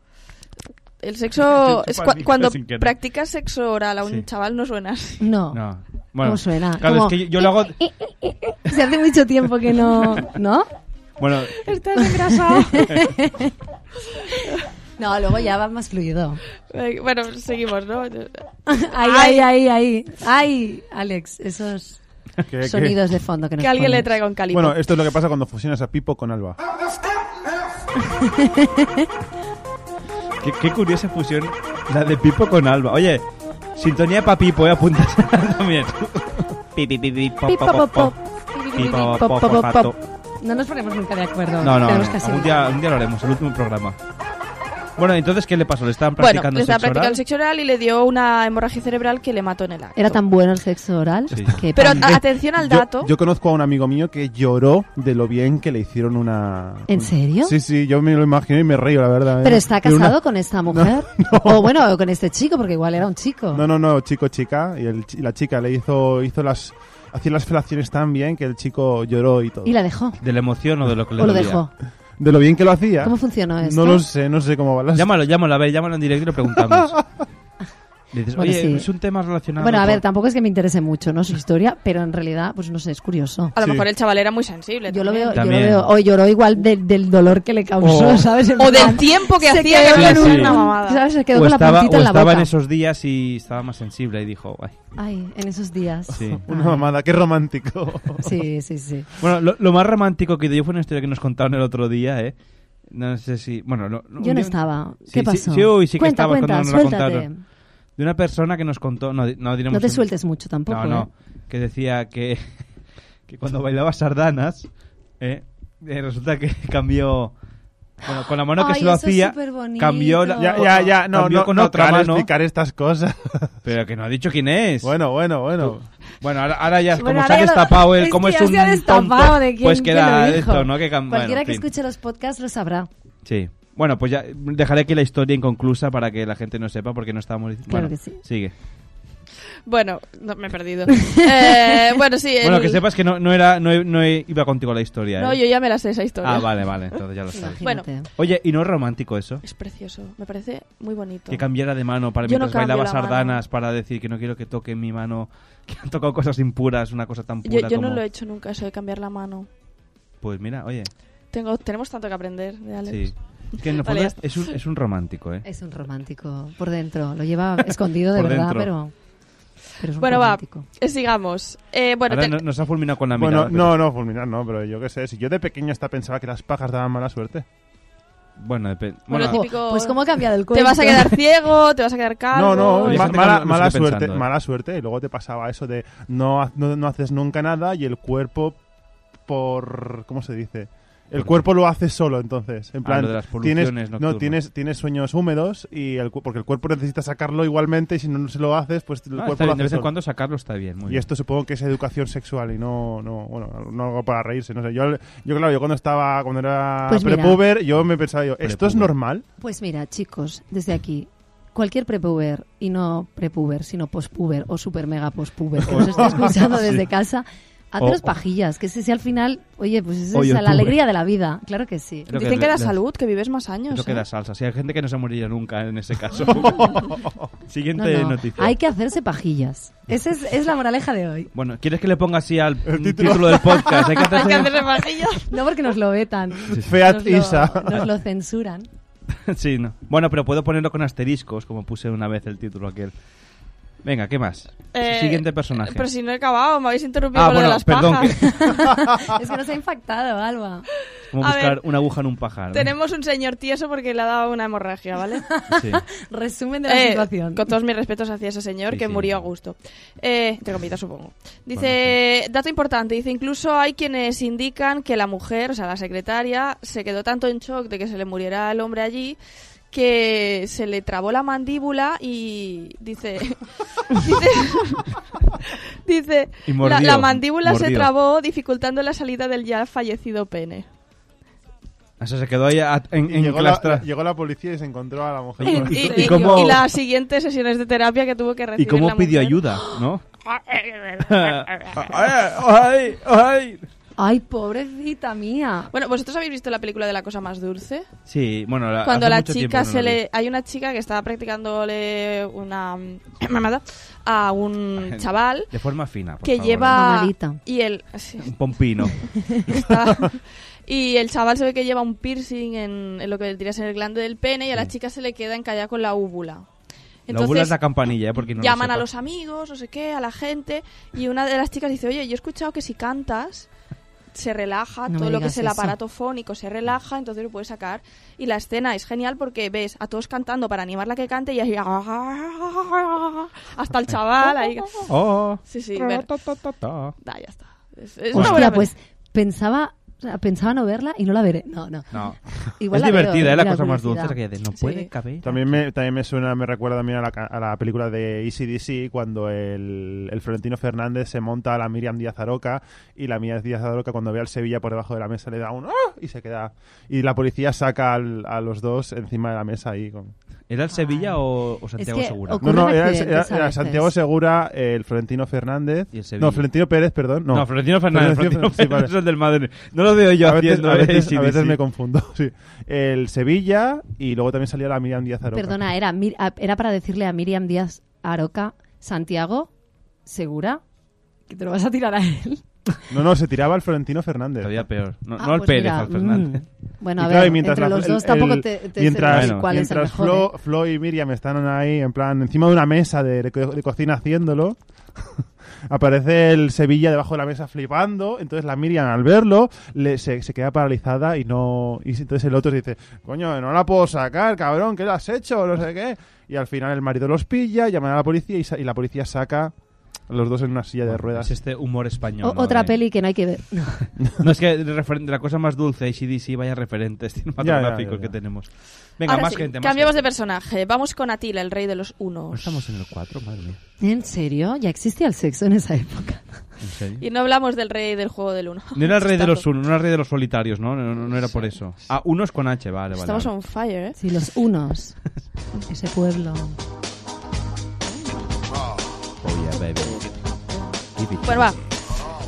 [SPEAKER 10] [laughs]
[SPEAKER 17] El sexo...
[SPEAKER 10] Te
[SPEAKER 17] es
[SPEAKER 10] chupa el
[SPEAKER 17] cua-
[SPEAKER 10] micro
[SPEAKER 17] cuando
[SPEAKER 10] sin querer.
[SPEAKER 17] practicas sexo oral a un
[SPEAKER 10] Sí.
[SPEAKER 17] chaval no suena así.
[SPEAKER 12] No.
[SPEAKER 10] No. Bueno,
[SPEAKER 12] ¿Cómo suena?
[SPEAKER 10] Claro,
[SPEAKER 12] Como-
[SPEAKER 10] es que yo, yo lo hago.
[SPEAKER 12] [laughs] Se hace mucho tiempo que no. ¿No?
[SPEAKER 10] Bueno,
[SPEAKER 17] Estás engrasado.
[SPEAKER 12] [laughs] No, luego ya va más fluido.
[SPEAKER 17] [laughs] Eh, Bueno, seguimos, ¿no?
[SPEAKER 12] Ahí, ahí, ahí, ahí. Ay, Alex, esos
[SPEAKER 11] Que- que-
[SPEAKER 12] sonidos de fondo que nos
[SPEAKER 17] Que alguien
[SPEAKER 12] pones.
[SPEAKER 17] le traiga un calipo.
[SPEAKER 11] Bueno, esto es lo que pasa cuando fusionas a Pipo con Alba.
[SPEAKER 10] Qué, qué curiosa fusión la de Pipo con Alba. Oye, sintonía para Pipo, eh, apuntas [laughs] también. Pi, pi, pi, pi, pop,
[SPEAKER 12] Pip,
[SPEAKER 10] pop,
[SPEAKER 12] pop,
[SPEAKER 10] pop.
[SPEAKER 12] pop.
[SPEAKER 10] Pi, pop,
[SPEAKER 12] Pop,
[SPEAKER 10] pop,
[SPEAKER 12] pop,
[SPEAKER 10] pop,
[SPEAKER 12] pop.
[SPEAKER 10] pop.
[SPEAKER 12] No nos ponemos nunca de acuerdo.
[SPEAKER 10] No, no,
[SPEAKER 12] Tenemos
[SPEAKER 10] no.
[SPEAKER 12] que hacer
[SPEAKER 10] Un, día, un día lo haremos, el último programa. Bueno, entonces, ¿qué le pasó? ¿Le estaban
[SPEAKER 17] Bueno,
[SPEAKER 10] practicando
[SPEAKER 17] le estaba
[SPEAKER 10] sexo
[SPEAKER 17] practicando
[SPEAKER 10] oral?
[SPEAKER 17] el sexo oral y le dio una hemorragia cerebral que le mató en el acto.
[SPEAKER 12] Era tan bueno el sexo oral que...
[SPEAKER 17] Pero
[SPEAKER 12] pam.
[SPEAKER 17] a- atención al
[SPEAKER 11] Yo-
[SPEAKER 17] dato.
[SPEAKER 11] Yo, conozco a un amigo mío que lloró de lo bien que le hicieron una.
[SPEAKER 12] ¿En serio?
[SPEAKER 11] Sí, sí, yo me lo imagino y me río, la verdad.
[SPEAKER 12] Pero
[SPEAKER 11] ¿eh?
[SPEAKER 12] está
[SPEAKER 11] De una-
[SPEAKER 12] casado con esta mujer. O bueno, o con este chico, porque igual era un chico.
[SPEAKER 11] No, no, no, chico, chica. Y, el chi- y la chica le hizo, hizo las. Hacía las felaciones tan bien que el chico lloró y todo.
[SPEAKER 12] Y la dejó.
[SPEAKER 10] ¿De la emoción o de lo que le
[SPEAKER 12] O lo
[SPEAKER 10] dolía?
[SPEAKER 12] dejó.
[SPEAKER 11] De lo bien que lo hacía.
[SPEAKER 12] ¿Cómo funcionó esto?
[SPEAKER 11] No lo sé, no sé cómo va la
[SPEAKER 10] Llámalo, llámalo, a ver, llámalo en directo y lo
[SPEAKER 12] [laughs]
[SPEAKER 10] preguntamos. Le dices,
[SPEAKER 12] Bueno,
[SPEAKER 10] oye,
[SPEAKER 12] sí.
[SPEAKER 10] es un tema relacionado
[SPEAKER 12] Bueno, a
[SPEAKER 10] con-
[SPEAKER 12] ver, tampoco es que me interese mucho, ¿no? Su historia, pero en realidad, pues no sé, es curioso.
[SPEAKER 17] A lo mejor el chaval era muy sensible. Yo lo veo.
[SPEAKER 12] Yo lo
[SPEAKER 10] También.
[SPEAKER 12] veo- o lloró igual de- del dolor que le causó,
[SPEAKER 10] O-
[SPEAKER 12] ¿sabes? En
[SPEAKER 17] O del
[SPEAKER 12] plan,
[SPEAKER 17] tiempo que
[SPEAKER 12] se
[SPEAKER 17] hacía
[SPEAKER 12] quedó
[SPEAKER 17] que
[SPEAKER 10] Sí,
[SPEAKER 12] en un-
[SPEAKER 10] sí.
[SPEAKER 17] una mamada.
[SPEAKER 12] ¿Sabes? Se quedó
[SPEAKER 10] o
[SPEAKER 12] con la
[SPEAKER 10] estaba,
[SPEAKER 12] puntita
[SPEAKER 10] o
[SPEAKER 12] en la
[SPEAKER 10] estaba
[SPEAKER 12] boca.
[SPEAKER 10] en esos días y estaba más sensible y dijo, "Ay".
[SPEAKER 12] Ay, en esos días.
[SPEAKER 10] Sí.
[SPEAKER 11] [laughs] Una mamada, qué romántico.
[SPEAKER 12] Sí, sí, sí.
[SPEAKER 10] Bueno, lo, lo más romántico que dio fue una historia que nos contaron el otro día, ¿eh? No sé si. Bueno, no, un
[SPEAKER 12] Yo
[SPEAKER 10] día-
[SPEAKER 12] no estaba.
[SPEAKER 10] Sí,
[SPEAKER 12] ¿Qué
[SPEAKER 10] sí,
[SPEAKER 12] pasó?
[SPEAKER 10] Sí, uy, sí que
[SPEAKER 12] Cuenta,
[SPEAKER 10] estaba
[SPEAKER 12] cuenta,
[SPEAKER 10] cuando nos la
[SPEAKER 12] suéltate.
[SPEAKER 10] contaron. De una persona que nos contó. No, di- no, diremos
[SPEAKER 12] No te
[SPEAKER 10] un-
[SPEAKER 12] sueltes mucho tampoco,
[SPEAKER 10] No,
[SPEAKER 12] ¿eh?
[SPEAKER 10] no. Que decía que, [laughs] que cuando bailaba sardanas, ¿eh? Eh, resulta que [laughs] cambió. Bueno, con la mano que
[SPEAKER 12] Ay,
[SPEAKER 10] se lo
[SPEAKER 12] eso es
[SPEAKER 10] hacía,
[SPEAKER 12] superbonito.
[SPEAKER 10] cambió la,
[SPEAKER 11] Ya, ya, ya, no,
[SPEAKER 10] cambió
[SPEAKER 11] no,
[SPEAKER 10] con
[SPEAKER 11] no,
[SPEAKER 10] otra
[SPEAKER 11] claro,
[SPEAKER 10] mano.
[SPEAKER 11] explicar estas cosas. [laughs]
[SPEAKER 10] Pero que no ha dicho quién es.
[SPEAKER 11] Bueno, bueno, bueno.
[SPEAKER 10] Bueno, ahora, ahora ya,
[SPEAKER 12] Bueno,
[SPEAKER 10] como se ha
[SPEAKER 12] ahora ya lo-
[SPEAKER 10] destapado él,
[SPEAKER 12] es
[SPEAKER 10] como
[SPEAKER 12] que
[SPEAKER 10] eh, es
[SPEAKER 12] ya
[SPEAKER 10] un
[SPEAKER 12] se ha destapado
[SPEAKER 10] tonto,
[SPEAKER 12] de quién-
[SPEAKER 10] pues
[SPEAKER 12] quién
[SPEAKER 10] queda
[SPEAKER 12] lo dijo.
[SPEAKER 10] esto, ¿no? Que cam- bueno,
[SPEAKER 12] Cualquiera
[SPEAKER 10] en
[SPEAKER 12] que
[SPEAKER 10] fin.
[SPEAKER 12] escuche los podcasts lo sabrá.
[SPEAKER 10] Sí. Bueno, pues ya dejaré aquí la historia inconclusa para que la gente no sepa porque no estábamos diciendo.
[SPEAKER 12] Claro
[SPEAKER 10] bueno,
[SPEAKER 12] que sí.
[SPEAKER 10] Sigue.
[SPEAKER 17] Bueno, no, me he perdido.
[SPEAKER 10] [laughs]
[SPEAKER 17] Eh, bueno, sí.
[SPEAKER 10] Bueno,
[SPEAKER 17] el-
[SPEAKER 10] que sepas que no, no era no, no iba contigo la historia.
[SPEAKER 17] No,
[SPEAKER 10] ¿eh?
[SPEAKER 17] yo ya me la sé esa historia.
[SPEAKER 10] Ah, vale, vale, entonces ya lo sabes.
[SPEAKER 17] Bueno,
[SPEAKER 10] Oye, ¿y no es romántico eso?
[SPEAKER 17] es precioso. Me parece muy bonito.
[SPEAKER 10] Que cambiara de mano para
[SPEAKER 17] Yo no
[SPEAKER 10] mientras
[SPEAKER 17] cambio
[SPEAKER 10] bailaba
[SPEAKER 17] la mano.
[SPEAKER 10] sardanas para decir que no quiero que toquen mi mano, [laughs] que han tocado cosas impuras, una cosa tan
[SPEAKER 17] Yo,
[SPEAKER 10] pura
[SPEAKER 17] yo
[SPEAKER 10] como...
[SPEAKER 17] no lo he hecho nunca, eso de cambiar la mano.
[SPEAKER 10] Pues mira, oye,
[SPEAKER 17] Tengo, tenemos tanto que aprender de Alex.
[SPEAKER 10] sí. Es que en el
[SPEAKER 17] [laughs] Vale,
[SPEAKER 10] fondo
[SPEAKER 17] ya
[SPEAKER 10] es, es un, es un romántico, ¿eh?
[SPEAKER 12] Es un romántico por dentro. Lo lleva escondido de
[SPEAKER 10] Por
[SPEAKER 12] verdad,
[SPEAKER 10] dentro.
[SPEAKER 12] pero, pero es un
[SPEAKER 17] [laughs] Bueno, va,
[SPEAKER 12] romántico.
[SPEAKER 17] eh, sigamos. Eh, bueno,
[SPEAKER 10] Ahora
[SPEAKER 17] ten-
[SPEAKER 10] no- nos ha fulminado con la
[SPEAKER 11] Bueno,
[SPEAKER 10] mirada.
[SPEAKER 11] no, no, fulminar no, pero yo qué sé. Si yo de pequeño hasta pensaba que las pajas daban mala suerte.
[SPEAKER 10] pero- Bueno, depende.
[SPEAKER 17] Bueno,
[SPEAKER 10] Bueno,
[SPEAKER 12] Jo,
[SPEAKER 17] típico-
[SPEAKER 12] Pues cómo ha cambiado el cuento.
[SPEAKER 17] te vas a quedar
[SPEAKER 12] [laughs]
[SPEAKER 17] ciego, te vas a quedar calvo.
[SPEAKER 11] No, no,
[SPEAKER 10] Oye,
[SPEAKER 11] ma-
[SPEAKER 10] fíjate
[SPEAKER 11] mala,
[SPEAKER 10] cómo lo
[SPEAKER 11] mala
[SPEAKER 10] estoy
[SPEAKER 11] suerte,
[SPEAKER 10] pensando, ¿eh?
[SPEAKER 11] mala suerte. Y luego te pasaba eso de no, ha- no, no haces nunca nada y el cuerpo por... ¿Cómo se dice? El
[SPEAKER 10] Por-
[SPEAKER 11] cuerpo lo hace solo, entonces. En
[SPEAKER 10] Ah,
[SPEAKER 11] plan,
[SPEAKER 10] lo de las poluciones
[SPEAKER 11] tienes, no,
[SPEAKER 10] nocturnas.
[SPEAKER 11] tienes, tienes sueños húmedos y el, cu- porque el cuerpo necesita sacarlo igualmente y si no se lo haces, pues el
[SPEAKER 10] Ah, está
[SPEAKER 11] cuerpo lo
[SPEAKER 10] bien, de
[SPEAKER 11] hace
[SPEAKER 10] vez en
[SPEAKER 11] solo.
[SPEAKER 10] cuando sacarlo está bien. Muy
[SPEAKER 11] y
[SPEAKER 10] bien.
[SPEAKER 11] esto supongo que es educación sexual y no, no bueno, no algo para reírse, no sé. Yo, yo claro, yo cuando estaba, cuando era
[SPEAKER 12] Pues mira.
[SPEAKER 11] prepuber, yo me pensaba yo, ¿esto es
[SPEAKER 10] Prepuber.
[SPEAKER 11] normal?
[SPEAKER 12] Pues mira, chicos, desde aquí, cualquier prepuber, y no prepuber, sino pospuber o super mega pospuber, que nos
[SPEAKER 10] [laughs]
[SPEAKER 12] está escuchando
[SPEAKER 11] Sí.
[SPEAKER 12] desde casa, haceros
[SPEAKER 10] O-
[SPEAKER 12] pajillas, que si, si al final, oye, pues esa
[SPEAKER 10] O
[SPEAKER 12] es
[SPEAKER 10] youtuber.
[SPEAKER 12] la alegría de la vida, claro que sí.
[SPEAKER 10] Es lo
[SPEAKER 17] Dicen que
[SPEAKER 10] le-
[SPEAKER 17] da
[SPEAKER 10] le-
[SPEAKER 17] salud, que vives más
[SPEAKER 10] es
[SPEAKER 17] años.
[SPEAKER 10] lo que
[SPEAKER 17] ¿eh?
[SPEAKER 10] da salsa. Si hay gente que no se moriría nunca en ese
[SPEAKER 17] [laughs]
[SPEAKER 10] caso.
[SPEAKER 12] No,
[SPEAKER 10] Siguiente
[SPEAKER 12] no,
[SPEAKER 10] noticia.
[SPEAKER 12] Hay que hacerse pajillas. Esa es, es la moraleja de hoy.
[SPEAKER 10] Bueno, ¿quieres que le ponga así al mm,
[SPEAKER 11] título.
[SPEAKER 10] título. del podcast? Hay que
[SPEAKER 17] [laughs] Hay
[SPEAKER 10] hacerse-
[SPEAKER 17] que hacerse pajillas.
[SPEAKER 12] No porque nos lo vetan.
[SPEAKER 11] Feat
[SPEAKER 12] nos lo-
[SPEAKER 11] Isa.
[SPEAKER 12] Nos lo censuran.
[SPEAKER 10] [laughs] sí, no. Bueno, pero puedo ponerlo con asteriscos, como puse una vez el título aquel. Venga, ¿qué más?
[SPEAKER 17] Eh,
[SPEAKER 10] Siguiente personaje.
[SPEAKER 17] Pero si no he acabado, me habéis interrumpido
[SPEAKER 10] Ah,
[SPEAKER 17] con lo
[SPEAKER 10] bueno,
[SPEAKER 17] de las
[SPEAKER 10] perdón,
[SPEAKER 12] [laughs]
[SPEAKER 17] pajas.
[SPEAKER 12] es que nos ha impactado, Alba.
[SPEAKER 10] Como
[SPEAKER 17] A
[SPEAKER 10] buscar
[SPEAKER 17] ver,
[SPEAKER 10] una aguja en un pajar. ¿no?
[SPEAKER 17] Tenemos un señor tieso porque le ha dado una hemorragia, ¿vale?
[SPEAKER 10] [laughs] Sí.
[SPEAKER 12] Resumen de la
[SPEAKER 17] Eh,
[SPEAKER 12] situación.
[SPEAKER 17] Con todos mis respetos hacia ese señor
[SPEAKER 10] Sí,
[SPEAKER 17] que
[SPEAKER 10] sí.
[SPEAKER 17] murió a gusto. Eh, entre comillas, supongo. Dice, dato importante, dice, incluso hay quienes indican que la mujer, o sea, la secretaria, se quedó tanto en shock de que se le muriera el hombre allí que se le trabó la mandíbula y dice [laughs] dice, [laughs] dice,
[SPEAKER 10] Y
[SPEAKER 17] la,
[SPEAKER 10] mordió,
[SPEAKER 17] la mandíbula se
[SPEAKER 10] mordió.
[SPEAKER 17] trabó dificultando la salida del ya fallecido pene
[SPEAKER 10] O sea, se quedó ahí a- en,
[SPEAKER 11] Y
[SPEAKER 10] en
[SPEAKER 11] llegó,
[SPEAKER 10] clastra.
[SPEAKER 11] la, llegó la policía y se encontró a la mujer. con el-
[SPEAKER 17] y,
[SPEAKER 10] ¿Y
[SPEAKER 17] y-
[SPEAKER 10] cómo-
[SPEAKER 17] y las siguientes sesiones de terapia que tuvo que
[SPEAKER 10] ¿Y
[SPEAKER 17] recibir
[SPEAKER 10] cómo
[SPEAKER 17] la
[SPEAKER 11] [gasps]
[SPEAKER 10] pidió
[SPEAKER 17] mujer.
[SPEAKER 10] ayuda, no? ¡Ay, ay, ay!
[SPEAKER 12] Ay, pobrecita mía.
[SPEAKER 17] Bueno, ¿vosotros habéis visto la película de la cosa más dulce?
[SPEAKER 10] Sí, bueno, la-
[SPEAKER 17] Cuando
[SPEAKER 10] hace
[SPEAKER 17] la
[SPEAKER 10] mucho tiempo
[SPEAKER 17] chica
[SPEAKER 10] que no
[SPEAKER 17] se
[SPEAKER 10] la vi.
[SPEAKER 17] le... Hay una chica que estaba practicándole una [clears throat] mamada a un chaval
[SPEAKER 10] De forma fina, por
[SPEAKER 17] que
[SPEAKER 10] favor.
[SPEAKER 17] lleva... Y él... sí.
[SPEAKER 10] Un
[SPEAKER 17] [laughs]
[SPEAKER 10] pompino.
[SPEAKER 17] Y el chaval se ve que lleva un piercing en, en lo que dirías en el glande del pene y a la chica se le queda encallada con la úvula.
[SPEAKER 10] la óvula es la campanilla, ¿eh? Porque no lo
[SPEAKER 17] llaman a
[SPEAKER 10] sepa.
[SPEAKER 17] los amigos, no sé qué, a la gente y una de las chicas dice, oye, yo he escuchado que si cantas se relaja,
[SPEAKER 12] No me
[SPEAKER 17] todo lo que
[SPEAKER 12] digas
[SPEAKER 17] es el
[SPEAKER 12] eso.
[SPEAKER 17] aparato fónico se relaja, entonces lo puedes sacar. Y la escena es genial porque ves a todos cantando para animarla que cante y ahí [laughs] hasta el chaval ahí.
[SPEAKER 10] Oh.
[SPEAKER 17] Sí, sí, ver.
[SPEAKER 10] Ta.
[SPEAKER 17] Da, ya está. Es, es una buena
[SPEAKER 12] Hostia, pues pensaba, o sea, pensaba no verla y no la veré. No, no.
[SPEAKER 10] No.
[SPEAKER 12] [laughs] Igual
[SPEAKER 10] es
[SPEAKER 12] la veo,
[SPEAKER 10] divertida, ¿eh? La
[SPEAKER 12] mira,
[SPEAKER 10] cosa más
[SPEAKER 12] curiosidad.
[SPEAKER 10] dulce aquella de no puede caber.
[SPEAKER 11] También me, también me suena, me recuerda también a la, ca- a la película de E ECDC cuando el, el Florentino Fernández se monta a la Miriam Díaz Aroca y la Miriam Díaz Aroca cuando ve al Sevilla por debajo de la mesa le da un ¡ah! y se queda. Y la policía saca al- a los dos encima de la mesa ahí. Con...
[SPEAKER 10] ¿Era el Sevilla o, o Santiago
[SPEAKER 11] que
[SPEAKER 10] Segura?
[SPEAKER 11] No, no, era, el- era- era Santiago Segura, el Florentino Fernández.
[SPEAKER 10] el Sevilla.
[SPEAKER 11] no, Florentino Pérez, perdón. No,
[SPEAKER 10] No, Florentino Fernández, Florentino
[SPEAKER 11] Fer- sí,
[SPEAKER 10] Fernández
[SPEAKER 11] vale.
[SPEAKER 10] es el del Madrid. No lo veo yo
[SPEAKER 11] a veces,
[SPEAKER 10] haciendo eh,
[SPEAKER 11] a veces, a
[SPEAKER 10] ACDC.
[SPEAKER 11] veces me confundo. [laughs] sí. El Sevilla y luego también salía la Miriam Díaz Aroca.
[SPEAKER 12] Perdona, era, Mir- a- era para decirle a Miriam Díaz Aroca, Santiago, ¿segura? Que te lo vas a tirar a él.
[SPEAKER 11] No, no, se tiraba al Florentino Fernández.
[SPEAKER 10] Todavía peor. No,
[SPEAKER 12] Ah,
[SPEAKER 10] no al
[SPEAKER 12] pues
[SPEAKER 10] Pérez,
[SPEAKER 12] mira,
[SPEAKER 10] al Fernández.
[SPEAKER 12] mm. Bueno, a
[SPEAKER 11] Y claro,
[SPEAKER 12] ver,
[SPEAKER 11] y mientras
[SPEAKER 12] entre
[SPEAKER 11] la-
[SPEAKER 12] los
[SPEAKER 11] el-
[SPEAKER 12] dos tampoco
[SPEAKER 11] el-
[SPEAKER 12] te, te sé
[SPEAKER 11] mientras,
[SPEAKER 12] decir cuál
[SPEAKER 11] mientras
[SPEAKER 12] es el mejor. ¿eh?
[SPEAKER 11] Flo, Flo y Miriam están ahí, en plan, encima de una mesa de, de co- de cocina haciéndolo, [laughs] aparece el Sevilla debajo de la mesa flipando. Entonces la Miriam, al verlo, le- se, se queda paralizada y no. Y entonces el otro se dice: Coño, no la puedo sacar, cabrón, ¿qué le has hecho? No sé qué. Y al final el marido los pilla, llaman a la policía y, sa- y la policía saca a los dos en una silla de ruedas.
[SPEAKER 10] Es este humor español.
[SPEAKER 12] O-
[SPEAKER 10] ¿no? eh.
[SPEAKER 12] otra
[SPEAKER 10] De-
[SPEAKER 12] peli que no hay que ver.
[SPEAKER 10] [laughs] No, es que referente, la cosa más dulce, ACDC, vaya referentes [laughs] cinematográficos
[SPEAKER 11] ya, ya.
[SPEAKER 10] que tenemos. Venga,
[SPEAKER 17] Ahora
[SPEAKER 10] más
[SPEAKER 17] sí,
[SPEAKER 10] gente, más
[SPEAKER 17] Cambiamos
[SPEAKER 10] gente.
[SPEAKER 17] de personaje. Vamos con Atila, el rey de los unos.
[SPEAKER 10] Pues Estamos en el 4, madre mía.
[SPEAKER 12] ¿En serio? ¿Ya existía el sexo en esa época?
[SPEAKER 10] ¿En serio?
[SPEAKER 17] Y no hablamos del rey del juego del uno.
[SPEAKER 10] No era el rey de los unos, no era el rey de los solitarios, ¿no? No, no, no era por eso. Ah, unos con H, vale, vale.
[SPEAKER 17] Estamos
[SPEAKER 10] vale.
[SPEAKER 17] on fire, ¿eh?
[SPEAKER 12] Sí, los [laughs] unos. Ese pueblo.
[SPEAKER 10] Oh, yeah, baby. Give it to
[SPEAKER 17] Bueno, va.
[SPEAKER 10] me.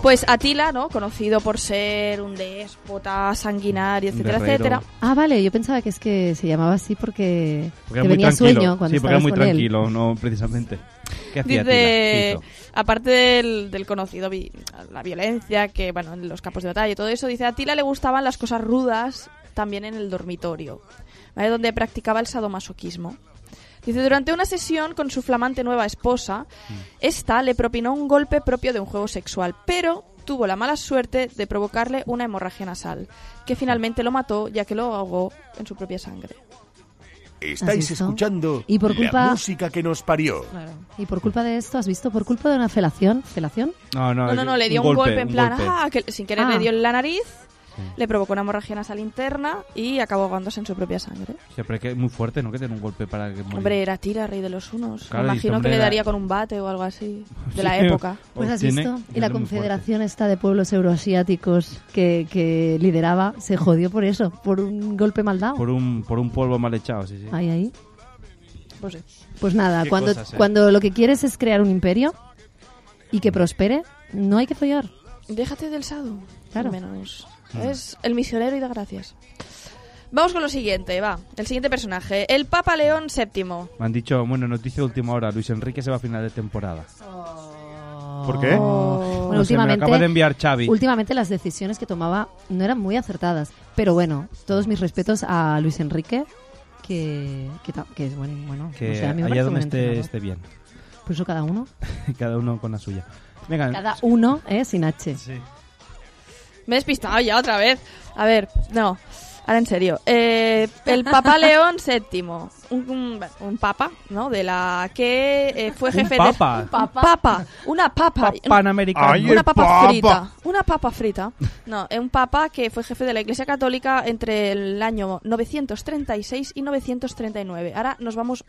[SPEAKER 17] Pues Atila, ¿no? Conocido por ser un déspota, sanguinario,
[SPEAKER 10] Un
[SPEAKER 17] etcétera,
[SPEAKER 10] guerrero.
[SPEAKER 17] etcétera.
[SPEAKER 12] Ah, vale, yo pensaba que es que se llamaba así porque,
[SPEAKER 10] Porque era
[SPEAKER 12] que
[SPEAKER 10] muy
[SPEAKER 12] venía
[SPEAKER 10] tranquilo.
[SPEAKER 12] sueño cuando
[SPEAKER 10] Sí, porque era
[SPEAKER 12] estabas
[SPEAKER 10] muy
[SPEAKER 12] con él.
[SPEAKER 10] tranquilo, no precisamente. ¿Qué hacía
[SPEAKER 17] Dice,
[SPEAKER 10] Tila? Hizo.
[SPEAKER 17] aparte del, del conocido, vi- la violencia, que bueno, en los campos de batalla y todo eso, dice, a Atila le gustaban las cosas rudas también en el dormitorio, ¿vale? donde practicaba el sadomasoquismo. Dice, durante una sesión con su flamante nueva esposa, esta le propinó un golpe propio de un juego sexual, pero tuvo la mala suerte de provocarle una hemorragia nasal, que finalmente lo mató ya que lo ahogó en su propia sangre.
[SPEAKER 1] Estáis
[SPEAKER 12] ¿Has visto?
[SPEAKER 1] escuchando
[SPEAKER 12] Y por
[SPEAKER 1] la
[SPEAKER 12] culpa-
[SPEAKER 1] música que nos parió.
[SPEAKER 12] Y por culpa de esto, ¿has visto? Por culpa de una felación. ¿Felación?
[SPEAKER 10] No, no,
[SPEAKER 17] No, no, no, le dio un golpe, en plan, ah, que sin querer
[SPEAKER 12] Ah.
[SPEAKER 17] le dio en la nariz, le provocó una hemorragia nasal interna y acabó ahogándose en su propia sangre.
[SPEAKER 10] Hostia, pero es que es muy fuerte, ¿no? Que tiene un golpe para que morir.
[SPEAKER 17] Hombre, era tira, rey de los unos.
[SPEAKER 10] Claro,
[SPEAKER 17] Me
[SPEAKER 10] y este
[SPEAKER 17] imagino que
[SPEAKER 10] hombre
[SPEAKER 17] le
[SPEAKER 10] era-
[SPEAKER 17] daría con un bate o algo así, de
[SPEAKER 10] [laughs]
[SPEAKER 17] la
[SPEAKER 10] Sí.
[SPEAKER 17] época.
[SPEAKER 12] Pues has
[SPEAKER 10] Tiene-
[SPEAKER 12] visto, y
[SPEAKER 10] tiene
[SPEAKER 12] la
[SPEAKER 10] muy fuerte.
[SPEAKER 12] confederación esta de pueblos euroasiáticos que, que lideraba se jodió por eso, por un golpe mal dado.
[SPEAKER 10] Por un, por un polvo mal echado, sí, sí.
[SPEAKER 12] Ahí, ahí.
[SPEAKER 17] Pues sí.
[SPEAKER 12] Pues nada,
[SPEAKER 10] Qué
[SPEAKER 12] cuando,
[SPEAKER 10] cosas, eh.
[SPEAKER 12] cuando lo que quieres es crear un imperio y que prospere, no hay que follar.
[SPEAKER 17] Déjate del sado.
[SPEAKER 12] Claro.
[SPEAKER 17] Al menos.
[SPEAKER 10] Mm.
[SPEAKER 17] Es el misionero y da gracias. Vamos con lo siguiente, va. El siguiente personaje, el Papa León VII.
[SPEAKER 10] Me han dicho, bueno, noticia de última hora, Luis Enrique se va a final de temporada. ¿Por qué?
[SPEAKER 12] Oh.
[SPEAKER 10] No sé,
[SPEAKER 12] Bueno,
[SPEAKER 10] me lo
[SPEAKER 12] últimamente,
[SPEAKER 10] acaba de enviar Xavi.
[SPEAKER 12] últimamente las decisiones que tomaba no eran muy acertadas. Pero bueno, todos mis respetos a Luis Enrique, que, que, ta- que es bueno. bueno
[SPEAKER 10] Que
[SPEAKER 12] no sé, a mí me
[SPEAKER 10] allá
[SPEAKER 12] parece
[SPEAKER 10] donde
[SPEAKER 12] buen
[SPEAKER 10] esté,
[SPEAKER 12] entrenador.
[SPEAKER 10] esté bien.
[SPEAKER 12] Por eso cada uno.
[SPEAKER 10] [laughs] Cada uno con la suya. Venga,
[SPEAKER 12] Cada uno, ¿eh? Sin H.
[SPEAKER 17] Me he despistado ya otra vez. A ver, no. Ahora en serio. Eh, el [laughs] Papa León VII. Un, un- bueno, un papa, ¿no? De la que eh, fue
[SPEAKER 10] Un
[SPEAKER 17] jefe de...
[SPEAKER 10] papa.
[SPEAKER 17] Un papa. Papa. Una papa.
[SPEAKER 10] Panamericano. Ay,
[SPEAKER 17] una
[SPEAKER 10] el
[SPEAKER 17] papa,
[SPEAKER 10] papa.
[SPEAKER 17] frita. Una papa frita. No, es un papa que fue jefe de la Iglesia Católica entre el año 936 y 939. Ahora nos vamos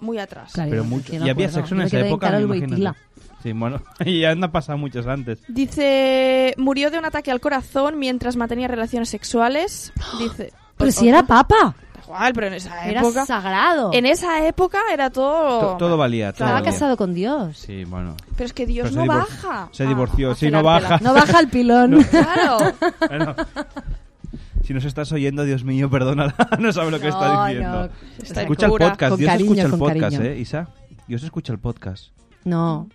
[SPEAKER 17] muy atrás.
[SPEAKER 10] pero mucho. Y había sexo en esa época, me imagino. Sí, bueno, [laughs] y ya han pasado muchos antes.
[SPEAKER 17] Dice, murió [gasps] de un ataque al corazón mientras mantenía relaciones sexuales. Dice,
[SPEAKER 12] Pero si era papa.
[SPEAKER 17] cual, pero en esa
[SPEAKER 12] Era
[SPEAKER 17] época...
[SPEAKER 12] sagrado.
[SPEAKER 17] En esa época era todo...
[SPEAKER 10] To- todo valía. Todo
[SPEAKER 12] Estaba
[SPEAKER 10] valía.
[SPEAKER 12] Oh, casado con Dios.
[SPEAKER 10] Sí, bueno.
[SPEAKER 17] Pero es que Dios
[SPEAKER 10] Pero
[SPEAKER 17] no
[SPEAKER 10] se divor-
[SPEAKER 17] baja.
[SPEAKER 10] Se divorció. sí, no baja. [laughs]
[SPEAKER 12] No baja el pilón.
[SPEAKER 17] Claro.
[SPEAKER 10] Bueno, si nos estás oyendo, Dios mío, perdónala. [laughs] No sabe lo que
[SPEAKER 12] No,
[SPEAKER 10] está diciendo.
[SPEAKER 12] no. Está
[SPEAKER 10] escucha el
[SPEAKER 12] cura.
[SPEAKER 10] podcast.
[SPEAKER 12] Con
[SPEAKER 10] Dios
[SPEAKER 12] cariño,
[SPEAKER 10] escucha el
[SPEAKER 12] con
[SPEAKER 10] podcast,
[SPEAKER 12] cariño.
[SPEAKER 10] ¿eh, Isa? Dios escucha el podcast.
[SPEAKER 12] No.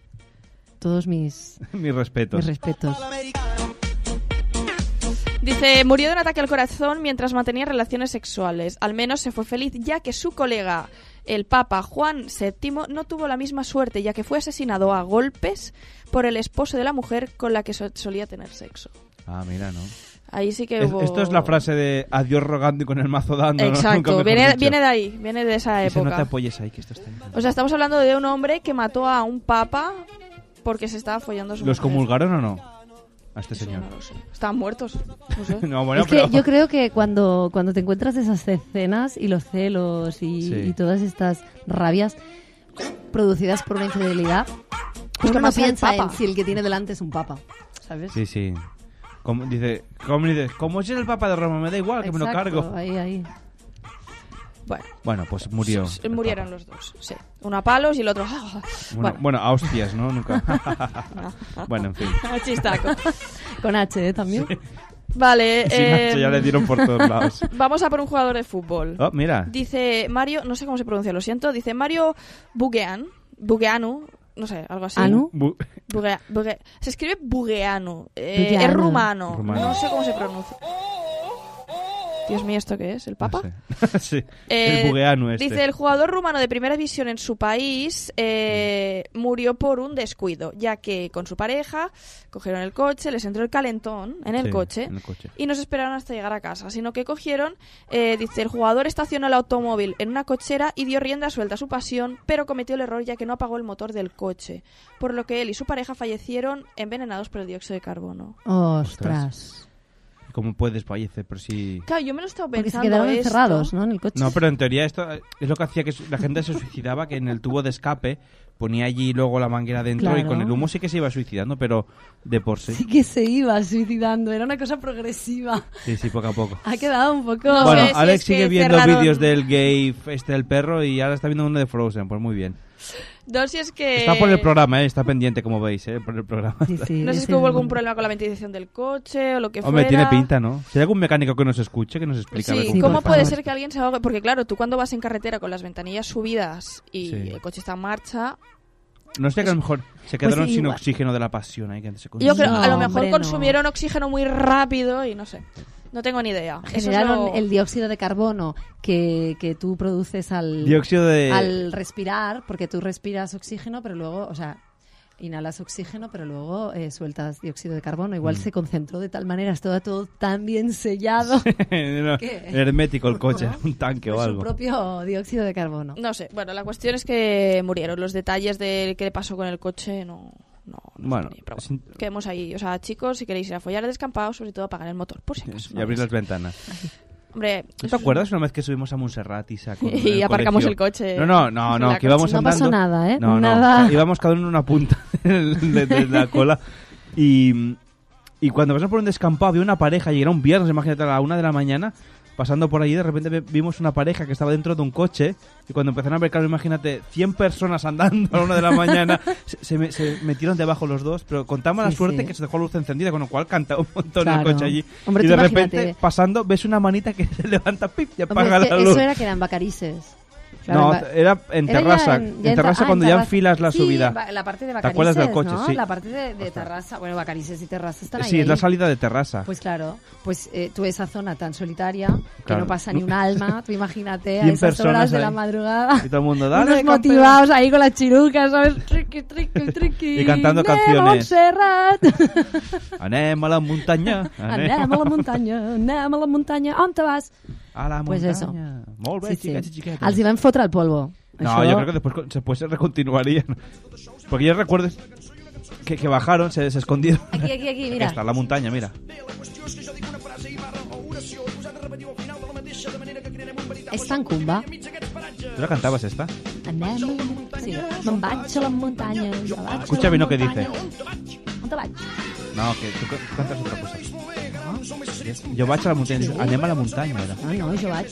[SPEAKER 12] Todos mis,
[SPEAKER 10] Mis respetos.
[SPEAKER 12] mis respetos.
[SPEAKER 17] Dice, murió de un ataque al corazón mientras mantenía relaciones sexuales. Al menos se fue feliz, ya que su colega, el Papa Juan VII, no tuvo la misma suerte, ya que fue asesinado a golpes por el esposo de la mujer con la que so- solía tener sexo.
[SPEAKER 10] Ah, mira, ¿no?
[SPEAKER 17] Ahí sí que
[SPEAKER 10] Es-
[SPEAKER 17] hubo...
[SPEAKER 10] esto es la frase de a Dios rogando y con el mazo dando. ¿no? [laughs] Nunca
[SPEAKER 17] Exacto,
[SPEAKER 10] mejor
[SPEAKER 17] viene,
[SPEAKER 10] dicho.
[SPEAKER 17] viene de ahí, viene de esa
[SPEAKER 10] Isa, no te
[SPEAKER 17] época. Pues
[SPEAKER 10] apoyes ahí, que esto está...
[SPEAKER 17] O sea, estamos hablando de un hombre que mató a un papa porque se estaba follando a su
[SPEAKER 10] ¿Los
[SPEAKER 17] mujer.
[SPEAKER 10] comulgaron o no? A este señor.
[SPEAKER 17] Estaban muertos.
[SPEAKER 10] [laughs]
[SPEAKER 17] No sé.
[SPEAKER 10] [laughs] No, bueno,
[SPEAKER 12] es que
[SPEAKER 10] pero...
[SPEAKER 12] yo creo que cuando, cuando te encuentras esas escenas y los celos y,
[SPEAKER 10] Sí.
[SPEAKER 12] y todas estas rabias producidas por una infidelidad, pues uno no
[SPEAKER 17] más al
[SPEAKER 12] piensa
[SPEAKER 17] papa.
[SPEAKER 12] en si el que tiene delante es un papa, ¿sabes?
[SPEAKER 10] Sí, sí. Como, dice, como, dice, como es el Papa de Roma, me da igual que me lo
[SPEAKER 12] Exacto,
[SPEAKER 10] cargo.
[SPEAKER 12] Ahí, ahí.
[SPEAKER 17] Bueno,
[SPEAKER 10] Bueno, pues murió.
[SPEAKER 17] s- s- murieron los dos, sí. Uno a palos y el otro... [laughs] ¡ah!
[SPEAKER 10] Bueno, bueno, a hostias, ¿no? Nunca. [laughs] bueno, en fin.
[SPEAKER 17] [laughs]
[SPEAKER 10] [laughs]
[SPEAKER 17] Chistaco.
[SPEAKER 12] Con H ¿eh? también.
[SPEAKER 17] Vale. eh,
[SPEAKER 10] Sí, macho, ya le dieron por todos lados.
[SPEAKER 17] [laughs] Vamos a por un jugador de fútbol.
[SPEAKER 10] Oh, mira.
[SPEAKER 17] Dice Mario, no sé cómo se pronuncia, lo siento. Dice Mario Buguean. Bugueanu. No sé, algo así.
[SPEAKER 12] ¿Anu?
[SPEAKER 10] Bu- [laughs]
[SPEAKER 17] Bugue- Bugue- se escribe Bugueanu. Eh,
[SPEAKER 12] Bugueanu.
[SPEAKER 17] Es rumano.
[SPEAKER 10] Rumano.
[SPEAKER 17] No sé cómo se pronuncia. Dios mío, ¿esto qué es? ¿El Papa?
[SPEAKER 10] sí.
[SPEAKER 17] Eh,
[SPEAKER 10] el bugueano este.
[SPEAKER 17] Dice, el jugador rumano de primera división en su país eh, murió por un descuido, ya que con su pareja cogieron el coche, les entró el calentón en el,
[SPEAKER 10] Sí,
[SPEAKER 17] coche,
[SPEAKER 10] en el coche.
[SPEAKER 17] y nos esperaron hasta llegar a casa, sino que cogieron, eh, dice, el jugador estacionó el automóvil en una cochera y dio rienda suelta a su pasión, pero cometió el error ya que no apagó el motor del coche, por lo que él y su pareja fallecieron envenenados por el dióxido de carbono.
[SPEAKER 12] Oh. Ostras.
[SPEAKER 10] ¿Cómo puedes fallecer? Pero sí.
[SPEAKER 17] Claro, yo me lo he estado
[SPEAKER 12] Porque se
[SPEAKER 17] pensando
[SPEAKER 12] quedaron
[SPEAKER 17] esto.
[SPEAKER 12] encerrados, ¿no? En el coche.
[SPEAKER 10] No, pero en teoría esto eh, es lo que hacía que su- la gente se suicidaba, que en el tubo de escape ponía allí luego la manguera dentro y
[SPEAKER 12] Claro.
[SPEAKER 10] con el humo sí que se iba suicidando, pero de por sí.
[SPEAKER 12] Sí que se iba suicidando, era una cosa progresiva.
[SPEAKER 10] Sí, sí, poco a poco.
[SPEAKER 12] Ha quedado un poco...
[SPEAKER 10] bueno,
[SPEAKER 17] sé si
[SPEAKER 10] Alex
[SPEAKER 17] es que
[SPEAKER 10] sigue viendo
[SPEAKER 17] cerraron-
[SPEAKER 10] vídeos del gay, f- este del perro, y ahora está viendo uno de Frozen, pues muy bien.
[SPEAKER 17] No, si es que...
[SPEAKER 10] Está por el programa, eh, está pendiente, como veis, eh, por el programa.
[SPEAKER 17] No sé si hubo algún problema con la ventilación del coche o lo que
[SPEAKER 10] Hombre,
[SPEAKER 17] fuera.
[SPEAKER 10] tiene pinta, ¿no? Si hay algún mecánico que nos escuche, que nos explique. a ver
[SPEAKER 17] Sí,
[SPEAKER 10] cómo
[SPEAKER 17] ¿cómo
[SPEAKER 10] fue.
[SPEAKER 17] puede ser que alguien se ahogue? Porque claro, tú cuando vas en carretera con las ventanillas subidas y
[SPEAKER 10] Sí.
[SPEAKER 17] el coche está en marcha,
[SPEAKER 10] No sé, que a lo mejor se quedaron
[SPEAKER 12] sí,
[SPEAKER 10] sin
[SPEAKER 12] igual.
[SPEAKER 10] oxígeno de la pasión ahí que antes se
[SPEAKER 17] Pues yo creo, a lo
[SPEAKER 12] No,
[SPEAKER 17] mejor
[SPEAKER 12] hombre, no.
[SPEAKER 17] consumieron oxígeno muy rápido y no sé. No tengo ni idea. Eso es
[SPEAKER 12] Generaron
[SPEAKER 17] lo-
[SPEAKER 12] el dióxido de carbono que, que tú produces al,
[SPEAKER 10] Dióxido de-
[SPEAKER 12] al respirar, porque tú respiras oxígeno, pero luego, o sea, inhalas oxígeno, pero luego eh, sueltas dióxido de carbono. Igual
[SPEAKER 10] Mm.
[SPEAKER 12] se concentró de tal manera, estaba todo tan bien sellado,
[SPEAKER 10] [laughs] Era
[SPEAKER 12] ¿Qué?
[SPEAKER 10] hermético el coche, un tanque o
[SPEAKER 12] con [laughs] su
[SPEAKER 10] algo.
[SPEAKER 12] propio dióxido de carbono.
[SPEAKER 17] No sé. Bueno, la cuestión es que murieron. Los detalles de qué le pasó con el coche no... no
[SPEAKER 10] Bueno, sin-
[SPEAKER 17] Quedemos ahí. O sea, chicos, si queréis ir a follar descampado, sobre todo apagar el motor, por si acaso.
[SPEAKER 10] [laughs] y abrir
[SPEAKER 17] ¿no?
[SPEAKER 10] las ventanas.
[SPEAKER 17] Hombre,
[SPEAKER 10] ¿No te acuerdas una vez que subimos a Montserrat y
[SPEAKER 12] [laughs]
[SPEAKER 10] sacó
[SPEAKER 17] Y aparcamos el coche.
[SPEAKER 10] No, no, no,
[SPEAKER 17] En
[SPEAKER 10] no
[SPEAKER 17] la
[SPEAKER 10] que íbamos
[SPEAKER 12] coche. No pasó
[SPEAKER 10] andando.
[SPEAKER 12] nada, ¿eh?
[SPEAKER 10] No, no,
[SPEAKER 12] Nada.
[SPEAKER 10] íbamos cada uno en una punta [laughs] de, de la cola. Y, y cuando pasamos por un descampado había una pareja y era un viernes, imagínate, a la una de la mañana. Pasando por allí, de repente ve- vimos una pareja que estaba dentro de un coche. Y cuando empezaron a ver, claro, imagínate, 100 personas andando a la una de la mañana. [laughs] se, se me- se metieron debajo los dos, pero con tan mala
[SPEAKER 12] Sí,
[SPEAKER 10] suerte
[SPEAKER 12] sí.
[SPEAKER 10] que se dejó la luz encendida, con lo cual canta un montón
[SPEAKER 12] Claro.
[SPEAKER 10] el coche allí.
[SPEAKER 12] Hombre,
[SPEAKER 10] y
[SPEAKER 12] tú
[SPEAKER 10] de repente,
[SPEAKER 12] imagínate.
[SPEAKER 10] pasando, ves una manita que [laughs] se levanta, pip, y
[SPEAKER 12] Hombre,
[SPEAKER 10] apaga
[SPEAKER 12] es que
[SPEAKER 10] la luz.
[SPEAKER 12] eso era que eran bacarices. Claro,
[SPEAKER 10] No,
[SPEAKER 12] en ba-
[SPEAKER 10] era en
[SPEAKER 12] Era ya
[SPEAKER 10] terraza.
[SPEAKER 12] en- ya
[SPEAKER 10] en,
[SPEAKER 12] en ter-
[SPEAKER 10] terraza
[SPEAKER 12] ah,
[SPEAKER 10] cuando
[SPEAKER 12] en
[SPEAKER 10] ya
[SPEAKER 12] terraza.
[SPEAKER 10] enfilas la
[SPEAKER 12] Sí,
[SPEAKER 10] subida.
[SPEAKER 12] ba- la parte de
[SPEAKER 10] ¿Te acuerdas
[SPEAKER 12] Bacarices,
[SPEAKER 10] del coche?
[SPEAKER 12] ¿no?
[SPEAKER 10] Sí.
[SPEAKER 12] La parte de, de terraza. Bueno, Bacarices y terraza están ahí.
[SPEAKER 10] Sí, es la
[SPEAKER 12] ahí.
[SPEAKER 10] salida de terraza.
[SPEAKER 12] Pues claro, pues eh, tú esa zona tan solitaria que
[SPEAKER 10] Claro.
[SPEAKER 12] no pasa ni un alma, tú imagínate a
[SPEAKER 10] Cien
[SPEAKER 12] esas
[SPEAKER 10] personas
[SPEAKER 12] horas de
[SPEAKER 10] ahí.
[SPEAKER 12] la madrugada.
[SPEAKER 10] Y todo el mundo, dale,
[SPEAKER 12] Unos
[SPEAKER 10] campeón.
[SPEAKER 12] motivados ahí con las chirucas, ¿sabes?
[SPEAKER 10] [laughs]
[SPEAKER 12] Triqui, triqui, triqui.
[SPEAKER 10] Y cantando
[SPEAKER 12] de
[SPEAKER 10] canciones.
[SPEAKER 12] Montserrat.
[SPEAKER 10] Anem a la montaña.
[SPEAKER 12] [laughs]
[SPEAKER 10] Anem,
[SPEAKER 12] Anem a la muntanya, anem a la muntanya. On te vas?
[SPEAKER 10] A la
[SPEAKER 12] Pues
[SPEAKER 10] montaña.
[SPEAKER 12] eso.
[SPEAKER 10] Molt bé,
[SPEAKER 12] Sí, sí.
[SPEAKER 10] xiquets i xiquetes.
[SPEAKER 12] Els hi van fotre el polvo.
[SPEAKER 10] No,
[SPEAKER 12] Això-
[SPEAKER 10] yo creo que después, con- después se recontinuaría. Porque yo recuerdo que, que bajaron, se, se escondieron.
[SPEAKER 12] Aquí, aquí, aquí, mira.
[SPEAKER 10] Está la montaña, mira.
[SPEAKER 12] És tan cumba.
[SPEAKER 10] ¿Tú la cantabas esta?
[SPEAKER 12] Anem a la muntanya, me'n vaig a la muntanya. me'n vaig a la
[SPEAKER 10] Escucha bien lo que dice.
[SPEAKER 12] muntanya. On te vaig?
[SPEAKER 10] No, que tú ca- cantas otra cosa. Yo vaig a la montaña. Anem a la montaña, era.
[SPEAKER 12] No, no, jo vaig.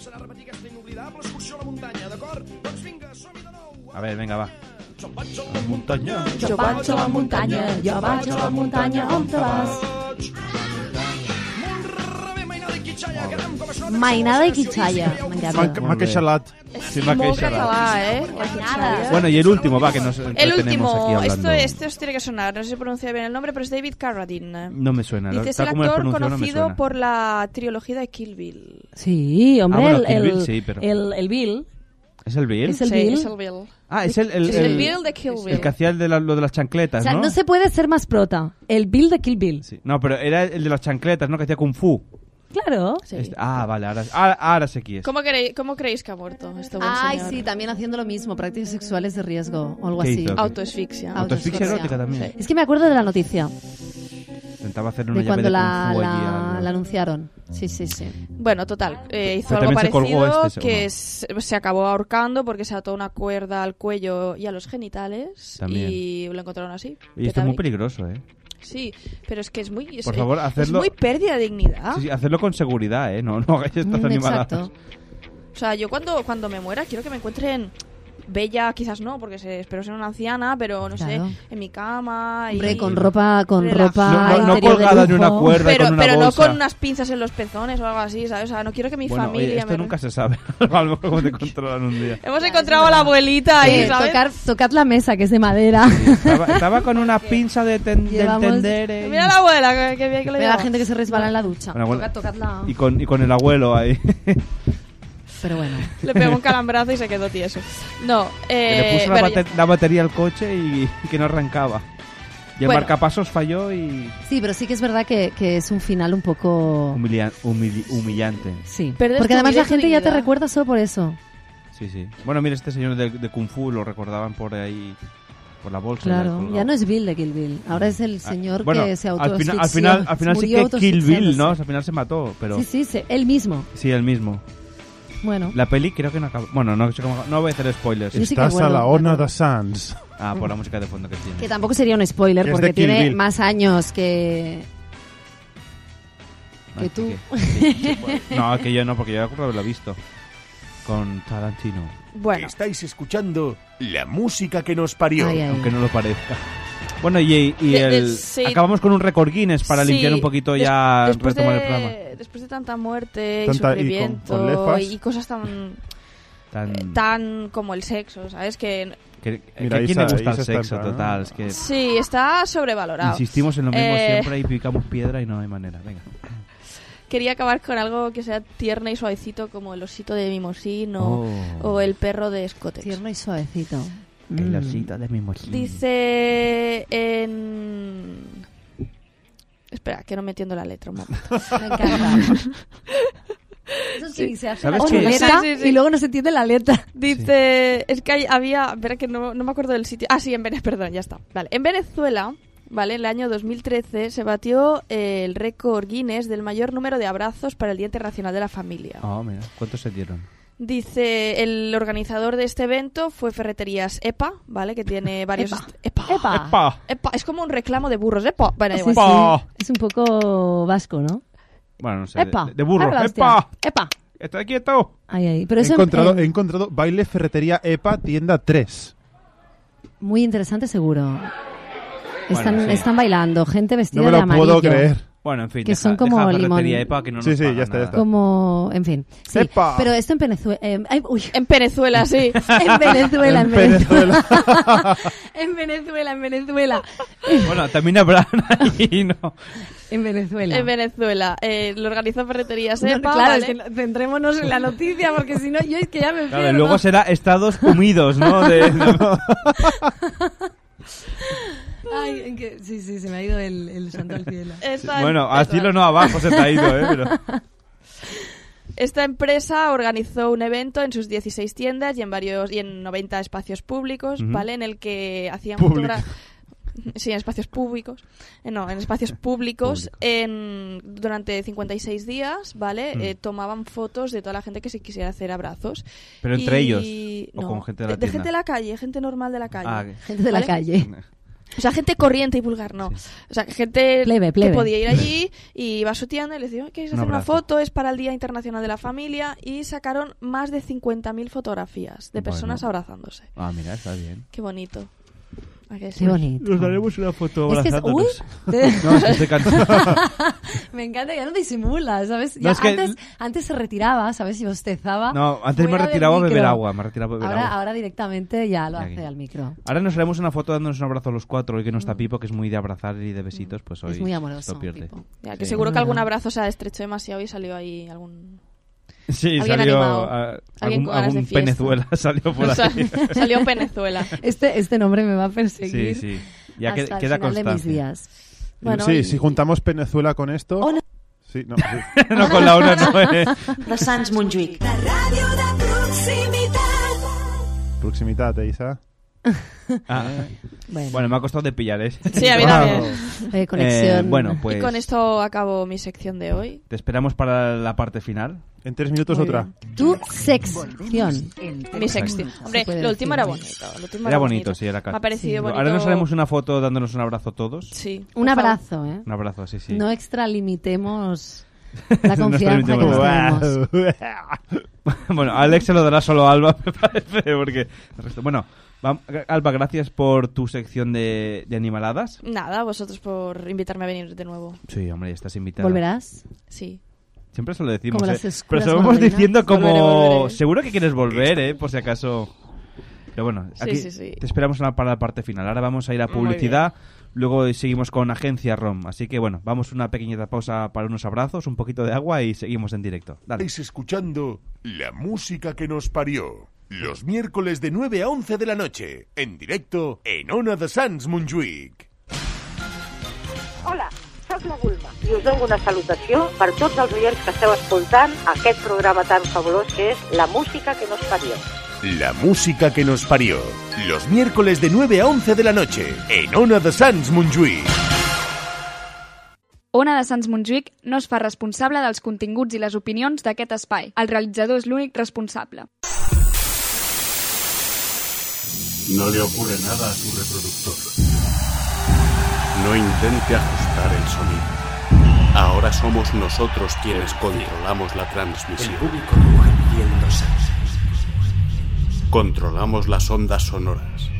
[SPEAKER 13] seran repetigues d'inoblidable excursió a la muntanya, d'acord? Doncs vinga, som-hi de nou!
[SPEAKER 10] A ver, venga, va.
[SPEAKER 13] La
[SPEAKER 10] muntanya.
[SPEAKER 8] Jo vaig a la muntanya, jo vaig a la muntanya, on te vas?
[SPEAKER 12] Mainada i Quichaya,
[SPEAKER 11] M'ha- M'ha
[SPEAKER 12] [laughs]
[SPEAKER 11] queixalat.
[SPEAKER 10] Sí, m'ha
[SPEAKER 17] Molt
[SPEAKER 10] queixalat.
[SPEAKER 17] català, eh? La queixada.
[SPEAKER 10] Bueno, y el último, va, que nos
[SPEAKER 17] El
[SPEAKER 10] entretenemos aquí
[SPEAKER 17] último,
[SPEAKER 10] hablando.
[SPEAKER 17] esto, este os tiene que sonar, no sé si pronuncia bien el nombre, pero es David Carradine.
[SPEAKER 10] No me suena,
[SPEAKER 17] Dice, es
[SPEAKER 10] tal
[SPEAKER 17] el
[SPEAKER 10] como lo has
[SPEAKER 17] actor
[SPEAKER 10] pronunciado, no me
[SPEAKER 17] conocido
[SPEAKER 10] suena.
[SPEAKER 17] por la trilogía de Kill Bill.
[SPEAKER 12] Sí, hombre,
[SPEAKER 10] Ah, bueno,
[SPEAKER 12] el,
[SPEAKER 10] Kill Bill
[SPEAKER 12] el-
[SPEAKER 10] sí, pero-
[SPEAKER 12] el- el Bill.
[SPEAKER 10] ¿Es el Bill?
[SPEAKER 12] Es el
[SPEAKER 17] Sí,
[SPEAKER 12] Bill.
[SPEAKER 17] es el Bill.
[SPEAKER 10] Ah, es el... El,
[SPEAKER 17] Es el Bill de Kill Bill.
[SPEAKER 10] El que hacía el de la- lo de las
[SPEAKER 12] O
[SPEAKER 10] chancletas,
[SPEAKER 12] sea,
[SPEAKER 10] ¿no?
[SPEAKER 12] no se puede ser más prota. El Bill de Kill Bill.
[SPEAKER 10] No, pero era el de las chancletas, ¿no? Que hacía Kung Fu.
[SPEAKER 12] Claro.
[SPEAKER 10] Este- ah, vale, ahora, ahora, ahora sé quién es.
[SPEAKER 17] ¿Cómo creéis, ¿Cómo creéis que ha muerto este buen
[SPEAKER 12] Ay,
[SPEAKER 17] señor?
[SPEAKER 12] sí, también haciendo lo mismo, prácticas sexuales de riesgo o algo
[SPEAKER 10] ¿Qué
[SPEAKER 12] así.
[SPEAKER 10] hizo?
[SPEAKER 17] Autoasfixia.
[SPEAKER 10] Autoasfixia erótica también.
[SPEAKER 12] Es que me acuerdo de la noticia,
[SPEAKER 10] Intentaba hacerle una
[SPEAKER 12] de
[SPEAKER 10] llave
[SPEAKER 12] cuando
[SPEAKER 10] de
[SPEAKER 12] la,
[SPEAKER 10] Kung Fu allí
[SPEAKER 12] la-
[SPEAKER 10] al-
[SPEAKER 12] la anunciaron. Sí, sí, sí.
[SPEAKER 17] Bueno, total, eh, hizo
[SPEAKER 10] Pero
[SPEAKER 17] algo
[SPEAKER 10] también se colgó
[SPEAKER 17] parecido
[SPEAKER 10] este,
[SPEAKER 17] que se, se acabó ahorcando porque se ató una cuerda al cuello y a los genitales
[SPEAKER 10] También.
[SPEAKER 17] y lo encontraron así.
[SPEAKER 10] Y esto es muy
[SPEAKER 17] Petabric.
[SPEAKER 10] peligroso, ¿eh?
[SPEAKER 17] Sí, pero es que es muy es,
[SPEAKER 10] Por favor,
[SPEAKER 17] es
[SPEAKER 10] hacedlo-
[SPEAKER 17] muy pérdida de dignidad.
[SPEAKER 10] Sí, sí, hacerlo con seguridad, ¿eh? No, no hagáis
[SPEAKER 12] Mm,
[SPEAKER 17] Mm,
[SPEAKER 10] estas animadas.
[SPEAKER 17] O sea, yo cuando cuando me muera quiero que me encuentren bella, quizás no, porque se, espero ser una anciana, pero no
[SPEAKER 12] Claro.
[SPEAKER 17] sé, en mi cama y
[SPEAKER 12] Hombre, con ropa, con
[SPEAKER 17] Relajada.
[SPEAKER 12] ropa.
[SPEAKER 10] No- no- no
[SPEAKER 12] interior de
[SPEAKER 10] colgada en una
[SPEAKER 12] lujo.
[SPEAKER 10] cuerda y
[SPEAKER 17] pero
[SPEAKER 10] con una
[SPEAKER 17] pero
[SPEAKER 10] bolsa.
[SPEAKER 17] no con unas pinzas en los pezones o algo así, ¿sabes? O sea, no quiero que mi
[SPEAKER 10] bueno, oye,
[SPEAKER 17] familia
[SPEAKER 10] esto
[SPEAKER 17] me
[SPEAKER 10] nunca se sabe. [laughs] a lo mejor como te controlan un día.
[SPEAKER 17] Hemos encontrado a la abuelita ahí,
[SPEAKER 12] Eh,
[SPEAKER 17] ¿sabes?
[SPEAKER 12] tocar, tocad la mesa, que es de madera.
[SPEAKER 10] Estaba, estaba con
[SPEAKER 12] [laughs]
[SPEAKER 10] una pinza de, ten- de
[SPEAKER 12] Llevamos-
[SPEAKER 10] tender eh,
[SPEAKER 17] Mira a la abuela, que, que bien que lo
[SPEAKER 12] Mira la
[SPEAKER 17] lleva.
[SPEAKER 12] gente que se resbala en la ducha.
[SPEAKER 10] Bueno, bueno.
[SPEAKER 12] Tocad, tocad la...
[SPEAKER 10] y, con, y con el abuelo ahí. [laughs]
[SPEAKER 12] Pero bueno.
[SPEAKER 17] Le pegó un calambrazo y se quedó tieso. No,
[SPEAKER 10] Que le
[SPEAKER 17] eh,
[SPEAKER 10] puso la,
[SPEAKER 17] bueno,
[SPEAKER 10] bate- la batería al coche y, y que no arrancaba. Y el
[SPEAKER 17] Bueno.
[SPEAKER 10] marcapasos falló y...
[SPEAKER 12] Sí, pero sí que es verdad que, que es un final un poco...
[SPEAKER 10] humilia- humili- humillante.
[SPEAKER 12] Sí.
[SPEAKER 17] Perder
[SPEAKER 12] Porque
[SPEAKER 17] tu
[SPEAKER 12] además
[SPEAKER 17] vida
[SPEAKER 12] la
[SPEAKER 17] y tu
[SPEAKER 12] gente ya te
[SPEAKER 17] dignidad.
[SPEAKER 12] recuerda solo por eso.
[SPEAKER 10] Sí, sí. Bueno, mira, este señor de, de Kung Fu lo recordaban por ahí, por la bolsa.
[SPEAKER 12] Claro,
[SPEAKER 10] colgado.
[SPEAKER 12] ya no es Bill de Kill Bill. Ahora es el señor
[SPEAKER 10] Ah, bueno,
[SPEAKER 12] que se
[SPEAKER 10] al
[SPEAKER 12] autoasfixió.
[SPEAKER 10] final, al final, al final sí
[SPEAKER 12] murió
[SPEAKER 10] que Kill Bill, ¿no?
[SPEAKER 12] autoasfixiándose.
[SPEAKER 10] O sea, al final se mató, pero...
[SPEAKER 12] Sí, sí, sí, él mismo.
[SPEAKER 10] Sí, el mismo.
[SPEAKER 12] Bueno.
[SPEAKER 10] La peli creo que no acaba... Bueno, no, sé cómo- no voy a hacer spoilers.
[SPEAKER 12] Yo sí que
[SPEAKER 11] Estás a
[SPEAKER 12] vuelvo,
[SPEAKER 11] la
[SPEAKER 12] me
[SPEAKER 11] ona de Sans.
[SPEAKER 10] Ah, por la música de fondo que tiene.
[SPEAKER 12] Que tampoco sería un spoiler
[SPEAKER 11] Es de
[SPEAKER 12] porque
[SPEAKER 11] Kill
[SPEAKER 12] tiene
[SPEAKER 11] Bill.
[SPEAKER 12] más años que...
[SPEAKER 10] Ah,
[SPEAKER 12] que
[SPEAKER 10] sí,
[SPEAKER 12] tú.
[SPEAKER 10] que- sí, sí,
[SPEAKER 17] [laughs]
[SPEAKER 10] bueno. no, que yo no, porque yo recuerdo haberlo visto. Con Tarantino.
[SPEAKER 17] Bueno.
[SPEAKER 1] Estáis escuchando la música que nos parió.
[SPEAKER 12] Ay, ay.
[SPEAKER 10] Aunque no lo parezca. Bueno, y, y
[SPEAKER 17] De- de-
[SPEAKER 10] el-
[SPEAKER 17] sí.
[SPEAKER 10] acabamos con un récord Guinness para
[SPEAKER 17] sí,
[SPEAKER 10] limpiar un poquito
[SPEAKER 17] des-
[SPEAKER 10] ya,
[SPEAKER 17] después
[SPEAKER 10] retomar
[SPEAKER 17] de-
[SPEAKER 10] el programa.
[SPEAKER 17] Después de tanta muerte y
[SPEAKER 11] Tanta- y con- con
[SPEAKER 17] sufrimiento
[SPEAKER 11] lefas.
[SPEAKER 17] y, cosas
[SPEAKER 10] Mm.
[SPEAKER 17] tan, eh,
[SPEAKER 10] Tan-
[SPEAKER 17] tan como el sexo, ¿sabes? Que
[SPEAKER 10] que, que
[SPEAKER 11] Mira,
[SPEAKER 10] a quién
[SPEAKER 11] Isa-
[SPEAKER 10] le gusta
[SPEAKER 11] Isa
[SPEAKER 10] el
[SPEAKER 11] está
[SPEAKER 10] sexo,
[SPEAKER 11] en plan,
[SPEAKER 10] total. Es que
[SPEAKER 17] sí, está sobrevalorado.
[SPEAKER 10] insistimos en lo mismo
[SPEAKER 17] Eh,
[SPEAKER 10] siempre y picamos piedra y no hay manera. Venga.
[SPEAKER 17] Quería acabar con algo que sea tierno y suavecito como el osito de Mimosín o,
[SPEAKER 10] Oh.
[SPEAKER 17] o el perro de Scotex.
[SPEAKER 12] Tierno y suavecito.
[SPEAKER 10] El
[SPEAKER 12] Mm.
[SPEAKER 10] osito de mi mochila.
[SPEAKER 17] Dice en... Espera, que no me entiendo la letra un momento.
[SPEAKER 12] [laughs] Me encanta. Eso es que ni se hace la
[SPEAKER 10] ¿Sabes qué?
[SPEAKER 12] chuleta
[SPEAKER 17] Sí, sí, sí.
[SPEAKER 12] y luego no se entiende la letra.
[SPEAKER 17] Dice, es que hay- había, espera que no, no me acuerdo del sitio. Ah, sí, en Venezuela, perdón, ya está. Vale, en Venezuela, vale, en el año 2013 se batió eh, el récord Guinness del mayor número de abrazos para el Día Internacional de la Familia.
[SPEAKER 10] Oh, mira, ¿cuántos se dieron? [laughs]
[SPEAKER 17] Dice, el organizador de este evento fue Ferreterías EPA, ¿vale? Que tiene
[SPEAKER 12] E
[SPEAKER 17] varios... est- E EPA.
[SPEAKER 12] Epa.
[SPEAKER 10] ¡Pa!
[SPEAKER 17] Epa, es como un reclamo de burros, EPA. Ah. Bueno,
[SPEAKER 12] Sí,
[SPEAKER 17] igual.
[SPEAKER 12] sí.
[SPEAKER 10] ¡Epa!
[SPEAKER 12] Es un poco vasco, ¿no?
[SPEAKER 10] Bueno, no sé.
[SPEAKER 12] Epa.
[SPEAKER 10] De, de burro.
[SPEAKER 12] Ahora
[SPEAKER 17] Ah,
[SPEAKER 12] la hostia.
[SPEAKER 10] ¡Epa!
[SPEAKER 12] Epa.
[SPEAKER 10] ¡Está quieto!
[SPEAKER 12] Ay, ay.
[SPEAKER 11] He
[SPEAKER 12] Pero em- eso en-
[SPEAKER 11] encontrado,
[SPEAKER 12] en-
[SPEAKER 11] he encontrado baile ferretería EPA tienda 3.
[SPEAKER 12] eh, muy interesante seguro. Están,
[SPEAKER 10] Bueno, sí.
[SPEAKER 12] están bailando, gente vestida
[SPEAKER 11] No me
[SPEAKER 12] de
[SPEAKER 11] lo
[SPEAKER 12] amarillo.
[SPEAKER 11] puedo creer.
[SPEAKER 10] Bueno, en fin.
[SPEAKER 12] Que
[SPEAKER 10] deja-
[SPEAKER 12] son como
[SPEAKER 10] deja la ferretería
[SPEAKER 12] limón.
[SPEAKER 10] Epa, que no nos
[SPEAKER 11] Sí, sí,
[SPEAKER 10] paga
[SPEAKER 11] ya está, ya
[SPEAKER 10] nada.
[SPEAKER 11] está.
[SPEAKER 12] Como, en fin. Sí,
[SPEAKER 11] ¡Epa!
[SPEAKER 12] pero esto en Venezuela. eh, ay, uy,
[SPEAKER 17] En Venezuela, sí.
[SPEAKER 12] [laughs] en Venezuela, en
[SPEAKER 11] En
[SPEAKER 12] Venezuela. en Venezuela, en Venezuela.
[SPEAKER 10] Bueno, también habrá [laughs] ahí, ¿no?
[SPEAKER 12] En Venezuela.
[SPEAKER 17] En Venezuela. Eh, lo organizó Ferreterías
[SPEAKER 12] No,
[SPEAKER 17] EPA,
[SPEAKER 12] claro,
[SPEAKER 17] ¿vale?
[SPEAKER 12] es que no- centrémonos en la noticia porque si no, yo es que ya
[SPEAKER 10] Claro,
[SPEAKER 12] me
[SPEAKER 10] y
[SPEAKER 12] pierdo.
[SPEAKER 10] luego será Estados Unidos, ¿no?
[SPEAKER 17] [laughs]
[SPEAKER 10] De-
[SPEAKER 12] Ay, en que- sí, sí, se me ha ido el, el santo al cielo.
[SPEAKER 17] Esta
[SPEAKER 10] bueno, a
[SPEAKER 17] empresa-
[SPEAKER 10] estilo no abajo se te ha ido, ¿eh? Pero...
[SPEAKER 17] [laughs] Esta empresa organizó un evento en sus 16 tiendas y en varios y en 90 espacios públicos,
[SPEAKER 10] Ujú.
[SPEAKER 17] ¿vale? En el que hacían
[SPEAKER 11] Público.
[SPEAKER 17] fotogra- [laughs] Sí, en espacios públicos. Eh, No, en espacios públicos en, durante 56 días, ¿vale?
[SPEAKER 10] Mm.
[SPEAKER 17] Eh, tomaban fotos de toda la gente que se quisiera hacer abrazos.
[SPEAKER 10] Pero entre
[SPEAKER 17] Y-
[SPEAKER 10] ellos, o con gente de la tienda.
[SPEAKER 17] gente de la calle, gente normal de la calle.
[SPEAKER 10] Ah,
[SPEAKER 12] Gente de la
[SPEAKER 17] ¿Vale?
[SPEAKER 12] calle.
[SPEAKER 17] O sea, gente corriente y vulgar, no. O sea, gente
[SPEAKER 12] Plebe,
[SPEAKER 17] que
[SPEAKER 12] plebe.
[SPEAKER 10] [laughs]
[SPEAKER 17] podía ir allí y iba a su tienda y les decía, ¿queréis
[SPEAKER 12] Un
[SPEAKER 17] hacer una
[SPEAKER 12] abrazo.
[SPEAKER 17] foto? Es para el Día Internacional de la Familia. Y sacaron más de 50.000 fotografías de personas
[SPEAKER 10] Bueno.
[SPEAKER 17] abrazándose.
[SPEAKER 10] Ah, mira, está bien.
[SPEAKER 17] Qué bonito. ¿A que sí?
[SPEAKER 12] Qué bonito.
[SPEAKER 10] Nos daremos una foto
[SPEAKER 12] Es que es-
[SPEAKER 10] abrazándonos.
[SPEAKER 12] uy, te-
[SPEAKER 10] No, es que estoy cansado.
[SPEAKER 12] [laughs] Me encanta, ya no disimula, ¿sabes?
[SPEAKER 10] No,
[SPEAKER 12] Ya
[SPEAKER 10] es que-
[SPEAKER 12] antes, antes se retiraba, ¿sabes? Y bostezaba.
[SPEAKER 10] No, antes me
[SPEAKER 12] Fuera del
[SPEAKER 10] retiraba a beber
[SPEAKER 12] micro.
[SPEAKER 10] agua, me retiraba a beber
[SPEAKER 12] ahora,
[SPEAKER 10] agua.
[SPEAKER 12] ahora directamente ya lo
[SPEAKER 10] Aquí.
[SPEAKER 12] hace al micro.
[SPEAKER 10] Ahora nos haremos una foto dándonos un abrazo a los cuatro, hoy que no está Pipo, que es muy de abrazar y de besitos, pues hoy
[SPEAKER 12] Mm. Es muy amoroso,
[SPEAKER 10] lo pierde.
[SPEAKER 17] Ya, que
[SPEAKER 10] Sí.
[SPEAKER 17] seguro que algún abrazo se ha estrecho demasiado y salió ahí algún...
[SPEAKER 10] Sí,
[SPEAKER 17] alguien
[SPEAKER 10] salió
[SPEAKER 17] animado,
[SPEAKER 10] ah,
[SPEAKER 17] alguien
[SPEAKER 10] algún,
[SPEAKER 17] con ganas de
[SPEAKER 10] algún
[SPEAKER 17] fiesta.
[SPEAKER 10] Venezuela [laughs] salió por
[SPEAKER 17] O sea,
[SPEAKER 10] ahí.
[SPEAKER 17] [laughs] salió Venezuela.
[SPEAKER 12] Este, este nombre me va a
[SPEAKER 10] Sí,
[SPEAKER 12] perseguir.
[SPEAKER 10] sí. Ya
[SPEAKER 12] hasta
[SPEAKER 10] que-
[SPEAKER 12] el
[SPEAKER 10] queda
[SPEAKER 12] final de mis
[SPEAKER 10] constancia.
[SPEAKER 12] días.
[SPEAKER 11] sí, si juntamos Venezuela con esto... Sí, no, sí.
[SPEAKER 10] [laughs]
[SPEAKER 12] [laughs]
[SPEAKER 10] [laughs] No, con la una
[SPEAKER 17] [laughs]
[SPEAKER 10] no, eh.
[SPEAKER 15] De Sants Montjuïc.
[SPEAKER 8] La ràdio de proximitat.
[SPEAKER 11] Proximidad, eh, Isa.
[SPEAKER 10] Ah.
[SPEAKER 12] Bueno.
[SPEAKER 10] Bueno. me ha costado de pillar, ¿eh?
[SPEAKER 17] Sí, a mí también.
[SPEAKER 12] Eh, conexión. [laughs]
[SPEAKER 10] bueno, pues
[SPEAKER 17] Y con esto acabo mi sección de hoy.
[SPEAKER 10] te esperamos para la parte final.
[SPEAKER 11] En tres minutos
[SPEAKER 17] Muy
[SPEAKER 11] otra.
[SPEAKER 12] Tu sección.
[SPEAKER 17] Mi sección. Hombre,
[SPEAKER 12] Se puede
[SPEAKER 17] lo
[SPEAKER 12] decir.
[SPEAKER 17] último era bonito. Lo último
[SPEAKER 10] Era bonito, sí, era casi.
[SPEAKER 17] Me ha parecido bonito.
[SPEAKER 10] Ahora nos haremos una foto dándonos un abrazo todos.
[SPEAKER 17] Sí.
[SPEAKER 12] Un
[SPEAKER 17] por favor.
[SPEAKER 12] abrazo, ¿eh?
[SPEAKER 10] Un abrazo, sí, sí. [laughs]
[SPEAKER 12] No extralimitemos la confianza que
[SPEAKER 10] permitimos
[SPEAKER 12] nos
[SPEAKER 10] nada.
[SPEAKER 12] tenemos. [laughs]
[SPEAKER 10] [laughs] bueno, a Alex se lo dará solo a Alba, [laughs] me parece, porque... el resto- Bueno, vam- Alba, gracias por tu sección de, de animaladas.
[SPEAKER 17] Nada, vosotros por invitarme a venir de nuevo.
[SPEAKER 10] Sí, hombre, estás invitada.
[SPEAKER 12] ¿Volverás?
[SPEAKER 17] Sí.
[SPEAKER 10] Siempre se lo decimos,
[SPEAKER 12] Como
[SPEAKER 10] ¿eh?
[SPEAKER 12] las escuras
[SPEAKER 10] Pero se lo vamos
[SPEAKER 12] madrinas.
[SPEAKER 10] diciendo como...
[SPEAKER 12] Volveré, volveré.
[SPEAKER 10] Seguro que quieres volver, ¿eh? Por si acaso... Pero bueno,
[SPEAKER 17] Sí,
[SPEAKER 10] aquí
[SPEAKER 17] sí, sí.
[SPEAKER 10] te esperamos una- para la parte final. Ahora vamos a ir a
[SPEAKER 17] Muy bien.
[SPEAKER 10] publicidad, luego seguimos con Agencia ROM. Así que bueno, vamos una pequeñita pausa para unos abrazos, un poquito de agua y seguimos en directo. Dale.
[SPEAKER 1] Estáis escuchando La Música que nos parió. Los miércoles de 9 a 11 de la noche. En directo en Ona de Sants Montjuïc.
[SPEAKER 18] Hola, sóc la Gulma i us dono una salutació per tots els oients que esteu escoltant aquest programa tan fabulós que és La música que nos parió.
[SPEAKER 1] La Música que nos parió. Los miércoles de 9 a 11 de la noche. En Ona de Sants Montjuïc.
[SPEAKER 6] Ona de Sants Montjuïc no es fa responsable dels continguts i les opinions d'aquest espai. El realitzador és l'únic responsable.
[SPEAKER 19] No le ocurre nada a su reproductor. No intente ajustar el sonido. Ahora somos nosotros quienes controlamos la transmisión. Controlamos las ondas sonoras.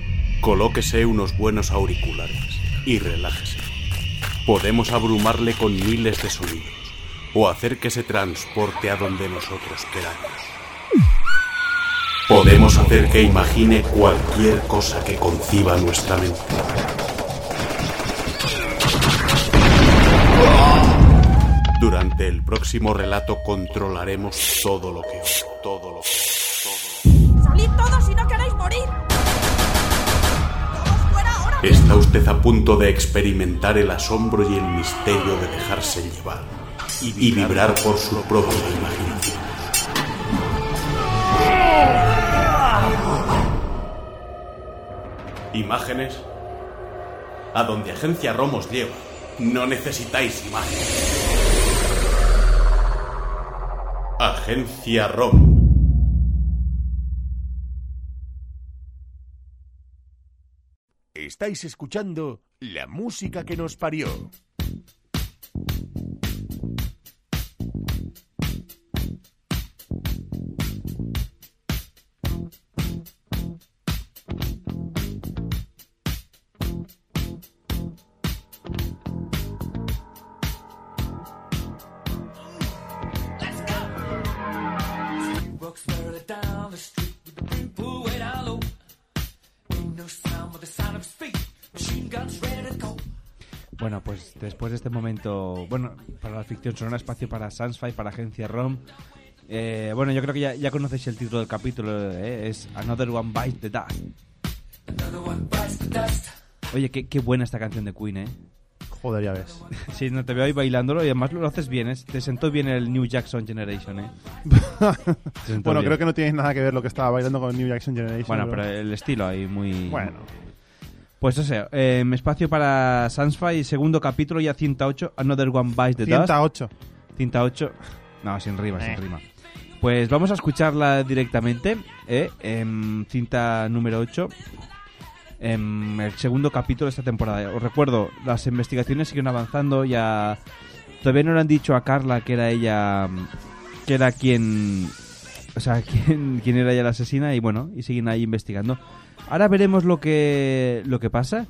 [SPEAKER 19] Colóquese unos buenos auriculares y relájese. Podemos abrumarle con miles de sonidos o hacer que se transporte a donde nosotros queramos. Podemos hacer que imagine cualquier cosa que conciba nuestra mente. Durante el próximo relato controlaremos todo lo que os, todo lo que os, todo lo
[SPEAKER 8] Salid todos si no queréis morir.
[SPEAKER 19] que os. Está usted a punto de experimentar el asombro y el misterio de dejarse llevar y vibrar por su propia imaginación. Imágenes. A donde Agencia Romos lleva, no necesitáis imágenes. Agencia Rom.
[SPEAKER 1] Estáis escuchando La Música que nos parió.
[SPEAKER 8] She walks slowly down the street with the brim pulled way down low. Ain't no sound but the sound of his feet. Machine guns ready to go.
[SPEAKER 10] Bueno, pues después de este momento, bueno, para la ficción sonora, espacio para Sansfy, para Agencia ROM. Eh, bueno, yo creo que ya, ya conocéis el título del capítulo, ¿eh? es Another One Bites the Dust.
[SPEAKER 8] Another one bites the dust.
[SPEAKER 10] Oye, qué, qué buena esta canción de Queen, ¿eh?
[SPEAKER 11] Joder, ya ves.
[SPEAKER 10] [laughs] Sí, no te veo ahí bailándolo y además lo, lo haces bien, ¿eh? te sentó bien el New Jackson Generation,
[SPEAKER 11] [laughs]
[SPEAKER 10] ¿eh? Te sentó
[SPEAKER 11] Bueno,
[SPEAKER 10] bien.
[SPEAKER 11] creo que no tienes nada que ver lo que estaba bailando con New Jackson Generation.
[SPEAKER 10] Bueno, pero eh, el estilo ahí muy...
[SPEAKER 11] Bueno.
[SPEAKER 10] Pues o sea, eh, espacio para Sansfy, segundo capítulo, ya 108, Another One Bites the Dust.
[SPEAKER 11] 108.
[SPEAKER 10] 108. No, sin rima, sin
[SPEAKER 11] Eh.
[SPEAKER 10] rima. Pues vamos a escucharla directamente, ¿eh? Em, cinta número 8. em, el segundo capítulo de esta temporada. Os recuerdo, las investigaciones siguen avanzando. Ya todavía no le han dicho a Carla que era ella, mm, que era quien, o sea, [laughs] quién, quién era ella la asesina y bueno, y siguen ahí investigando. Ahora veremos lo que lo que pasa.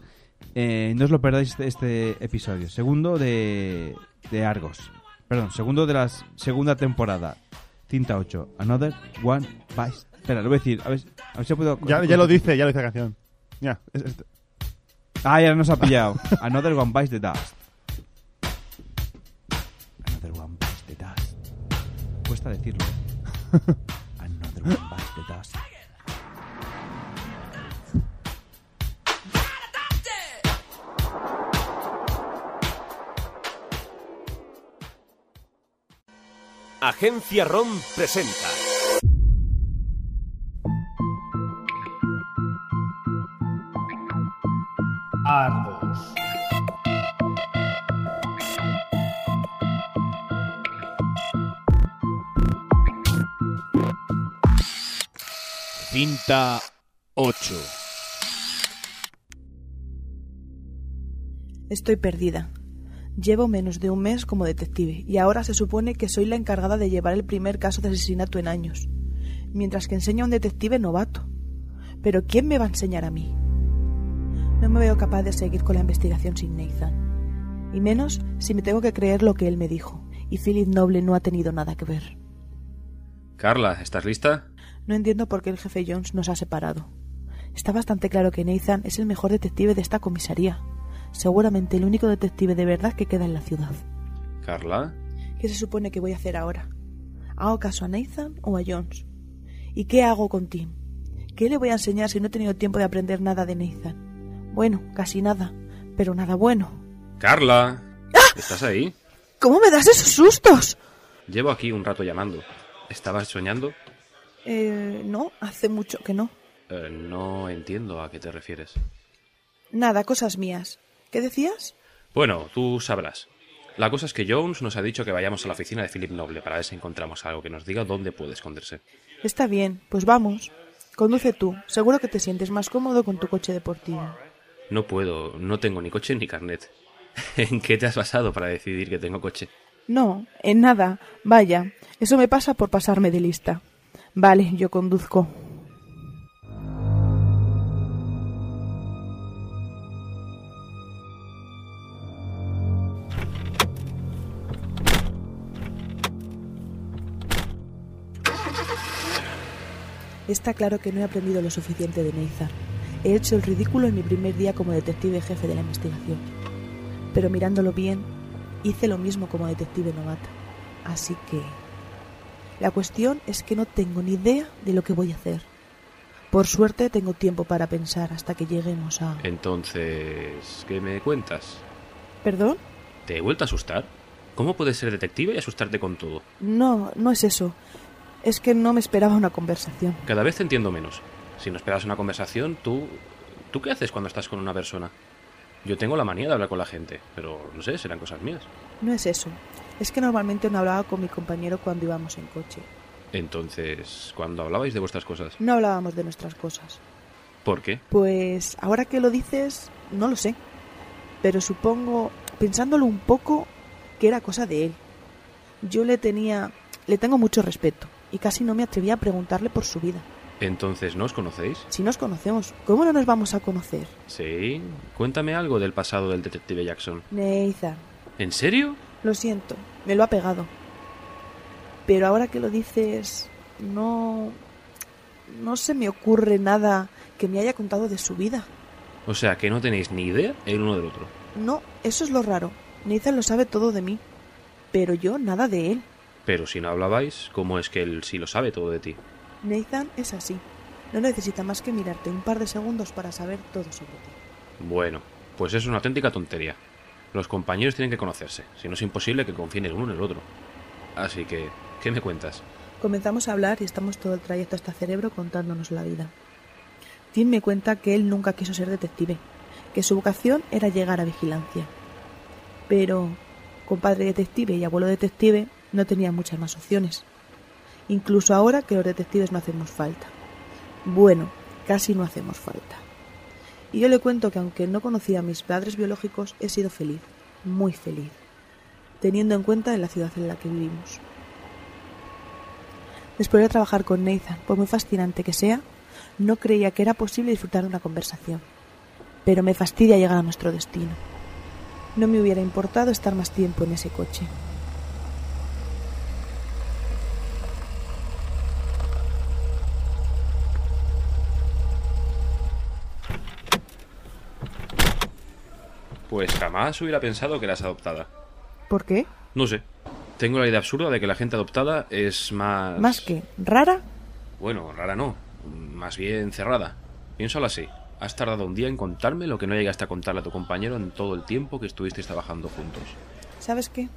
[SPEAKER 10] Eh, no os lo perdáis este, este episodio. Segundo de, de Argos. Perdón, segundo de la segunda temporada. Tinta 8. Another One Bites. Espera, lo voy a decir. A ver, a ver si puedo...
[SPEAKER 11] Ya, ya lo dice, ya lo dice la canción. Ya, es- es-
[SPEAKER 10] Ah, ya nos ha pillado. [laughs] Another One Bites the Dust. Another One Bites the Dust. Cuesta
[SPEAKER 11] [laughs]
[SPEAKER 10] decirlo. ¿eh? Another One Bites the Dust.
[SPEAKER 20] Agencia ROM presenta.
[SPEAKER 21] Argos.
[SPEAKER 22] Cinta 8.
[SPEAKER 23] Estoy perdida. Llevo menos de un mes como detective y ahora se supone que soy la encargada de llevar el primer caso de asesinato en años, mientras que enseño a un detective novato. Pero ¿quién me va a enseñar a mí? No me veo capaz de seguir con la investigación sin Nathan. Y menos si me tengo que creer lo que él me dijo, y Philip Noble no ha tenido nada que ver.
[SPEAKER 24] Carla, ¿estás lista?
[SPEAKER 23] No entiendo por qué el jefe Jones nos ha separado. Está bastante claro que Nathan es el mejor detective de esta comisaría. Seguramente el único detective de verdad que queda en la ciudad.
[SPEAKER 24] Carla.
[SPEAKER 23] ¿Qué se supone que voy a hacer ahora? ¿Hago caso a Nathan o a Jones? ¿Y qué hago con Tim? ¿Qué le voy a enseñar si no he tenido tiempo de aprender nada de Nathan? Bueno, casi nada, pero nada bueno.
[SPEAKER 24] Carla. ¿Estás ahí?
[SPEAKER 23] ¿Cómo me das esos sustos?
[SPEAKER 24] Llevo aquí un rato llamando. ¿Estabas soñando?
[SPEAKER 23] Eh, no, hace mucho que no.
[SPEAKER 24] Eh, no entiendo a qué te refieres.
[SPEAKER 23] Nada, cosas mías. ¿Qué decías?
[SPEAKER 24] Bueno, tú sabrás. La cosa es que Jones nos ha dicho que vayamos a la oficina de Philip Noble para ver si encontramos algo que nos diga dónde puede esconderse.
[SPEAKER 23] Está bien, pues vamos. Conduce tú, seguro que te sientes más cómodo con tu coche deportivo.
[SPEAKER 24] No puedo, no tengo ni coche ni carnet. [laughs] ¿En qué te has basado para decidir que tengo coche?
[SPEAKER 23] No, en nada. Vaya, eso me pasa por pasarme de lista. Vale, yo conduzco. Está claro que no he aprendido lo suficiente de Nathan. He hecho el ridículo en mi primer día como detective jefe de la investigación. Pero mirándolo bien, hice lo mismo como detective novata. Así que... La cuestión es que no tengo ni idea de lo que voy a hacer. Por suerte tengo tiempo para pensar hasta que lleguemos a...
[SPEAKER 24] Entonces, ¿qué me cuentas?
[SPEAKER 23] ¿Perdón?
[SPEAKER 24] ¿Te he vuelto a asustar? ¿Cómo puedes ser detective y asustarte con todo?
[SPEAKER 23] No, no es eso. Es que no me esperaba una conversación.
[SPEAKER 24] Cada vez te entiendo menos. Si no esperas una conversación, tú... ¿Tú qué haces cuando estás con una persona? Yo tengo la manía de hablar con la gente, pero no sé, serán cosas mías.
[SPEAKER 23] No es eso. Es que normalmente no hablaba con mi compañero cuando íbamos en coche.
[SPEAKER 24] Entonces, cuando hablabais de vuestras cosas,
[SPEAKER 23] No hablábamos de nuestras cosas.
[SPEAKER 24] ¿por qué?
[SPEAKER 23] Pues ahora que lo dices, no lo sé. Pero supongo, pensándolo un poco, que era cosa de él. Yo le tenía, le tengo mucho respeto y casi no me atrevía a preguntarle por su vida.
[SPEAKER 24] Entonces, ¿no os conocéis?
[SPEAKER 23] Si nos conocemos, ¿cómo no nos vamos a conocer?
[SPEAKER 24] Sí. Cuéntame algo del pasado del detective Jackson.
[SPEAKER 23] Nathan,
[SPEAKER 24] ¿En serio?
[SPEAKER 23] lo siento, me lo ha pegado. Pero ahora que lo dices, no, no se me ocurre nada que me haya contado de su vida.
[SPEAKER 24] O sea, que no tenéis ni idea el uno del otro.
[SPEAKER 23] No, eso es lo raro. Nathan lo sabe todo de mí, pero yo nada de él.
[SPEAKER 24] Pero si no hablabais, ¿cómo es que él sí lo sabe todo de ti?
[SPEAKER 23] Nathan es así. No necesita más que mirarte un par de segundos para saber todo sobre ti.
[SPEAKER 24] Bueno, pues es una auténtica tontería. Los compañeros tienen que conocerse, si no es imposible que confíen el uno en el otro. Así que, ¿qué me cuentas?
[SPEAKER 23] Comenzamos a hablar y estamos todo el trayecto hasta cerebro contándonos la vida. Tim me cuenta que él nunca quiso ser detective, que su vocación era llegar a vigilancia. Pero, compadre detective y abuelo detective, no tenía muchas más opciones. Incluso ahora que los detectives no hacemos falta. Bueno, casi no hacemos falta. Y yo le cuento que aunque no conocía a mis padres biológicos, he sido feliz, muy feliz, teniendo en cuenta la ciudad en la que vivimos. Después de trabajar con Nathan, por muy fascinante que sea, no creía que era posible disfrutar de una conversación. Pero me fastidia llegar a nuestro destino. No me hubiera importado estar más tiempo en ese coche.
[SPEAKER 24] Pues jamás hubiera pensado que eras adoptada.
[SPEAKER 23] ¿Por qué?
[SPEAKER 24] No sé. Tengo la idea absurda de que la gente adoptada es más...
[SPEAKER 23] ¿Más que rara?
[SPEAKER 24] Bueno, rara no. Más bien cerrada. Piénsalo así. Has tardado un día en contarme lo que no llegaste a contarle a tu compañero en todo el tiempo que estuvisteis trabajando juntos.
[SPEAKER 23] ¿Sabes qué?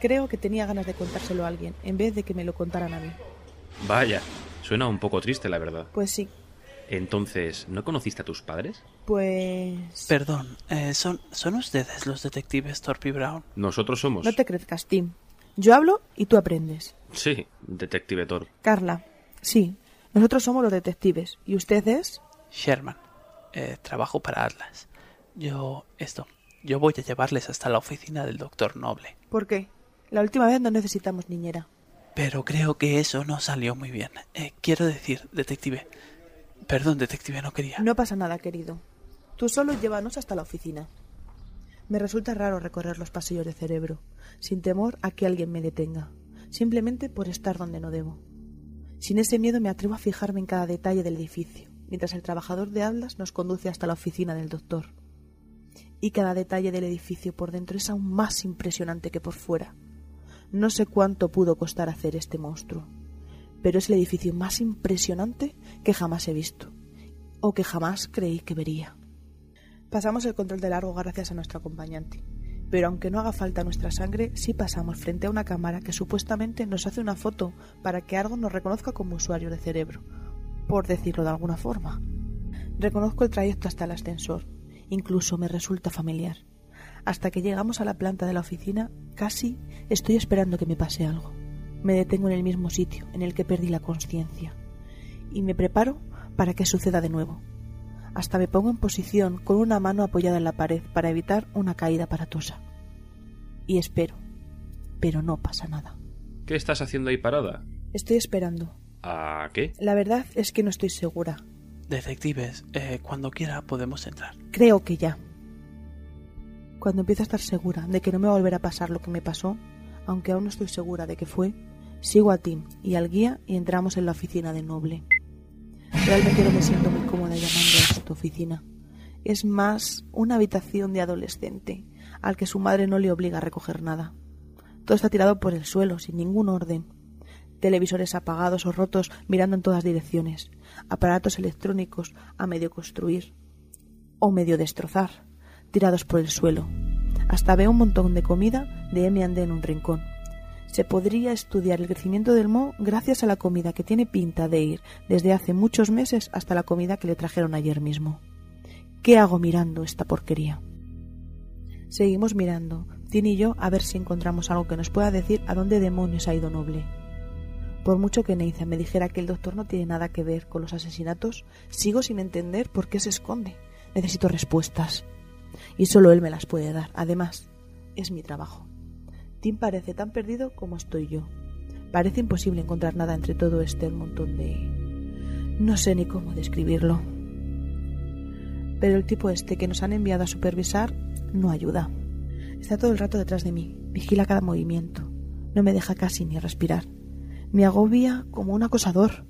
[SPEAKER 23] Creo que tenía ganas de contárselo a alguien, en vez de que me lo contaran a mí.
[SPEAKER 24] Vaya, suena un poco triste, la verdad.
[SPEAKER 23] Pues sí,
[SPEAKER 24] Entonces, ¿no conociste a tus padres?
[SPEAKER 23] pues...
[SPEAKER 4] Perdón, eh, ¿son, ¿son ustedes los detectives Torpy Brown?
[SPEAKER 24] Nosotros somos...
[SPEAKER 23] No te crezcas, Tim. Yo hablo y tú aprendes.
[SPEAKER 24] Sí, detective Thor.
[SPEAKER 23] Carla, sí, nosotros somos los detectives. ¿Y usted es?
[SPEAKER 4] Sherman, eh, trabajo para Atlas. Yo, esto, yo voy a llevarles hasta la oficina del doctor Noble.
[SPEAKER 23] ¿Por qué? La última vez no necesitamos niñera.
[SPEAKER 4] Pero creo que eso no salió muy bien. Eh, quiero decir, detective... Perdón, detective, no quería.
[SPEAKER 23] No pasa nada, querido. Tú solo llévanos hasta la oficina. Me resulta raro recorrer los pasillos de cerebro, sin temor a que alguien me detenga, simplemente por estar donde no debo. Sin ese miedo me atrevo a fijarme en cada detalle del edificio, mientras el trabajador de Atlas nos conduce hasta la oficina del doctor. Y cada detalle del edificio por dentro es aún más impresionante que por fuera. No sé cuánto pudo costar hacer este monstruo, pero es el edificio más impresionante que jamás he visto, o que jamás creí que vería. Pasamos el control de largo gracias a nuestro acompañante, pero aunque no haga falta nuestra sangre, sí pasamos frente a una cámara que supuestamente nos hace una foto para que algo nos reconozca como usuario de cerebro, por decirlo de alguna forma. Reconozco el trayecto hasta el ascensor, incluso me resulta familiar. Hasta que llegamos a la planta de la oficina, casi estoy esperando que me pase algo. Me detengo en el mismo sitio en el que perdí la conciencia y me preparo para que suceda de nuevo. Hasta me pongo en posición con una mano apoyada en la pared para evitar una caída aparatosa. Y espero, pero no pasa nada.
[SPEAKER 24] ¿Qué estás haciendo ahí parada?
[SPEAKER 23] Estoy esperando.
[SPEAKER 24] ¿A qué?
[SPEAKER 23] La verdad es que no estoy segura.
[SPEAKER 4] Detectives, eh, cuando quiera podemos entrar.
[SPEAKER 23] Creo que ya. Cuando empiezo a estar segura de que no me va a volver a pasar lo que me pasó, aunque aún no estoy segura de que fue, sigo a Tim y al guía y entramos en la oficina de Noble. Realmente no me siento muy cómoda llamando a esta oficina. Es más una habitación de adolescente, al que su madre no le obliga a recoger nada. Todo está tirado por el suelo, sin ningún orden. Televisores apagados o rotos mirando en todas direcciones. Aparatos electrónicos a medio construir o medio destrozar, tirados por el suelo. Hasta veo un montón de comida de M&D en un rincón. Se podría estudiar el crecimiento del moho gracias a la comida que tiene pinta de ir desde hace muchos meses hasta la comida que le trajeron ayer mismo. ¿Qué hago mirando esta porquería? Seguimos mirando, Tin y yo, a ver si encontramos algo que nos pueda decir a dónde demonios ha ido Noble. Por mucho que Nathan me dijera que el doctor no tiene nada que ver con los asesinatos, sigo sin entender por qué se esconde. Necesito respuestas. Y solo él me las puede dar. Además, es mi trabajo. Tim parece tan perdido como estoy yo. Parece imposible encontrar nada entre todo este montón de... No sé ni cómo describirlo. Pero el tipo este que nos han enviado a supervisar no ayuda. Está todo el rato detrás de mí, vigila cada movimiento. No me deja casi ni respirar. Me agobia como un acosador.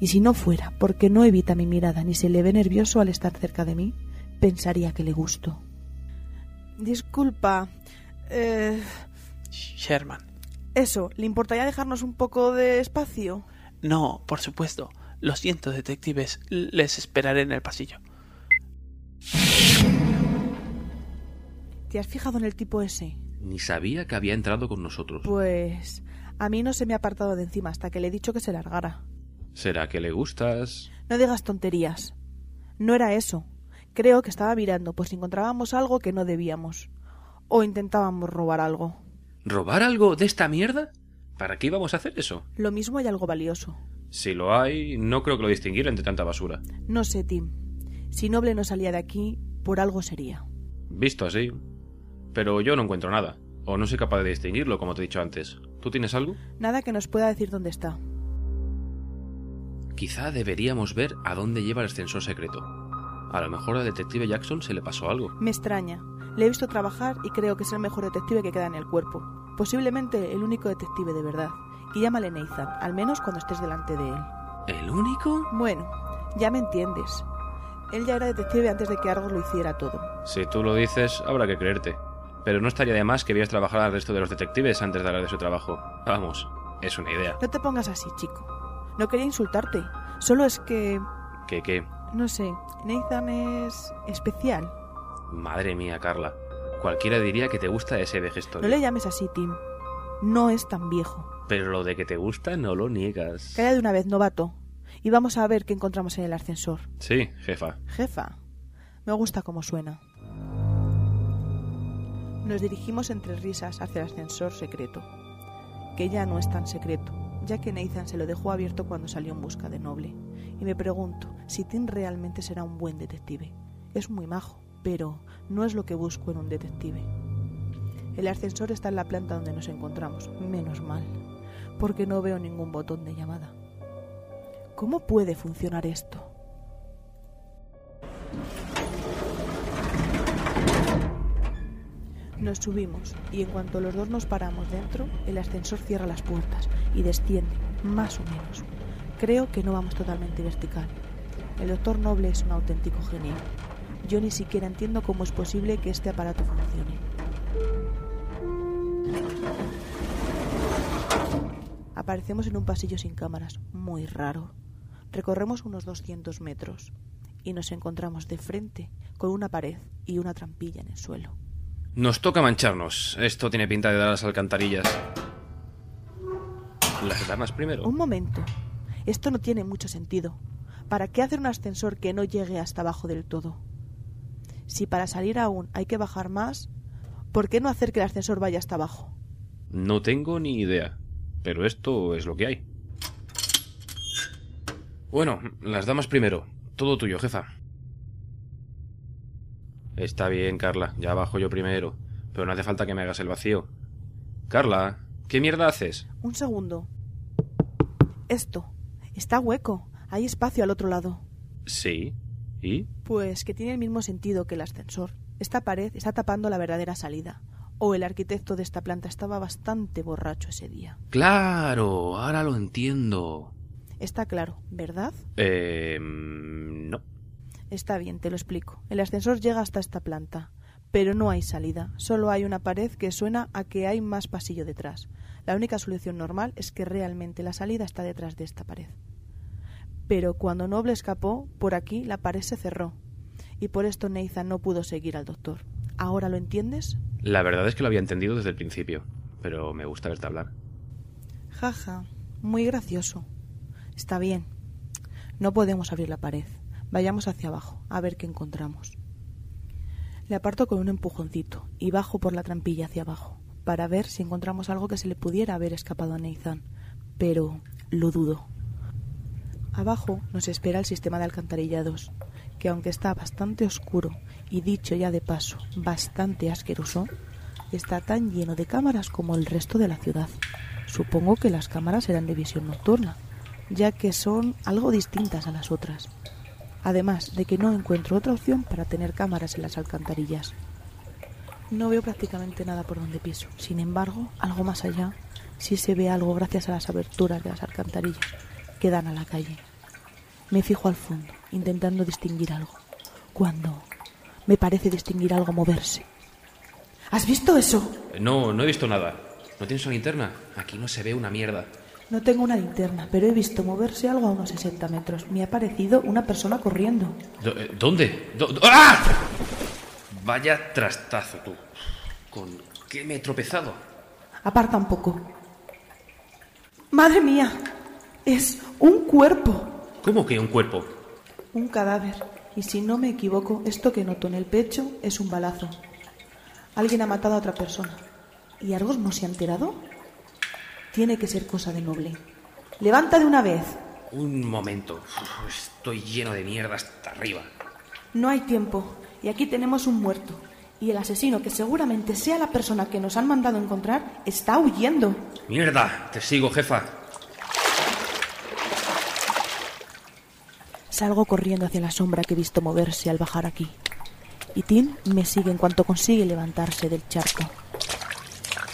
[SPEAKER 23] Y si no fuera porque no evita mi mirada ni se le ve nervioso al estar cerca de mí, pensaría que le gusto. Disculpa. Eh,
[SPEAKER 4] Sherman.
[SPEAKER 23] eso, ¿le importaría dejarnos un poco de espacio?
[SPEAKER 4] No, por supuesto. Lo siento, detectives. Les esperaré en el pasillo.
[SPEAKER 23] ¿Te has fijado en el tipo ese?
[SPEAKER 24] Ni sabía que había entrado con nosotros.
[SPEAKER 23] Pues... A mí no se me ha apartado de encima hasta que le he dicho que se largara.
[SPEAKER 24] ¿Será que le gustas?
[SPEAKER 23] No digas tonterías. No era eso. Creo que estaba mirando, pues encontrábamos algo que no debíamos. O intentábamos robar algo.
[SPEAKER 24] ¿Robar algo de esta mierda? ¿Para qué íbamos a hacer eso?
[SPEAKER 23] Lo mismo hay algo valioso.
[SPEAKER 24] Si lo hay, no creo que lo distinguiera entre tanta basura.
[SPEAKER 23] No sé, Tim. Si Noble no salía de aquí, por algo sería.
[SPEAKER 24] Visto así. Pero yo no encuentro nada. O no soy capaz de distinguirlo, como te he dicho antes. ¿Tú tienes algo?
[SPEAKER 23] Nada que nos pueda decir dónde está.
[SPEAKER 24] Quizá deberíamos ver a dónde lleva el ascensor secreto. A lo mejor al detective Jackson se le pasó algo.
[SPEAKER 23] Me extraña. Le he visto trabajar y creo que es el mejor detective que queda en el cuerpo. Posiblemente el único detective de verdad. Y llámale Nathan, al menos cuando estés delante de él.
[SPEAKER 24] ¿El único?
[SPEAKER 23] Bueno, ya me entiendes. Él ya era detective antes de que Argos lo hiciera todo.
[SPEAKER 24] Si tú lo dices, habrá que creerte. Pero no estaría de más que vieras trabajar al resto de los detectives antes de hablar de su trabajo. Vamos, es una idea.
[SPEAKER 23] No te pongas así, chico. No quería insultarte. Solo es que...
[SPEAKER 24] ¿Qué qué?
[SPEAKER 23] No sé, Nathan es especial.
[SPEAKER 24] Madre mía, Carla. Cualquiera diría que te gusta ese vejestorio.
[SPEAKER 23] No le llames así, Tim. No es tan viejo.
[SPEAKER 24] Pero lo de que te gusta no lo niegas.
[SPEAKER 23] Calla de una vez, novato. Y vamos a ver qué encontramos en el ascensor.
[SPEAKER 24] Sí, jefa.
[SPEAKER 23] Jefa, me gusta cómo suena. Nos dirigimos entre risas hacia el ascensor secreto, que ya no es tan secreto, ya que Nathan se lo dejó abierto cuando salió en busca de Noble. Y me pregunto si Tim realmente será un buen detective. Es muy majo, pero no es lo que busco en un detective. El ascensor está en la planta donde nos encontramos, menos mal, porque no veo ningún botón de llamada. ¿Cómo puede funcionar esto? Nos subimos y en cuanto los dos nos paramos dentro, el ascensor cierra las puertas y desciende, más o menos. Creo que no vamos totalmente vertical. El doctor Noble es un auténtico genio. Yo ni siquiera entiendo cómo es posible que este aparato funcione. Aparecemos en un pasillo sin cámaras, muy raro. Recorremos unos 200 metros y nos encontramos de frente con una pared y una trampilla en el suelo.
[SPEAKER 24] Nos toca mancharnos. Esto tiene pinta de dar a las alcantarillas. Las damas primero.
[SPEAKER 23] Un momento. Esto no tiene mucho sentido. ¿Para qué hacer un ascensor que no llegue hasta abajo del todo? Si para salir aún hay que bajar más, ¿por qué no hacer que el ascensor vaya hasta abajo?
[SPEAKER 24] No tengo ni idea. Pero esto es lo que hay. Bueno, las damas primero. Todo tuyo, jefa. Está bien, Carla. Ya bajo yo primero. Pero no hace falta que me hagas el vacío. Carla, ¿qué mierda haces?
[SPEAKER 23] Un segundo. Esto. Está hueco. Hay espacio al otro lado.
[SPEAKER 24] Sí. ¿Y?
[SPEAKER 23] Pues que tiene el mismo sentido que el ascensor. Esta pared está tapando la verdadera salida. O el arquitecto de esta planta estaba bastante borracho ese día.
[SPEAKER 24] Claro, ahora lo entiendo.
[SPEAKER 23] Está claro, ¿verdad?
[SPEAKER 24] Eh... No.
[SPEAKER 23] Está bien, te lo explico. El ascensor llega hasta esta planta, pero no hay salida. Solo hay una pared que suena a que hay más pasillo detrás. La única solución normal es que realmente la salida está detrás de esta pared. Pero cuando Noble escapó, por aquí la pared se cerró. Y por esto Nathan no pudo seguir al doctor. ¿Ahora lo entiendes?
[SPEAKER 24] La verdad es que lo había entendido desde el principio, pero me gusta verte hablar.
[SPEAKER 23] Jaja, muy gracioso. Está bien. No podemos abrir la pared. Vayamos hacia abajo, a ver qué encontramos. Le aparto con un empujoncito y bajo por la trampilla hacia abajo, para ver si encontramos algo que se le pudiera haber escapado a Nathan, pero lo dudo. Abajo nos espera el sistema de alcantarillados, que aunque está bastante oscuro y dicho ya de paso, bastante asqueroso, está tan lleno de cámaras como el resto de la ciudad. Supongo que las cámaras serán de visión nocturna, ya que son algo distintas a las otras. Además de que no encuentro otra opción para tener cámaras en las alcantarillas. No veo prácticamente nada por donde piso. Sin embargo, algo más allá, sí se ve algo gracias a las aberturas de las alcantarillas que dan a la calle. Me fijo al fondo, intentando distinguir algo. Cuando me parece distinguir algo moverse. ¿Has visto eso?
[SPEAKER 24] No, no he visto nada. ¿No tienes una linterna? Aquí no se ve una mierda.
[SPEAKER 23] No tengo una linterna, pero he visto moverse algo a unos 60 metros. Me ha parecido una persona corriendo.
[SPEAKER 24] Do- eh, ¿Dónde? Do- do- ¡Ah! Vaya trastazo tú. ¿Con qué me he tropezado?
[SPEAKER 23] Aparta un poco. ¡Madre mía! Es un cuerpo.
[SPEAKER 24] ¿Cómo que un cuerpo?
[SPEAKER 23] Un cadáver. Y si no me equivoco, esto que noto en el pecho es un balazo. Alguien ha matado a otra persona. ¿Y Argos no se ha enterado? Tiene que ser cosa de noble. Levanta de una vez.
[SPEAKER 24] Un momento. Estoy lleno de mierda hasta arriba.
[SPEAKER 23] No hay tiempo, y aquí tenemos un muerto. Y el asesino, que seguramente sea la persona que nos han mandado encontrar, está huyendo.
[SPEAKER 24] ¡Mierda! Te sigo, jefa.
[SPEAKER 23] Salgo corriendo hacia la sombra que he visto moverse al bajar aquí. Y Tim me sigue en cuanto consigue levantarse del charco.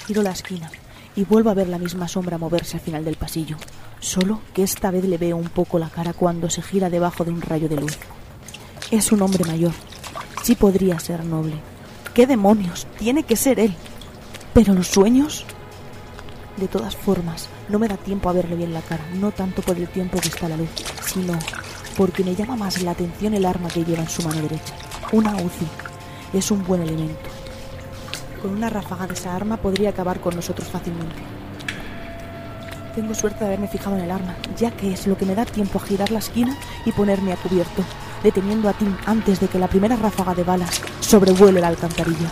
[SPEAKER 23] Giro la esquina y vuelvo a ver la misma sombra moverse al final del pasillo. Solo que esta vez le veo un poco la cara cuando se gira debajo de un rayo de luz. Es un hombre mayor. Sí podría ser noble. ¿Qué demonios? Tiene que ser él. Pero los sueños... De todas formas, no me da tiempo a verle bien la cara, no tanto por el tiempo que está la luz, sino porque me llama más la atención el arma que lleva en su mano derecha. Una UCI. Es un buen elemento. Con una ráfaga de esa arma podría acabar con nosotros fácilmente. Tengo suerte de haberme fijado en el arma, ya que es lo que me da tiempo a girar la esquina y ponerme a cubierto, deteniendo a Tim antes de que la primera ráfaga de balas sobrevuele la alcantarilla.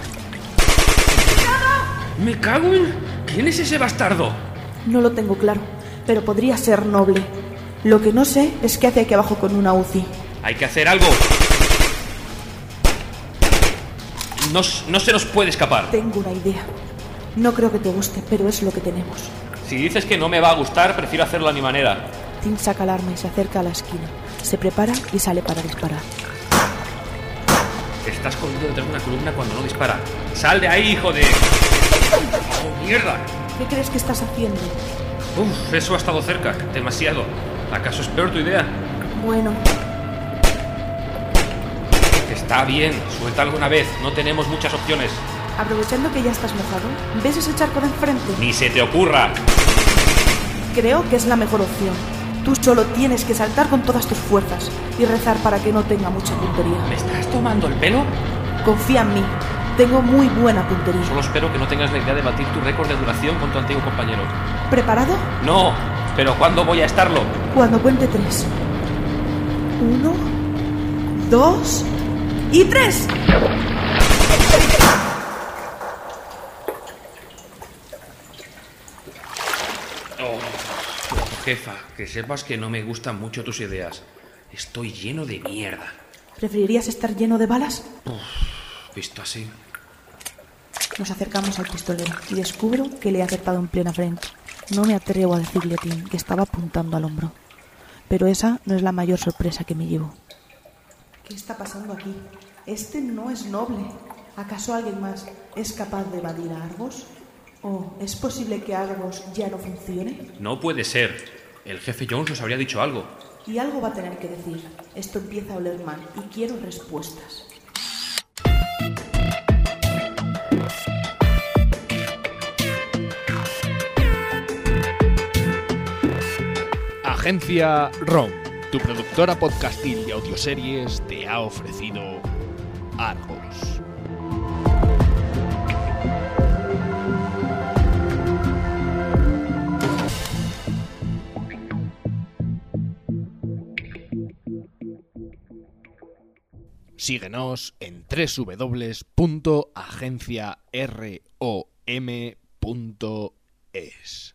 [SPEAKER 24] ¡Me cago en! ¿Quién es ese bastardo?
[SPEAKER 23] No lo tengo claro, pero podría ser noble. Lo que no sé es qué hace aquí abajo con una UCI.
[SPEAKER 24] ¡Hay que hacer algo! No, s- no se nos puede escapar.
[SPEAKER 23] Tengo una idea. No creo que te guste, pero es lo que tenemos.
[SPEAKER 24] Si dices que no me va a gustar, prefiero hacerlo a mi manera.
[SPEAKER 23] Tim saca el arma y se acerca a la esquina. Se prepara y sale para disparar.
[SPEAKER 24] Está escondido detrás de una columna cuando no dispara. ¡Sal de ahí, hijo de... ¡Oh, mierda!
[SPEAKER 23] ¿Qué crees que estás haciendo?
[SPEAKER 24] Uf, eso ha estado cerca. Demasiado. ¿Acaso es peor tu idea?
[SPEAKER 23] Bueno,
[SPEAKER 24] Está bien, suelta alguna vez. No tenemos muchas opciones.
[SPEAKER 23] aprovechando que ya estás mojado, ¿ves ese charco de enfrente?
[SPEAKER 24] ¡Ni se te ocurra!
[SPEAKER 23] Creo que es la mejor opción. Tú solo tienes que saltar con todas tus fuerzas y rezar para que no tenga mucha puntería. ¿Me
[SPEAKER 24] estás tomando el pelo?
[SPEAKER 23] Confía en mí. Tengo muy buena puntería.
[SPEAKER 24] Solo espero que no tengas la idea de batir tu récord de duración con tu antiguo compañero.
[SPEAKER 23] ¿Preparado?
[SPEAKER 24] No, pero ¿cuándo voy a estarlo?
[SPEAKER 23] Cuando cuente tres. Uno, dos y tres.
[SPEAKER 24] Oh, jefa, que sepas que no me gustan mucho tus ideas. Estoy lleno de mierda.
[SPEAKER 23] ¿Preferirías estar lleno de balas?
[SPEAKER 24] Visto así.
[SPEAKER 23] Nos acercamos al pistolero y descubro que le he acertado en plena frente. No me atrevo a decirle a Tim que estaba apuntando al hombro. Pero esa no es la mayor sorpresa que me llevo. ¿Qué está pasando aquí? Este no es noble. ¿Acaso alguien más es capaz de evadir a Argos? ¿O es posible que Argos ya no funcione?
[SPEAKER 24] No puede ser. El jefe Jones nos habría dicho algo.
[SPEAKER 23] Y algo va a tener que decir. Esto empieza a oler mal y quiero respuestas.
[SPEAKER 5] Agencia ROM, tu productora podcastil y audioseries, te ha ofrecido Argos. Síguenos en www.agenciarom.es.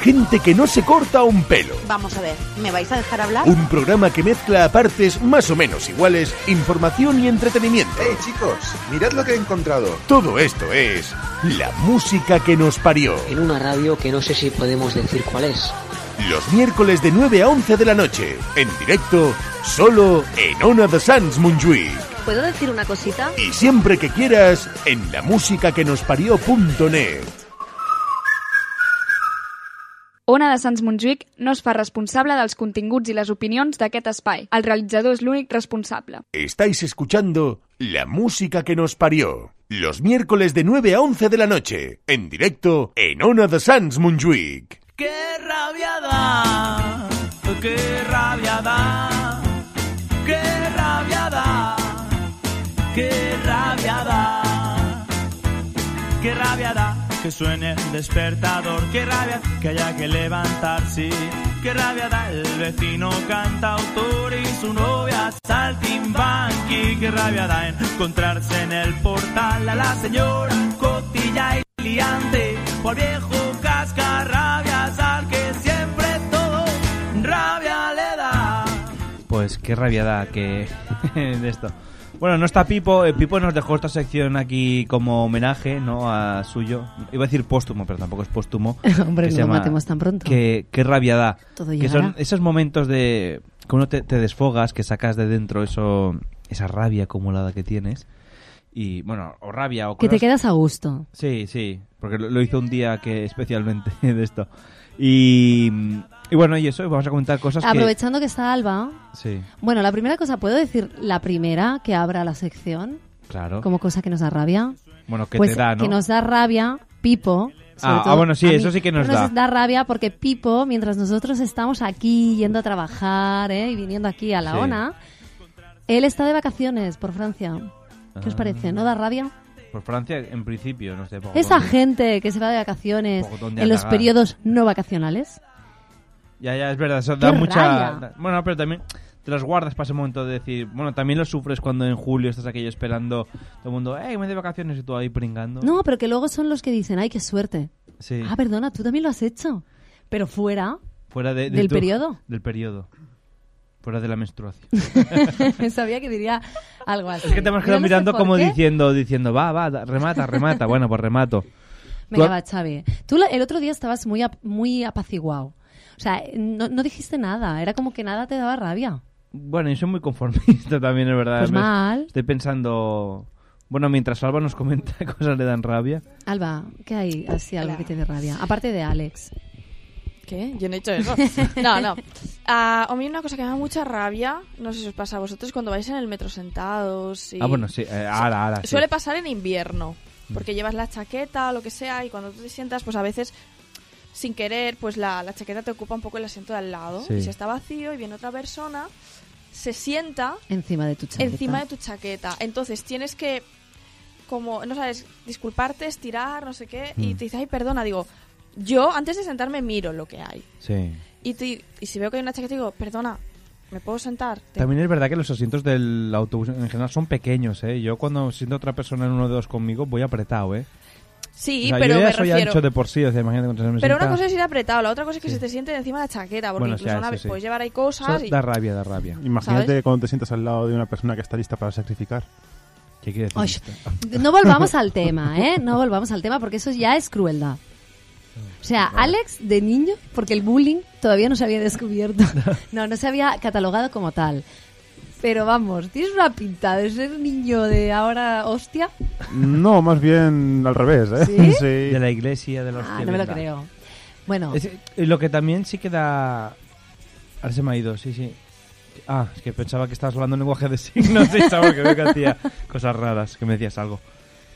[SPEAKER 1] Gente que no se corta un pelo.
[SPEAKER 15] Vamos a ver, ¿me vais a dejar hablar?
[SPEAKER 1] Un programa que mezcla a partes más o menos iguales información y entretenimiento.
[SPEAKER 2] ¡Eh, chicos! Mirad lo que he encontrado.
[SPEAKER 1] Todo esto es la música que nos parió.
[SPEAKER 22] En una radio que no sé si podemos decir cuál es.
[SPEAKER 1] Los miércoles de 9 a 11 de la noche. En directo, solo en Ona de Sans Montjuïc.
[SPEAKER 3] ¿Puedo decir una cosita?
[SPEAKER 1] Y siempre que quieras, en la música que nos parió.net.
[SPEAKER 6] Ona de Sants Montjuïc no es fa responsable dels continguts i les opinions d'aquest espai. El realitzador és l'únic responsable.
[SPEAKER 1] Estáis escuchando La Música que nos parió. Los miércoles de 9 a 11 de la noche. En directo en Ona de Sans Montjuïc.
[SPEAKER 8] Qué rabia da, qué rabia da, qué rabia da, qué rabia da.
[SPEAKER 16] qué rabia da que suene el despertador, qué rabia que haya que levantarse, qué rabia da el vecino cantautor y su novia saltimbanqui, qué rabia da encontrarse en el portal a la señora cotilla y liante, o al viejo cascarrabias al que siempre todo rabia le da.
[SPEAKER 10] Pues qué [laughs] rabia da que de esto. Bueno, no está Pipo. eh, Pipo nos dejó esta sección aquí como homenaje, ¿no? A suyo. Iba a decir póstumo, pero tampoco es póstumo.
[SPEAKER 12] [laughs] Hombre,
[SPEAKER 10] que se
[SPEAKER 12] no lo
[SPEAKER 10] llama
[SPEAKER 12] matemos tan pronto.
[SPEAKER 10] Que, qué rabia da.
[SPEAKER 12] Todo
[SPEAKER 10] que son
[SPEAKER 12] llegará.
[SPEAKER 10] esos momentos de que uno te, te desfogas, que sacas de dentro eso, esa rabia acumulada que tienes. Y bueno, o rabia o
[SPEAKER 12] Que te
[SPEAKER 10] cosas-
[SPEAKER 12] quedas a gusto.
[SPEAKER 10] Sí, sí, porque lo, lo hizo un día que especialmente [laughs] de esto. Y, y bueno, y eso, vamos a comentar cosas
[SPEAKER 12] Aprovechando que está Alba.
[SPEAKER 10] que... Sí,
[SPEAKER 12] Bueno, la primera cosa, ¿puedo decir la primera que abra la sección?
[SPEAKER 10] claro.
[SPEAKER 12] Como cosa que nos da rabia.
[SPEAKER 10] Bueno, que
[SPEAKER 12] pues
[SPEAKER 10] te da, ¿no?
[SPEAKER 12] que nos da rabia Pipo. sobre
[SPEAKER 10] Ah, ah,
[SPEAKER 12] todo
[SPEAKER 10] bueno, sí,
[SPEAKER 12] a mí.
[SPEAKER 10] eso sí que nos
[SPEAKER 12] Pero
[SPEAKER 10] da.
[SPEAKER 12] rabia porque Pipo, mientras nosotros estamos aquí yendo a trabajar ¿eh? y viniendo aquí a la
[SPEAKER 10] Sí.
[SPEAKER 12] ONA, él está de vacaciones por Francia. ¿Qué os
[SPEAKER 10] Ah.
[SPEAKER 12] parece? ¿No da rabia?
[SPEAKER 10] Por Pues Francia, en principio, no sé. poco-
[SPEAKER 12] Esa gente que se va de vacaciones
[SPEAKER 10] Poco tonde a
[SPEAKER 12] en los
[SPEAKER 10] cagar.
[SPEAKER 12] periodos no vacacionales.
[SPEAKER 10] Ya, ya, es verdad, eso da
[SPEAKER 12] ¡Qué
[SPEAKER 10] mucha...
[SPEAKER 12] rabia!
[SPEAKER 10] da- Bueno, pero también te los guardas para ese momento de decir... Bueno, también lo sufres cuando en julio estás aquello esperando todo el mundo... ¡Ey, me de vacaciones! Y tú ahí pringando.
[SPEAKER 12] No, pero que luego son los que dicen, ay, qué suerte.
[SPEAKER 10] Sí.
[SPEAKER 12] Ah, perdona, tú también lo has hecho. Pero fuera. [laughs]
[SPEAKER 10] Fuera de, de
[SPEAKER 12] ¿Del
[SPEAKER 10] tu-
[SPEAKER 12] periodo?
[SPEAKER 10] Del periodo. Fuera de la
[SPEAKER 12] [laughs]
[SPEAKER 10] menstruación.
[SPEAKER 12] Sabía que diría algo así.
[SPEAKER 10] Es que te hemos quedado mirando como diciendo, diciendo, va, va, da- remata, remata. bueno, pues remato.
[SPEAKER 12] Venga,
[SPEAKER 10] Tú-
[SPEAKER 12] va, Xavi. Tú la- el otro día estabas muy, ap- muy apaciguado. O sea, no, no dijiste nada. Era como que nada te daba rabia.
[SPEAKER 10] Bueno, yo soy muy conformista [laughs] también, es verdad.
[SPEAKER 12] Pues
[SPEAKER 10] Me-
[SPEAKER 12] mal.
[SPEAKER 10] Estoy pensando... Bueno, mientras Alba nos comenta [laughs] cosas le dan rabia.
[SPEAKER 12] Alba, ¿qué hay así algo que te dé rabia? Aparte de Alex.
[SPEAKER 17] ¿Qué? Yo no he hecho eso. [laughs] No, no. Ah, a mí una cosa que me da mucha rabia, no sé si os pasa a vosotros cuando vais en el metro sentados y...
[SPEAKER 10] Ah, bueno, sí. eh, ahora, ahora. sí. Mm.
[SPEAKER 17] Suele pasar en invierno, porque llevas la chaqueta o lo que sea y cuando tú te sientas, pues a veces sin querer, pues la, la chaqueta te ocupa un poco el asiento de al lado
[SPEAKER 12] Sí.
[SPEAKER 17] y si está vacío y viene otra persona, se sienta
[SPEAKER 12] Encima de tu chaqueta.
[SPEAKER 17] encima de tu chaqueta. Entonces tienes que, como, no sabes, disculparte, estirar, no sé qué, y
[SPEAKER 10] Mm.
[SPEAKER 17] te dice, ay, perdona, digo, yo antes de sentarme miro lo que hay.
[SPEAKER 10] Sí.
[SPEAKER 17] Y, te- y si veo que hay una chaqueta, digo, perdona, ¿me puedo sentar? Te-
[SPEAKER 10] También es verdad que los asientos del autobús en general son pequeños, ¿eh? Yo cuando siento otra persona en uno de dos conmigo voy apretado, ¿eh?
[SPEAKER 17] Sí,
[SPEAKER 10] O sea,
[SPEAKER 17] pero
[SPEAKER 10] yo ya
[SPEAKER 17] me
[SPEAKER 10] soy
[SPEAKER 17] refiero...
[SPEAKER 10] ancho de por sí, o sea, imagínate cuando se me
[SPEAKER 17] Pero
[SPEAKER 10] sienta-
[SPEAKER 17] una cosa es ir apretado, la otra cosa es que
[SPEAKER 10] Sí.
[SPEAKER 17] se te siente encima de la chaqueta, porque
[SPEAKER 10] Bueno, o
[SPEAKER 17] incluso
[SPEAKER 10] sea,
[SPEAKER 17] una
[SPEAKER 10] eso
[SPEAKER 17] vez
[SPEAKER 10] sí.
[SPEAKER 17] puedes llevar ahí cosas
[SPEAKER 10] Eso
[SPEAKER 17] y...
[SPEAKER 10] da rabia, da rabia.
[SPEAKER 11] Imagínate
[SPEAKER 17] ¿Sabes?
[SPEAKER 11] cuando te sientas al lado de una persona que está lista para sacrificar.
[SPEAKER 10] ¿Qué quiere decir?
[SPEAKER 12] Ay, [laughs] No volvamos al tema, ¿eh? No volvamos al tema porque eso ya es crueldad. O sea, Alex de niño, porque el bullying todavía no se había descubierto. No, no se había catalogado como tal. Pero vamos, tienes una pinta de ser niño de ahora hostia.
[SPEAKER 11] No, más bien al revés, ¿eh? [laughs]
[SPEAKER 12] ¿Sí?
[SPEAKER 10] De la iglesia, de los
[SPEAKER 12] Ah, no me lo creo. Bueno,
[SPEAKER 10] eh, lo que también sí queda... Ahora se me ha ido, sí, sí. Ah, es que pensaba que estabas hablando en lenguaje de signos y estaba que veo que hacía cosas raras, que me decías algo.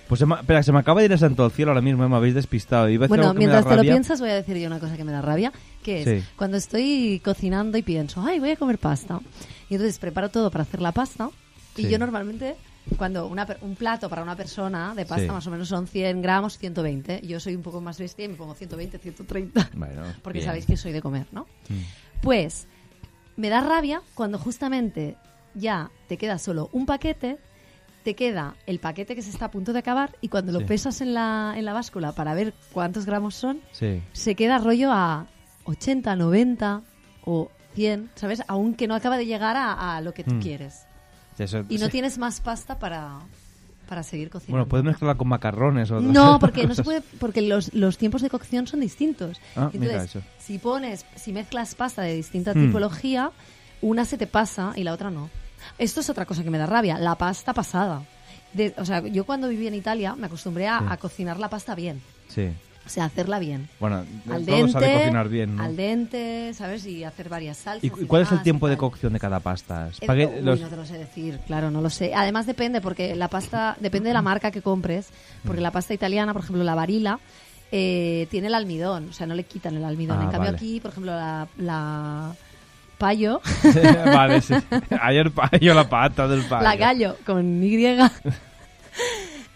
[SPEAKER 10] Pues se me, espera, se me acaba de ir a santo al cielo ahora mismo, eh, me habéis despistado. Iba a decir
[SPEAKER 12] bueno
[SPEAKER 10] algo que me da
[SPEAKER 12] mientras te lo
[SPEAKER 10] rabia.
[SPEAKER 12] piensas voy a decir yo una cosa que me da rabia, que es
[SPEAKER 10] Sí.
[SPEAKER 12] cuando estoy cocinando y pienso, ay, voy a comer pasta. Y entonces preparo todo para hacer la pasta. Y
[SPEAKER 7] Sí.
[SPEAKER 12] yo normalmente, cuando una per- un plato para una persona de pasta
[SPEAKER 7] Sí.
[SPEAKER 12] más o menos son 100 gramos, 120. Yo soy un poco más bestia y me pongo 120, 130.
[SPEAKER 7] Bueno,
[SPEAKER 12] [laughs] porque
[SPEAKER 7] bien.
[SPEAKER 12] sabéis que soy de comer, ¿no?
[SPEAKER 10] Mm.
[SPEAKER 12] Pues me da rabia cuando justamente ya te queda solo un paquete, te queda el paquete que se está a punto de acabar y cuando
[SPEAKER 10] Sí.
[SPEAKER 12] lo pesas en la, en la báscula para ver cuántos gramos son,
[SPEAKER 10] Sí.
[SPEAKER 12] se queda rollo a 80, 90 o 100, ¿sabes? Aunque no acaba de llegar a, a lo que tú
[SPEAKER 10] Mm.
[SPEAKER 12] quieres.
[SPEAKER 10] Eso-
[SPEAKER 12] Y no
[SPEAKER 10] sí.
[SPEAKER 12] tienes más pasta para, para seguir cocinando.
[SPEAKER 10] Bueno, puedes mezclarla con macarrones o [laughs]
[SPEAKER 12] No, porque no se puede, porque los, los tiempos de cocción son distintos.
[SPEAKER 10] Ah,
[SPEAKER 12] Entonces,
[SPEAKER 10] mira eso.
[SPEAKER 12] si pones, si mezclas pasta de distinta
[SPEAKER 10] Hmm.
[SPEAKER 12] tipología, una se te pasa y la otra no. Esto es otra cosa que me da rabia, la pasta pasada. De- o sea, yo cuando viví en Italia me acostumbré a,
[SPEAKER 10] Sí.
[SPEAKER 12] a cocinar la pasta bien,
[SPEAKER 10] Sí.
[SPEAKER 12] o sea, hacerla bien.
[SPEAKER 10] Bueno,
[SPEAKER 12] Al
[SPEAKER 10] todo
[SPEAKER 12] dente,
[SPEAKER 10] sabe cocinar bien, ¿no?
[SPEAKER 12] al dente, ¿sabes? Y hacer varias salsas.
[SPEAKER 10] ¿Y, cu- cuál es el
[SPEAKER 12] demás.
[SPEAKER 10] tiempo de cocción de cada pasta?
[SPEAKER 12] Eh,
[SPEAKER 10] Espaguet-
[SPEAKER 12] uy,
[SPEAKER 10] los- [laughs]
[SPEAKER 12] no te lo sé decir, claro, no lo sé. Además depende, porque la pasta, depende de la marca que compres,
[SPEAKER 10] Mm.
[SPEAKER 12] porque la pasta italiana, por ejemplo, la varila, tiene el almidón, o sea, no le quitan el almidón.
[SPEAKER 10] Ah,
[SPEAKER 12] en cambio
[SPEAKER 10] vale.
[SPEAKER 12] aquí, por ejemplo, la, la payo,
[SPEAKER 10] [laughs] vale, [laughs]
[SPEAKER 12] [laughs]
[SPEAKER 10] sí. Ayer payo la pata del payo.
[SPEAKER 12] la gallo con Y,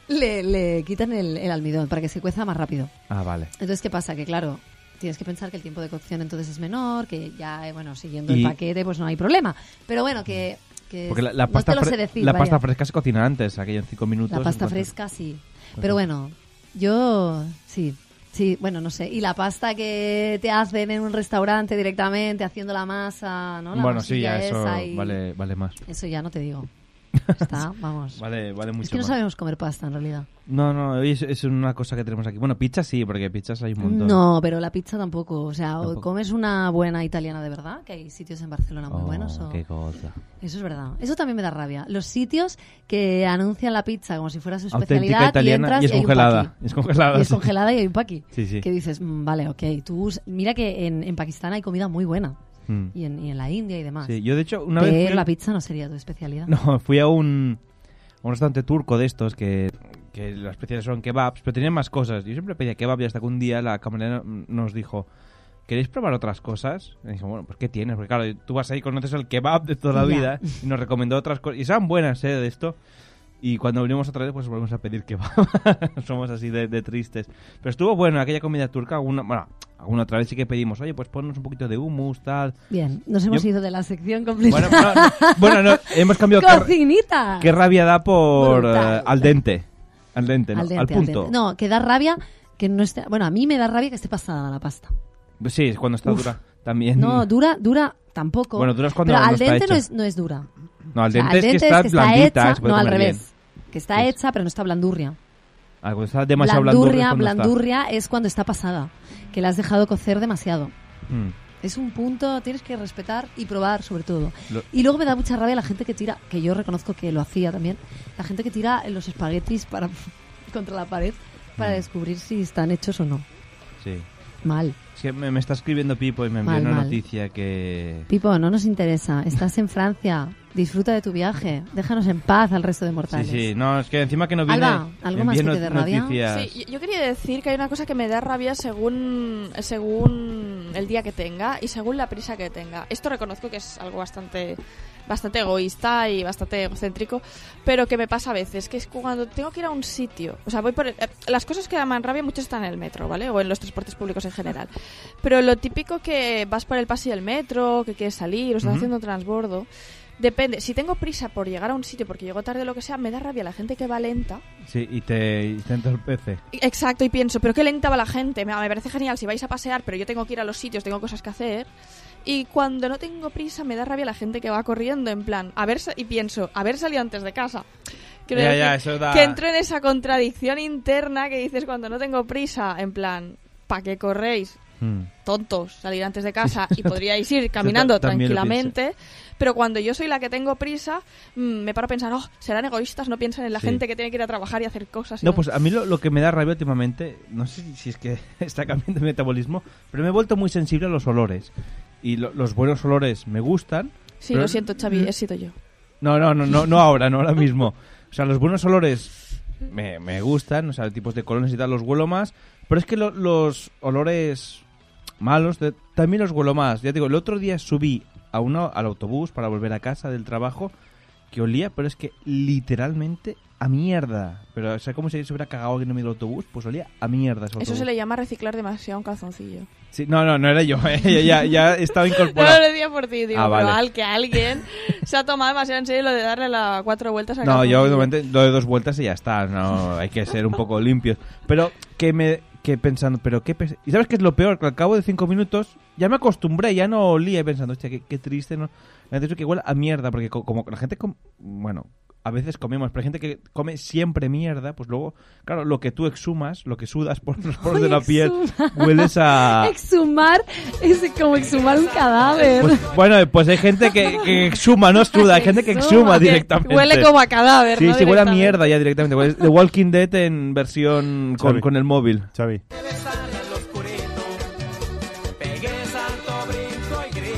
[SPEAKER 12] le, le quitan el, el almidón para que se cueza más rápido.
[SPEAKER 10] Ah, vale.
[SPEAKER 12] Entonces, ¿qué pasa? Que claro, tienes que pensar que el tiempo de cocción entonces es menor, que ya, eh, bueno, siguiendo
[SPEAKER 10] Y-
[SPEAKER 12] el paquete, pues no hay problema. Pero bueno, que... que
[SPEAKER 10] Porque la, la
[SPEAKER 12] no
[SPEAKER 10] pasta,
[SPEAKER 12] te lo
[SPEAKER 10] fre-
[SPEAKER 12] sé decir,
[SPEAKER 10] la
[SPEAKER 12] vaya.
[SPEAKER 10] pasta fresca se cocina antes, aquello en 5 minutos.
[SPEAKER 12] La
[SPEAKER 10] en
[SPEAKER 12] pasta
[SPEAKER 10] cuanto-
[SPEAKER 12] fresca, sí.
[SPEAKER 10] Bueno.
[SPEAKER 12] Pero bueno, yo sí. Sí, bueno, no sé. Y la pasta que te hacen en un restaurante directamente, haciendo la masa, ¿no? La
[SPEAKER 10] bueno, sí, ya
[SPEAKER 12] masilla
[SPEAKER 10] eso
[SPEAKER 12] esa y-
[SPEAKER 10] vale, Eh, vale más.
[SPEAKER 12] Eso ya no
[SPEAKER 10] [laughs]
[SPEAKER 12] te digo. Está, vamos.
[SPEAKER 10] Vale, vale
[SPEAKER 12] Es
[SPEAKER 10] mucho
[SPEAKER 12] que no
[SPEAKER 10] más.
[SPEAKER 12] sabemos comer pasta, en realidad.
[SPEAKER 10] No, no, es, es una cosa que tenemos aquí. Bueno, pizza sí, porque pizzas hay un montón.
[SPEAKER 12] No, pero la pizza tampoco. O sea, o
[SPEAKER 10] Tampoco.
[SPEAKER 12] comes una buena italiana de verdad, que hay sitios en Barcelona
[SPEAKER 10] Oh.
[SPEAKER 12] muy buenos. o-
[SPEAKER 10] Qué cosa.
[SPEAKER 12] Eso es verdad. Eso también me da rabia. Los sitios que anuncian la pizza como si fuera su
[SPEAKER 10] Auténtica
[SPEAKER 12] especialidad
[SPEAKER 10] italiana
[SPEAKER 12] y entras
[SPEAKER 10] y es
[SPEAKER 12] hay un
[SPEAKER 10] congelada.
[SPEAKER 12] paqui.
[SPEAKER 10] Y es congelada,
[SPEAKER 12] Y es
[SPEAKER 10] sí.
[SPEAKER 12] congelada y hay un paqui.
[SPEAKER 10] Sí, sí.
[SPEAKER 12] Que dices, "Mm, vale, ok. Tú, us- mira que en, en Pakistán hay comida muy buena.
[SPEAKER 10] Mm.
[SPEAKER 12] Y, en, y en la India y demás.
[SPEAKER 10] Sí, yo, de hecho, una
[SPEAKER 12] Pero
[SPEAKER 10] vez fui-
[SPEAKER 12] la pizza no sería tu especialidad.
[SPEAKER 10] No, [laughs] fui a un, a un restaurante turco de estos que, que las especiales son kebabs, pero tenían más cosas. Yo siempre pedía kebab y hasta que un día la camarera mm, nos dijo, ¿queréis probar otras cosas? Y dije, bueno, pues ¿qué tienes? Porque claro, tú vas ahí, conoces el kebab de toda la
[SPEAKER 12] Ya.
[SPEAKER 10] vida y nos recomendó otras cosas. Y estaban buenas, ¿eh? De esto. Y cuando volvimos otra vez, pues volvemos a pedir kebab. [laughs] Somos así de, de tristes. Pero estuvo bueno aquella comida turca. Alguna, bueno, alguna otra vez sí que pedimos, oye, pues ponnos un poquito de hummus, tal.
[SPEAKER 12] Bien, nos hemos
[SPEAKER 10] Yo-
[SPEAKER 12] ido de la sección completa.
[SPEAKER 10] Bueno, no, no. Bueno, no, hemos
[SPEAKER 12] [laughs]
[SPEAKER 10] cambiado. qué-
[SPEAKER 12] Cocinita.
[SPEAKER 10] Qué rabia da por
[SPEAKER 12] Brutal.
[SPEAKER 10] eh, al dente. Al dente, ¿no?
[SPEAKER 12] Al dente,
[SPEAKER 10] Al
[SPEAKER 12] al
[SPEAKER 10] punto.
[SPEAKER 12] dente. No, que da rabia que no esté... Bueno, a mí me da rabia que esté pasada la pasta.
[SPEAKER 10] Pues Sí, es cuando está
[SPEAKER 12] Uf.
[SPEAKER 10] dura. También.
[SPEAKER 12] No, dura, dura tampoco.
[SPEAKER 10] Bueno, dura es cuando
[SPEAKER 12] Pero
[SPEAKER 10] no
[SPEAKER 12] al
[SPEAKER 10] está
[SPEAKER 12] dente
[SPEAKER 10] hecha.
[SPEAKER 12] no, es, no es dura.
[SPEAKER 10] No, al
[SPEAKER 12] O sea,
[SPEAKER 10] dente es que está blandita,
[SPEAKER 12] hecha,
[SPEAKER 10] se puede
[SPEAKER 12] no al
[SPEAKER 10] comer bien.
[SPEAKER 12] revés. Que está hecha, pero no está blandurria.
[SPEAKER 10] Ah, cuando está demasiado
[SPEAKER 12] blandurria,
[SPEAKER 10] blandurria. es cuando
[SPEAKER 12] blandurria es cuando está pasada, que la has dejado cocer demasiado.
[SPEAKER 10] está. Mm.
[SPEAKER 12] Es un punto, tienes que respetar y probar sobre todo.
[SPEAKER 10] Lo-
[SPEAKER 12] Y luego me da mucha rabia la gente que tira, que yo reconozco que lo hacía también, la gente que tira los espaguetis para [laughs] contra la pared
[SPEAKER 10] Mm.
[SPEAKER 12] para descubrir si están hechos o no.
[SPEAKER 10] Sí.
[SPEAKER 12] Mal.
[SPEAKER 10] Es que me, me está escribiendo Pipo y me envió
[SPEAKER 12] Mal,
[SPEAKER 10] una
[SPEAKER 12] mal.
[SPEAKER 10] noticia que.
[SPEAKER 12] Pipo, no nos interesa. Estás en Francia. Disfruta de tu viaje. Déjanos en paz al resto de
[SPEAKER 10] Sí,
[SPEAKER 12] mortales.
[SPEAKER 10] sí, no, es que encima que no viene.
[SPEAKER 12] Alba, ¿algo más
[SPEAKER 10] envía
[SPEAKER 12] que te dé
[SPEAKER 10] not-
[SPEAKER 12] rabia?
[SPEAKER 10] noticias.
[SPEAKER 17] Sí, yo yo quería decir que hay una cosa que me da rabia según, según el día que tenga y según la prisa que tenga. Esto reconozco que es algo bastante, bastante egoísta y bastante egocéntrico, pero que me pasa a veces, que es cuando tengo que ir a un sitio. O sea, voy por... el- eh, las cosas que dan rabia mucho están en el metro, ¿vale? O en los transportes públicos en general. Pero lo típico que vas por el pasillo del metro, que quieres salir, o estás
[SPEAKER 7] Ujú.
[SPEAKER 17] haciendo transbordo... Depende, si tengo prisa por llegar a un sitio porque llego tarde o lo que sea, me da rabia la gente que va lenta
[SPEAKER 10] Sí, y te, y te entorpece.
[SPEAKER 17] Exacto, y pienso, pero qué lenta va la gente. Me, me parece genial si vais a pasear, pero yo tengo que ir a los sitios, tengo cosas que hacer. Y cuando no tengo prisa, me da rabia la gente que va corriendo, en plan, a ver, y pienso, haber salido antes de casa. Quiero
[SPEAKER 10] Ya,
[SPEAKER 17] decir,
[SPEAKER 10] ya, eso da-
[SPEAKER 17] Que entro en esa contradicción interna que dices cuando no tengo prisa, en plan, ¿para qué corréis?
[SPEAKER 10] Mm.
[SPEAKER 17] tontos salir antes de casa
[SPEAKER 10] Sí,
[SPEAKER 17] y
[SPEAKER 10] yo ta- [laughs]
[SPEAKER 17] podríais ir
[SPEAKER 10] yo ta-
[SPEAKER 17] caminando
[SPEAKER 10] también lo
[SPEAKER 17] tranquilamente, pero cuando yo soy la que tengo prisa, mm, me paro a pensar, oh, serán egoístas, no piensan en la
[SPEAKER 10] Sí.
[SPEAKER 17] gente que tiene que ir a trabajar y hacer cosas. y
[SPEAKER 10] No, pues a mí lo, lo que me da rabia últimamente, no sé si es que [laughs] está cambiando mi metabolismo, pero me he vuelto muy sensible a los olores. Y lo- los buenos olores me gustan.
[SPEAKER 17] Sí,
[SPEAKER 10] pero- eh,
[SPEAKER 17] lo siento, Xavi, he sido yo.
[SPEAKER 10] No, no, no, no, no ahora, no ahora mismo. O sea, los buenos olores me, me gustan, o sea, tipos de colores y tal, los huelo más. Pero es que lo- los olores malos de- también los huelo más. Ya te digo, el otro día subí a uno al autobús para volver a casa del trabajo que olía, pero es que literalmente a mierda. Pero, o sea, como si se hubiera cagado alguien en medio del autobús, pues olía a mierda. ese
[SPEAKER 17] Eso
[SPEAKER 10] autobús.
[SPEAKER 17] se le llama reciclar demasiado un calzoncillo.
[SPEAKER 10] Sí, no, no, no era yo, [laughs] eh, ya, ya estaba
[SPEAKER 17] [laughs] No
[SPEAKER 10] incorporado.
[SPEAKER 17] lo decía por ti, digo,
[SPEAKER 10] Ah, vale.
[SPEAKER 17] pero al que alguien se ha tomado demasiado en serio lo de darle las cuatro vueltas al
[SPEAKER 10] No, yo
[SPEAKER 17] calzoncillo.
[SPEAKER 10] obviamente lo de dos vueltas y ya está, no, hay que ser un poco limpios. Pero que me que pensando, pero qué pes- ¿Y sabes qué es lo peor? Que al cabo de cinco minutos ya me acostumbré, ya no olía y pensando, hostia, qué, qué triste, ¿no? Me han dicho que huele a mierda, porque co- como la gente, com- bueno, a veces comemos, pero hay gente que come siempre mierda, pues luego, claro, lo que tú exhumas, lo que sudas por [laughs]
[SPEAKER 12] [laughs]
[SPEAKER 10] los poros de la piel, hueles a... [laughs]
[SPEAKER 12] Exhumar es como exhumar un cadáver.
[SPEAKER 10] Pues, bueno, pues hay gente que, que exhuma, no extruda, hay gente que exhuma
[SPEAKER 12] Que
[SPEAKER 10] directamente.
[SPEAKER 12] huele como a cadáver,
[SPEAKER 10] Sí,
[SPEAKER 12] ¿no?
[SPEAKER 10] sí, huele a
[SPEAKER 12] Directamente.
[SPEAKER 10] mierda ya directamente. Huele- The Walking Dead en versión con,
[SPEAKER 11] Xavi.
[SPEAKER 10] con el móvil.
[SPEAKER 11] Xavi.
[SPEAKER 8] Pegué salto, brinco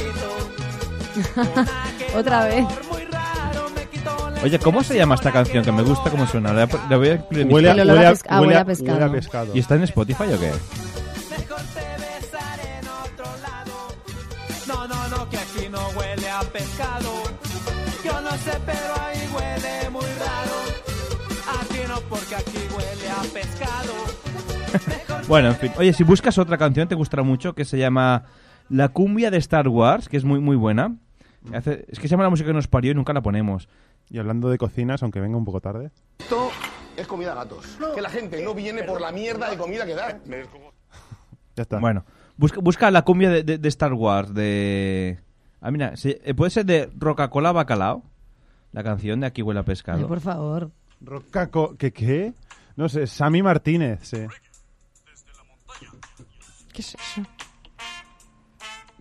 [SPEAKER 8] y
[SPEAKER 12] [laughs]
[SPEAKER 8] grito.
[SPEAKER 12] Otra vez.
[SPEAKER 10] Oye, ¿cómo se llama esta canción? Que me gusta cómo suena. La, la voy a incluir en mi
[SPEAKER 11] Huele a- El olor a huele a- pesca- ah, huele
[SPEAKER 12] huele
[SPEAKER 11] a
[SPEAKER 12] a pescado.
[SPEAKER 11] huele a pescado.
[SPEAKER 10] ¿Y está en Spotify o qué?
[SPEAKER 8] No, no, no, que aquí no huele a pescado. Yo no sé, pero ahí huele muy raro. Aquí no porque aquí huele a pescado.
[SPEAKER 10] Bueno, en fin. Oye, si buscas otra canción, te gustará mucho, que se llama La cumbia de Star Wars, que es muy, muy buena. Hace- es que se llama la música que nos parió y nunca la ponemos.
[SPEAKER 11] Mm. Y hablando de cocinas, aunque venga un poco tarde.
[SPEAKER 7] Esto es comida a gatos. que la gente no viene por la mierda de comida que da.
[SPEAKER 11] Ya está.
[SPEAKER 10] Bueno, busca, busca la cumbia de, de- de Star Wars, de... Ah, mira, se- eh, puede ser de Roca-Cola Bacalao, la canción de Aquí huele a pescado.
[SPEAKER 12] Ay, por favor.
[SPEAKER 11] Rocaco, ¿qué qué? No sé, Sammy Martínez, eh. sí.
[SPEAKER 17] ¿Qué es eso?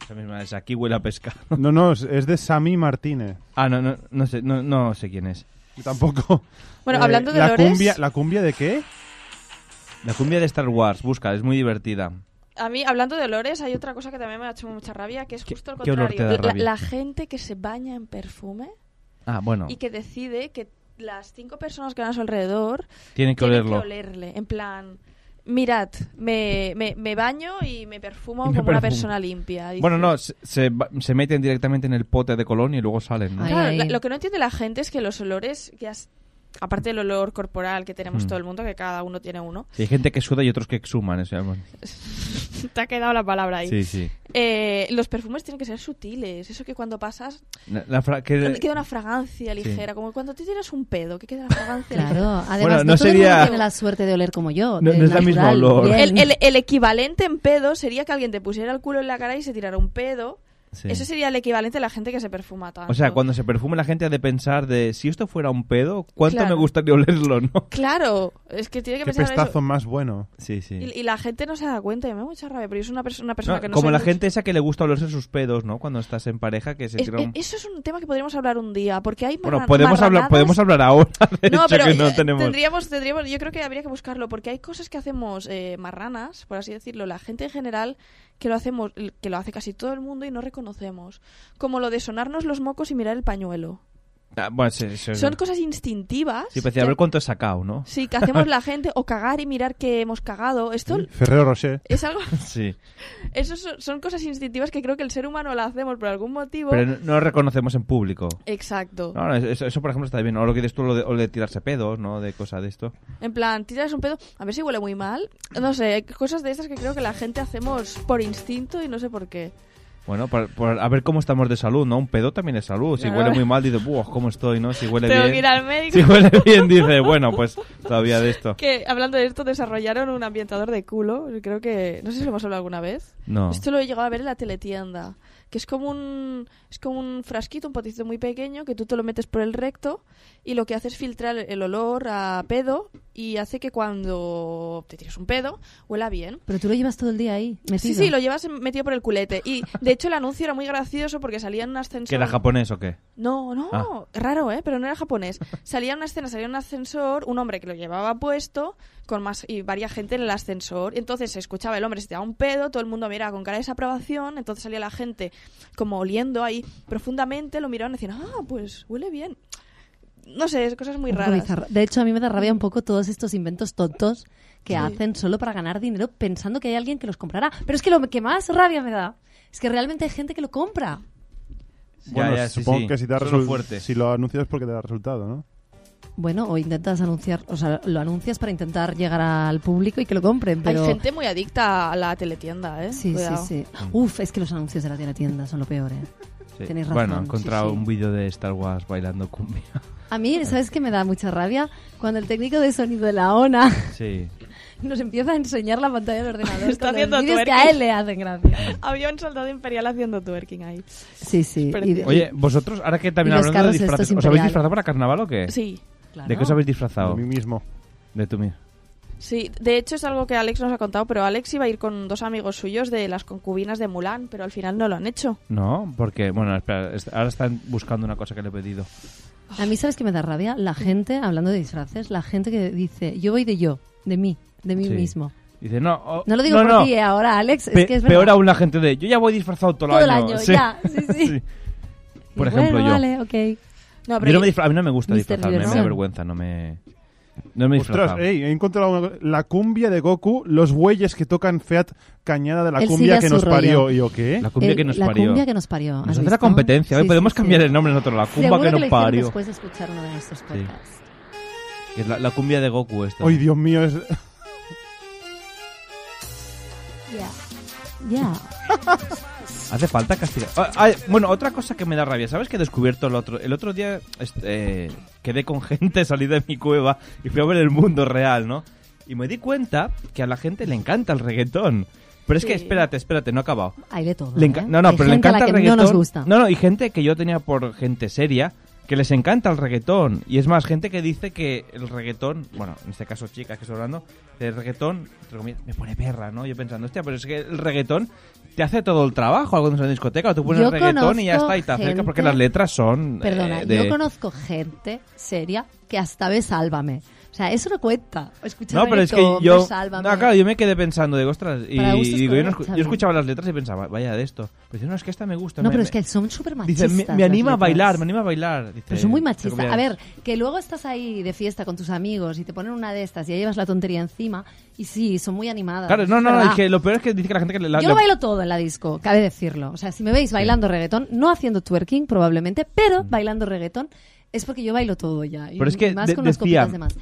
[SPEAKER 10] Esa misma es Aquí huele a pescado.
[SPEAKER 11] No, no, es- es de Sammy Martínez.
[SPEAKER 10] Ah, no, no, no sé, no, no sé quién es.
[SPEAKER 11] Yo tampoco. Eh,
[SPEAKER 17] Bueno, hablando de
[SPEAKER 11] la
[SPEAKER 17] olores-
[SPEAKER 11] Cumbia, ¿La cumbia de qué?
[SPEAKER 10] La cumbia de Star Wars, busca, es muy divertida.
[SPEAKER 17] A mí, hablando de olores, hay otra cosa que también me ha hecho mucha rabia, que es justo el
[SPEAKER 10] qué olor
[SPEAKER 17] contrario.
[SPEAKER 10] te da
[SPEAKER 17] La-
[SPEAKER 10] rabia?
[SPEAKER 17] la gente que se baña en perfume
[SPEAKER 10] Ah, bueno,
[SPEAKER 17] y que decide que las cinco personas que van a su alrededor
[SPEAKER 10] tienen que
[SPEAKER 17] tienen
[SPEAKER 10] olerlo.
[SPEAKER 17] que olerle. En plan, mirad, me, me- me baño y me perfumo
[SPEAKER 10] Y me
[SPEAKER 17] como una
[SPEAKER 10] perfumo.
[SPEAKER 17] persona limpia. Dice-
[SPEAKER 10] Bueno, no, se, se va- se meten directamente en el pote de colón y luego salen. ¿no?
[SPEAKER 17] Claro, la- lo que no entiende la gente es que los olores, ya s- aparte del olor corporal que tenemos
[SPEAKER 10] Mm.
[SPEAKER 17] todo el mundo, que cada uno tiene uno, [laughs]
[SPEAKER 10] Sí, hay gente que suda y otros que exhuman. Eso, ya hemos-
[SPEAKER 17] te ha quedado la palabra ahí.
[SPEAKER 10] Sí, sí.
[SPEAKER 17] Eh, los perfumes tienen que ser sutiles. Eso que cuando pasas
[SPEAKER 10] La- la fra- que-
[SPEAKER 17] queda una fragancia ligera. Como cuando tú tienes un pedo, que queda la fragancia
[SPEAKER 12] Claro,
[SPEAKER 17] ligera.
[SPEAKER 12] además
[SPEAKER 10] Bueno,
[SPEAKER 12] no,
[SPEAKER 10] no
[SPEAKER 12] todo el
[SPEAKER 10] sería-
[SPEAKER 12] mundo tiene la suerte de oler como yo.
[SPEAKER 10] No-
[SPEAKER 12] de
[SPEAKER 10] no es la misma
[SPEAKER 12] natural,
[SPEAKER 10] olor.
[SPEAKER 12] bien.
[SPEAKER 17] El, el- el equivalente en pedo sería que alguien te pusiera el culo en la cara y se tirara un pedo.
[SPEAKER 10] Sí.
[SPEAKER 17] Eso sería el equivalente a la gente que se perfuma tanto.
[SPEAKER 10] O sea, cuando se perfume la gente ha de pensar de si esto fuera un pedo, ¿cuánto
[SPEAKER 17] Claro.
[SPEAKER 10] me gustaría olerlo, no?
[SPEAKER 17] Claro, es que tiene que
[SPEAKER 11] Qué
[SPEAKER 17] pensar en
[SPEAKER 11] pestazo
[SPEAKER 17] eso.
[SPEAKER 11] más bueno.
[SPEAKER 10] Sí, sí.
[SPEAKER 17] Y, y la gente no se da cuenta, y me da mucha rabia, pero yo soy una, persona una persona
[SPEAKER 10] No,
[SPEAKER 17] que no
[SPEAKER 10] como
[SPEAKER 17] soy
[SPEAKER 10] la
[SPEAKER 17] mucho.
[SPEAKER 10] gente esa que le gusta olerse sus pedos, ¿no? Cuando estás en pareja que se
[SPEAKER 17] Es-
[SPEAKER 10] tira un...
[SPEAKER 17] eh, eso es un tema que podríamos hablar un día, porque hay
[SPEAKER 10] Bueno,
[SPEAKER 17] marra-
[SPEAKER 10] podemos hablar,
[SPEAKER 17] marranadas-
[SPEAKER 10] podemos hablar ahora, de
[SPEAKER 17] No,
[SPEAKER 10] hecho,
[SPEAKER 17] pero
[SPEAKER 10] que
[SPEAKER 17] eh,
[SPEAKER 10] no tenemos...
[SPEAKER 17] Tendríamos, tendríamos, yo creo que habría que buscarlo, porque hay cosas que hacemos eh, marranas, por así decirlo, la gente en general, que lo hacemos, que lo hace casi todo el mundo y no reconocemos. Como lo de sonarnos los mocos y mirar el pañuelo.
[SPEAKER 10] Ah, bueno, sí, sí,
[SPEAKER 17] Son
[SPEAKER 10] sí.
[SPEAKER 17] cosas instintivas.
[SPEAKER 10] Sí, pues, a ver cuánto he sacado, ¿no?
[SPEAKER 17] Sí, que
[SPEAKER 10] [laughs]
[SPEAKER 17] hacemos la gente, o cagar y mirar que hemos cagado. Esto
[SPEAKER 11] [laughs] Ferrero Rocher.
[SPEAKER 17] es algo.
[SPEAKER 10] [laughs] Sí,
[SPEAKER 17] Eso son, son cosas instintivas que creo que el ser humano la hacemos por algún motivo.
[SPEAKER 10] pero no, no lo reconocemos en público.
[SPEAKER 17] Exacto.
[SPEAKER 10] No, no, eso, eso, por ejemplo está bien. O lo que dices tú, lo de, o de tirarse pedos, ¿no? De cosa de esto.
[SPEAKER 17] En plan, tiras un pedo, a ver si huele muy mal. No sé, hay cosas de esas que creo que la gente hacemos por instinto y no sé por qué.
[SPEAKER 10] Bueno, por- por- a ver cómo estamos de salud, ¿no? Un pedo también es salud. Si
[SPEAKER 17] Claro.
[SPEAKER 10] huele muy mal, dices, ¡buah, cómo estoy, ¿no? Si huele
[SPEAKER 17] Tengo
[SPEAKER 10] bien.
[SPEAKER 17] que ir al
[SPEAKER 10] [laughs]
[SPEAKER 17] médico.
[SPEAKER 10] Si huele bien, dices, bueno, pues todavía de esto.
[SPEAKER 17] Que hablando de esto, desarrollaron un ambientador de culo. Creo que. No sé si lo hemos hablado alguna vez.
[SPEAKER 10] No.
[SPEAKER 17] Esto lo he llegado a ver en la teletienda. Que es como un. Es como un frasquito, un potito muy pequeño, que tú te lo metes por el recto y lo que hace es filtrar el olor a pedo y hace que cuando te tires un pedo, huela bien.
[SPEAKER 12] Pero tú lo llevas todo el día ahí.
[SPEAKER 17] Sí,
[SPEAKER 12] metido.
[SPEAKER 17] sí, lo llevas metido por el culete. Y de hecho el anuncio era muy gracioso porque salía en un ascensor.
[SPEAKER 10] ¿Que era japonés o qué? Ah,
[SPEAKER 17] No, no, raro, ¿eh? Pero no era japonés. Salía una escena, salía un ascensor, un hombre que lo llevaba puesto con más y varia gente en el ascensor. Entonces se escuchaba el hombre se tiraba un pedo, todo el mundo miraba con cara de desaprobación. Entonces salía la gente como oliendo ahí profundamente, lo miraban y decían, ah, pues huele bien. No sé, es cosas muy
[SPEAKER 12] Un poco
[SPEAKER 17] raras.
[SPEAKER 12] bizarra. De hecho, a mí me da rabia un poco todos estos inventos tontos que
[SPEAKER 17] Sí.
[SPEAKER 12] hacen solo para ganar dinero pensando que hay alguien que los comprará. Pero es que lo que más rabia me da es que realmente hay gente que lo compra.
[SPEAKER 11] [laughs] Bueno,
[SPEAKER 10] ya, sí,
[SPEAKER 11] supongo
[SPEAKER 10] sí.
[SPEAKER 11] que si, te ha
[SPEAKER 10] Eso es lo
[SPEAKER 11] resul-
[SPEAKER 10] fuerte.
[SPEAKER 11] si lo anuncias es porque te da resultado, ¿no?
[SPEAKER 12] Bueno, o intentas anunciar, o sea, lo anuncias para intentar llegar al público y que lo compren, pero...
[SPEAKER 17] Hay gente muy adicta a la teletienda, ¿eh?
[SPEAKER 12] Sí,
[SPEAKER 17] Cuidado.
[SPEAKER 12] sí, sí. Uf, es que los anuncios de la tienda son lo peor, ¿eh?
[SPEAKER 10] Sí.
[SPEAKER 12] Tenéis razón.
[SPEAKER 10] Bueno, he encontrado
[SPEAKER 12] sí, sí.
[SPEAKER 10] un Eh. vídeo de Star Wars bailando
[SPEAKER 12] [laughs]
[SPEAKER 10] cumbia.
[SPEAKER 12] A mí, ¿sabes qué me da mucha rabia? Cuando el técnico de sonido de la ONA
[SPEAKER 10] Sí.
[SPEAKER 12] nos empieza a enseñar la pantalla
[SPEAKER 17] [laughs]
[SPEAKER 12] del ordenador.
[SPEAKER 17] Está
[SPEAKER 12] con los
[SPEAKER 17] haciendo
[SPEAKER 12] vídeos que
[SPEAKER 17] twerking.
[SPEAKER 12] a él le hacen gracia.
[SPEAKER 17] Había un soldado imperial haciendo twerking ahí.
[SPEAKER 12] Sí, sí. Y de-
[SPEAKER 10] Oye, vosotros, ahora que también
[SPEAKER 12] Y los
[SPEAKER 10] hablando de
[SPEAKER 12] carros estos
[SPEAKER 10] disfraces, ¿os habéis
[SPEAKER 12] imperial.
[SPEAKER 10] disfrazado para carnaval o qué?
[SPEAKER 17] Sí.
[SPEAKER 10] ¿De qué os habéis disfrazado?
[SPEAKER 11] De mí mismo.
[SPEAKER 10] De tú mismo.
[SPEAKER 17] Sí, de hecho es algo que Alex nos ha contado, pero Alex iba a ir con dos amigos suyos de las concubinas de Mulan, pero al final no lo han hecho.
[SPEAKER 10] No, porque, bueno, espera, es- ahora están buscando una cosa que le he pedido.
[SPEAKER 12] A mí, ¿sabes qué me da rabia? La gente, hablando de disfraces, la gente que dice, yo voy de yo, de mí, de mí
[SPEAKER 10] Sí.
[SPEAKER 12] mismo.
[SPEAKER 10] Dice, no, oh,
[SPEAKER 12] No lo digo por ti, eh, ahora, Alex, es
[SPEAKER 10] Pe-
[SPEAKER 12] que es verdad.
[SPEAKER 10] Peor aún la gente de, yo ya voy disfrazado todo el
[SPEAKER 12] Todo el
[SPEAKER 10] año.
[SPEAKER 12] año,
[SPEAKER 10] sí.
[SPEAKER 12] ya, sí, sí.
[SPEAKER 10] [laughs] Por
[SPEAKER 12] Y
[SPEAKER 10] ejemplo,
[SPEAKER 12] bueno,
[SPEAKER 10] yo.
[SPEAKER 12] vale, ok.
[SPEAKER 17] No,
[SPEAKER 10] Yo no me disfra- a mí no me gusta
[SPEAKER 12] Mr.
[SPEAKER 10] disfrazarme, me da
[SPEAKER 12] Diversión.
[SPEAKER 10] vergüenza, no me... No me he
[SPEAKER 11] Pues Ostras, eh,
[SPEAKER 10] disfrazado.
[SPEAKER 11] ey, he encontrado una cosa. la cumbia de Goku, los güeyes que tocan Fiat Cañada de la
[SPEAKER 12] Él
[SPEAKER 11] cumbia
[SPEAKER 12] sigue
[SPEAKER 11] que
[SPEAKER 12] a su
[SPEAKER 11] nos
[SPEAKER 12] rollo.
[SPEAKER 11] parió. ¿Y yo qué?
[SPEAKER 10] La cumbia
[SPEAKER 12] El-
[SPEAKER 10] que nos
[SPEAKER 12] la
[SPEAKER 10] parió.
[SPEAKER 12] cumbia que nos parió, ¿has
[SPEAKER 10] Nos hace la
[SPEAKER 12] visto?
[SPEAKER 10] competencia. hoy
[SPEAKER 12] Sí,
[SPEAKER 10] podemos
[SPEAKER 12] sí,
[SPEAKER 10] cambiar
[SPEAKER 12] sí.
[SPEAKER 10] el nombre nosotros. La cumba
[SPEAKER 12] Seguro
[SPEAKER 10] que
[SPEAKER 12] lo
[SPEAKER 10] nos
[SPEAKER 12] hicieron
[SPEAKER 10] parió.
[SPEAKER 12] después de escuchar uno de nuestros podcasts.
[SPEAKER 10] Que es la, la cumbia de Goku esta.
[SPEAKER 11] Ay, Dios mío, es...
[SPEAKER 12] Ya.
[SPEAKER 17] [laughs]
[SPEAKER 12] Ya.
[SPEAKER 10] Hace falta castigar. Ah, ah, bueno, otra cosa que me da rabia, ¿sabes? Que he descubierto el otro, el otro día este, eh, quedé con [laughs] gente, salí de mi cueva y fui a ver el mundo real, ¿no? Y me di cuenta que a la gente le encanta el reggaetón. Pero es que,
[SPEAKER 12] Sí.
[SPEAKER 10] espérate, espérate, no he acabado.
[SPEAKER 12] Hay de todo.
[SPEAKER 10] Le enca-
[SPEAKER 12] ¿eh?
[SPEAKER 10] No, no,
[SPEAKER 12] Hay
[SPEAKER 10] pero le
[SPEAKER 12] gente a la
[SPEAKER 10] encanta el
[SPEAKER 12] que no
[SPEAKER 10] reggaetón.
[SPEAKER 12] nos gusta.
[SPEAKER 10] No, no, y gente que yo tenía por gente seria que les encanta el reggaetón. Y es más, gente que dice que el reggaetón, bueno, en este caso chicas que estoy hablando, el reggaetón, entre comillas, me pone perra, ¿no? Yo pensando, hostia, pero es que el reggaetón te hace todo el trabajo cuando estás en la discoteca, o tú pones
[SPEAKER 12] Yo
[SPEAKER 10] el reggaetón y ya
[SPEAKER 12] conozco
[SPEAKER 10] está, y te acercas porque
[SPEAKER 12] gente-
[SPEAKER 10] las letras son...
[SPEAKER 12] Perdona,
[SPEAKER 10] eh, de-
[SPEAKER 12] yo conozco gente seria que hasta ve Sálvame. O sea, eso no cuenta. Escucha
[SPEAKER 10] No, pero es que
[SPEAKER 12] reggaetón, ve
[SPEAKER 10] yo...
[SPEAKER 12] Sálvame.
[SPEAKER 10] No, claro, yo me quedé pensando, digo, ostras, y,
[SPEAKER 12] Para gustos
[SPEAKER 10] digo, yo, no
[SPEAKER 12] colores,
[SPEAKER 10] escu- yo
[SPEAKER 12] Xavi.
[SPEAKER 10] escuchaba las letras y pensaba, vaya de esto. Pero dice, no, es que esta me gusta.
[SPEAKER 12] No,
[SPEAKER 10] me-
[SPEAKER 12] pero
[SPEAKER 10] me-
[SPEAKER 12] es que son súper
[SPEAKER 10] Dice,
[SPEAKER 12] machistas.
[SPEAKER 10] me, me
[SPEAKER 12] las
[SPEAKER 10] anima a
[SPEAKER 12] letras.
[SPEAKER 10] bailar, me anima a bailar. Dice,
[SPEAKER 12] Pero son muy
[SPEAKER 10] entre
[SPEAKER 12] machistas.
[SPEAKER 10] comillas.
[SPEAKER 12] A ver, que luego estás ahí de fiesta con tus amigos y te ponen una de estas y ya llevas la tontería encima. Y sí, son muy animadas.
[SPEAKER 10] Claro, no,
[SPEAKER 12] es
[SPEAKER 10] no, no,
[SPEAKER 12] verdad.
[SPEAKER 10] es que lo peor es que dice que la gente que le- la,
[SPEAKER 12] yo
[SPEAKER 10] la-
[SPEAKER 12] lo bailo todo en la disco, cabe decirlo. O sea, si me veis bailando reggaetón, no haciendo twerking probablemente, pero bailando reggaetón, es porque yo bailo todo ya. Y
[SPEAKER 10] Mm. Pero es que
[SPEAKER 12] más
[SPEAKER 10] de-
[SPEAKER 12] con las
[SPEAKER 10] decía-
[SPEAKER 12] copitas de más.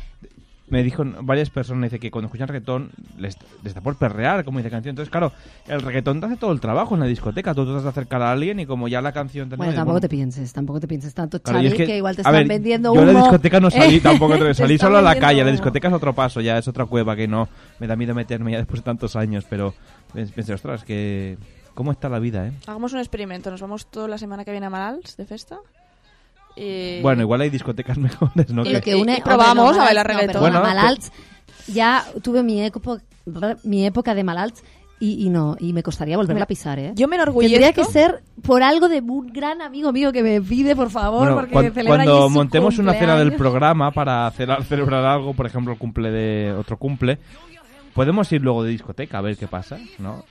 [SPEAKER 10] me dijo varias personas dice que cuando escuchan reggaetón les, les da por perrear, como dice la canción. Entonces, claro, el reggaetón te hace todo el trabajo en la discoteca, tú te tratas de acercar a alguien y como ya la canción te
[SPEAKER 12] Bueno, tampoco te pienses, tampoco te pienses tanto,
[SPEAKER 10] Claro,
[SPEAKER 12] Xavi,
[SPEAKER 10] y es
[SPEAKER 12] que, igual te
[SPEAKER 10] a
[SPEAKER 12] están
[SPEAKER 10] ver,
[SPEAKER 12] vendiendo
[SPEAKER 10] Yo a la
[SPEAKER 12] humo.
[SPEAKER 10] discoteca no salí
[SPEAKER 12] [laughs] Eh,
[SPEAKER 10] tampoco,
[SPEAKER 12] te
[SPEAKER 10] salí
[SPEAKER 12] están
[SPEAKER 10] solo a la
[SPEAKER 12] vendiendo
[SPEAKER 10] calle. La
[SPEAKER 12] humo.
[SPEAKER 10] discoteca es otro paso, ya es otra cueva que no me da miedo meterme ya después de tantos años. Pero pens- pensé, ostras, que cómo está la vida, ¿eh?
[SPEAKER 17] Hagamos un experimento. Nos vamos toda la semana que viene a Manals de festa. Eh, Y...
[SPEAKER 10] Bueno, igual hay discotecas [laughs] mejores, ¿no?
[SPEAKER 12] Y Eh. lo que une,
[SPEAKER 17] y probamos
[SPEAKER 12] hombre, no,
[SPEAKER 17] a bailar
[SPEAKER 12] Malalts,
[SPEAKER 17] reggaetón.
[SPEAKER 12] No, perdona,
[SPEAKER 10] Bueno,
[SPEAKER 12] Malalts, ya tuve mi, epo- mi época de Malalts y, y no, y me costaría volverla a pisar, ¿eh?
[SPEAKER 17] Yo me enorgullezco.
[SPEAKER 12] Tendría que ser por algo de un gran amigo mío que me pide, por favor,
[SPEAKER 10] Bueno,
[SPEAKER 12] porque
[SPEAKER 10] cuan-
[SPEAKER 12] celebra allí
[SPEAKER 10] cuando
[SPEAKER 12] su
[SPEAKER 10] montemos una cena del
[SPEAKER 12] cumpleaños.
[SPEAKER 10] programa para celebrar, [laughs] celebrar algo, por ejemplo, el cumple de otro cumple, podemos ir luego de discoteca a ver qué pasa, ¿no?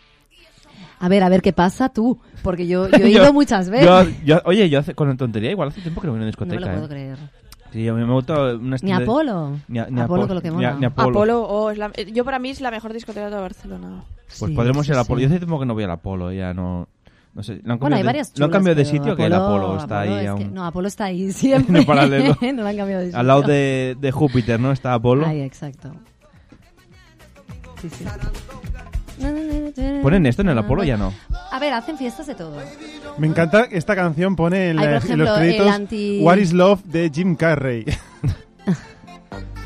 [SPEAKER 12] A ver, a ver qué pasa tú, porque yo, yo
[SPEAKER 10] [laughs]
[SPEAKER 12] he
[SPEAKER 10] Yo-
[SPEAKER 12] ido muchas veces.
[SPEAKER 10] yo- yo- oye, yo hace- con la tontería igual hace tiempo que no voy a una
[SPEAKER 12] no me
[SPEAKER 10] discoteca.
[SPEAKER 12] lo puedo
[SPEAKER 10] ¿eh?
[SPEAKER 12] creer.
[SPEAKER 10] Sí, a mí me gusta una
[SPEAKER 12] Ni
[SPEAKER 10] de-
[SPEAKER 12] Apolo.
[SPEAKER 10] Ni, a- ni
[SPEAKER 12] Apolo
[SPEAKER 10] Apo-
[SPEAKER 12] con lo que
[SPEAKER 10] ni a-
[SPEAKER 12] mola.
[SPEAKER 10] ni Apolo.
[SPEAKER 17] Apolo, oh, es la- eh, yo para mí es la mejor discoteca de toda Barcelona.
[SPEAKER 10] Pues podremos ir
[SPEAKER 12] sí,
[SPEAKER 10] al Apolo.
[SPEAKER 12] sí.
[SPEAKER 10] Yo hace tiempo que no voy al Apolo, ya no... No sé, lo han
[SPEAKER 12] Bueno,
[SPEAKER 10] cambiado
[SPEAKER 12] hay
[SPEAKER 10] de-
[SPEAKER 12] varias
[SPEAKER 10] lo han
[SPEAKER 12] chulas,
[SPEAKER 10] cambiado de
[SPEAKER 12] pero
[SPEAKER 10] sitio que el Apolo está
[SPEAKER 12] Apolo
[SPEAKER 10] ahí
[SPEAKER 12] es que-
[SPEAKER 10] aún.
[SPEAKER 12] no, Apolo está ahí
[SPEAKER 10] [laughs]
[SPEAKER 12] siempre.
[SPEAKER 10] En paralelo.
[SPEAKER 12] [laughs] no lo han cambiado de sitio.
[SPEAKER 10] Al lado de, de Júpiter, ¿no? Está Apolo.
[SPEAKER 12] Ahí, exacto. Sí, sí.
[SPEAKER 10] ¿Ponen esto en el Apolo o ya no?
[SPEAKER 12] A ver, hacen fiestas de todo.
[SPEAKER 11] Me encanta que esta canción, pone en,
[SPEAKER 12] Hay, por
[SPEAKER 11] la- en
[SPEAKER 12] ejemplo,
[SPEAKER 11] los
[SPEAKER 12] el
[SPEAKER 11] créditos
[SPEAKER 12] anti-
[SPEAKER 11] What is Love de Jim Carrey.
[SPEAKER 10] [laughs]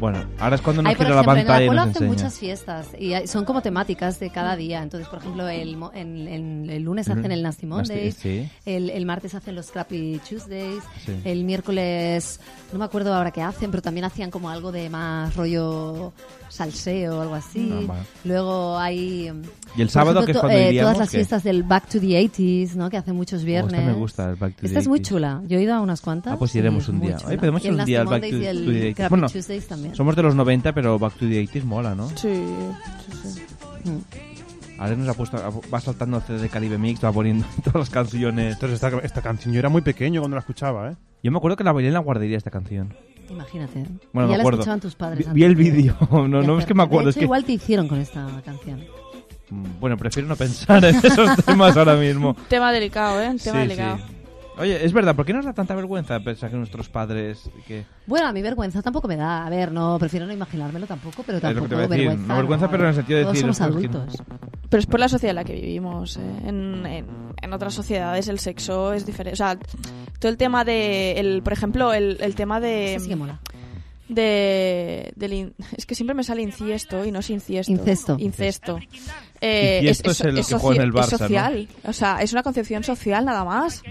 [SPEAKER 10] Bueno, ahora es cuando nos
[SPEAKER 12] Hay, por
[SPEAKER 10] gira la
[SPEAKER 12] ejemplo, en el
[SPEAKER 10] pantalla y
[SPEAKER 12] Apolo
[SPEAKER 10] nos
[SPEAKER 12] hacen
[SPEAKER 10] enseña.
[SPEAKER 12] muchas fiestas y hay- son como temáticas de cada día. Entonces, por ejemplo, el, mo- en- en- el lunes
[SPEAKER 10] El
[SPEAKER 12] hacen
[SPEAKER 10] lunes.
[SPEAKER 12] el Nasty Monday,
[SPEAKER 10] Sí.
[SPEAKER 12] el, el martes hacen los Crappy Tuesdays,
[SPEAKER 10] Sí.
[SPEAKER 12] el miércoles, no me acuerdo ahora qué hacen, pero también hacían como algo de más rollo salseo o algo así.
[SPEAKER 10] Ah, vale.
[SPEAKER 12] Luego hay... mm,
[SPEAKER 10] Y el
[SPEAKER 12] por
[SPEAKER 10] sábado,
[SPEAKER 12] ejemplo,
[SPEAKER 10] que es
[SPEAKER 12] to-
[SPEAKER 10] cuando
[SPEAKER 12] eh,
[SPEAKER 10] iríamos,
[SPEAKER 12] Todas las
[SPEAKER 10] ¿qué? Oh,
[SPEAKER 12] fiestas del Back to the 80s, ¿no? Que hacen muchos
[SPEAKER 10] esta me
[SPEAKER 12] viernes.
[SPEAKER 10] gusta, el Back to the
[SPEAKER 12] Esta es muy
[SPEAKER 10] 80s.
[SPEAKER 12] chula. Yo he ido a unas cuantas.
[SPEAKER 10] Ah, pues
[SPEAKER 12] y
[SPEAKER 10] iremos
[SPEAKER 12] es
[SPEAKER 10] un
[SPEAKER 12] muy
[SPEAKER 10] día.
[SPEAKER 12] chula.
[SPEAKER 10] Ay, podemos
[SPEAKER 12] Y
[SPEAKER 10] ir
[SPEAKER 12] el
[SPEAKER 10] un día al Back
[SPEAKER 12] Nasty
[SPEAKER 10] to,
[SPEAKER 12] Mondays y
[SPEAKER 10] to the
[SPEAKER 12] el
[SPEAKER 10] 80s.
[SPEAKER 12] Crappy
[SPEAKER 10] Bueno,
[SPEAKER 12] Tuesdays también.
[SPEAKER 10] somos de los 90, pero Back to the 80s mola, ¿no?
[SPEAKER 17] Sí,
[SPEAKER 10] Ahora nos ha puesto, va saltando el CD de Caribe Mix, va poniendo [laughs] todas las canciones.
[SPEAKER 11] Entonces, esta, esta canción yo era muy pequeño cuando la escuchaba, ¿eh?
[SPEAKER 10] Yo me acuerdo que la bailé en la guardería esta canción.
[SPEAKER 12] Imagínate. ¿eh?
[SPEAKER 10] Bueno,
[SPEAKER 12] ya
[SPEAKER 10] me
[SPEAKER 12] la
[SPEAKER 10] acuerdo.
[SPEAKER 12] escuchaban tus
[SPEAKER 10] Vi-
[SPEAKER 12] padres.
[SPEAKER 10] vi el
[SPEAKER 12] antes de-
[SPEAKER 10] vídeo. [laughs] No,
[SPEAKER 12] de
[SPEAKER 10] no es que me
[SPEAKER 12] hacer-
[SPEAKER 10] acuerdo,
[SPEAKER 12] De
[SPEAKER 10] es
[SPEAKER 12] hecho,
[SPEAKER 10] que-
[SPEAKER 12] igual te hicieron con esta canción.
[SPEAKER 10] Mm, Bueno, prefiero no pensar en [laughs] esos temas ahora
[SPEAKER 12] [laughs]
[SPEAKER 10] mismo.
[SPEAKER 17] Tema delicado, ¿eh? Un Tema delicado.
[SPEAKER 10] Oye, es verdad, ¿por qué nos da tanta vergüenza pensar que nuestros padres... Que...
[SPEAKER 12] Bueno, a mí vergüenza tampoco me da. A ver, no, prefiero no imaginármelo tampoco, pero
[SPEAKER 10] Es lo que
[SPEAKER 12] tampoco
[SPEAKER 10] te voy a decir.
[SPEAKER 12] vergüenza.
[SPEAKER 10] No, vergüenza, pero en el sentido de
[SPEAKER 12] Todos
[SPEAKER 10] decir,
[SPEAKER 12] somos
[SPEAKER 10] "Ostras, que-
[SPEAKER 12] adultos.
[SPEAKER 17] Pero es por la sociedad en la que vivimos. ¿eh? En, en- en otras sociedades el sexo es diferente. O sea, todo el tema de. El, por ejemplo, el, el tema de.
[SPEAKER 12] Ese sí que mola.
[SPEAKER 17] De, del in- es que siempre me sale inciesto y no es inciesto.
[SPEAKER 12] Incesto.
[SPEAKER 17] Incesto.
[SPEAKER 10] Inciesto es el que juega en el
[SPEAKER 17] soci- es
[SPEAKER 10] Barça, ¿no?
[SPEAKER 17] social. O sea, es una concepción social nada más.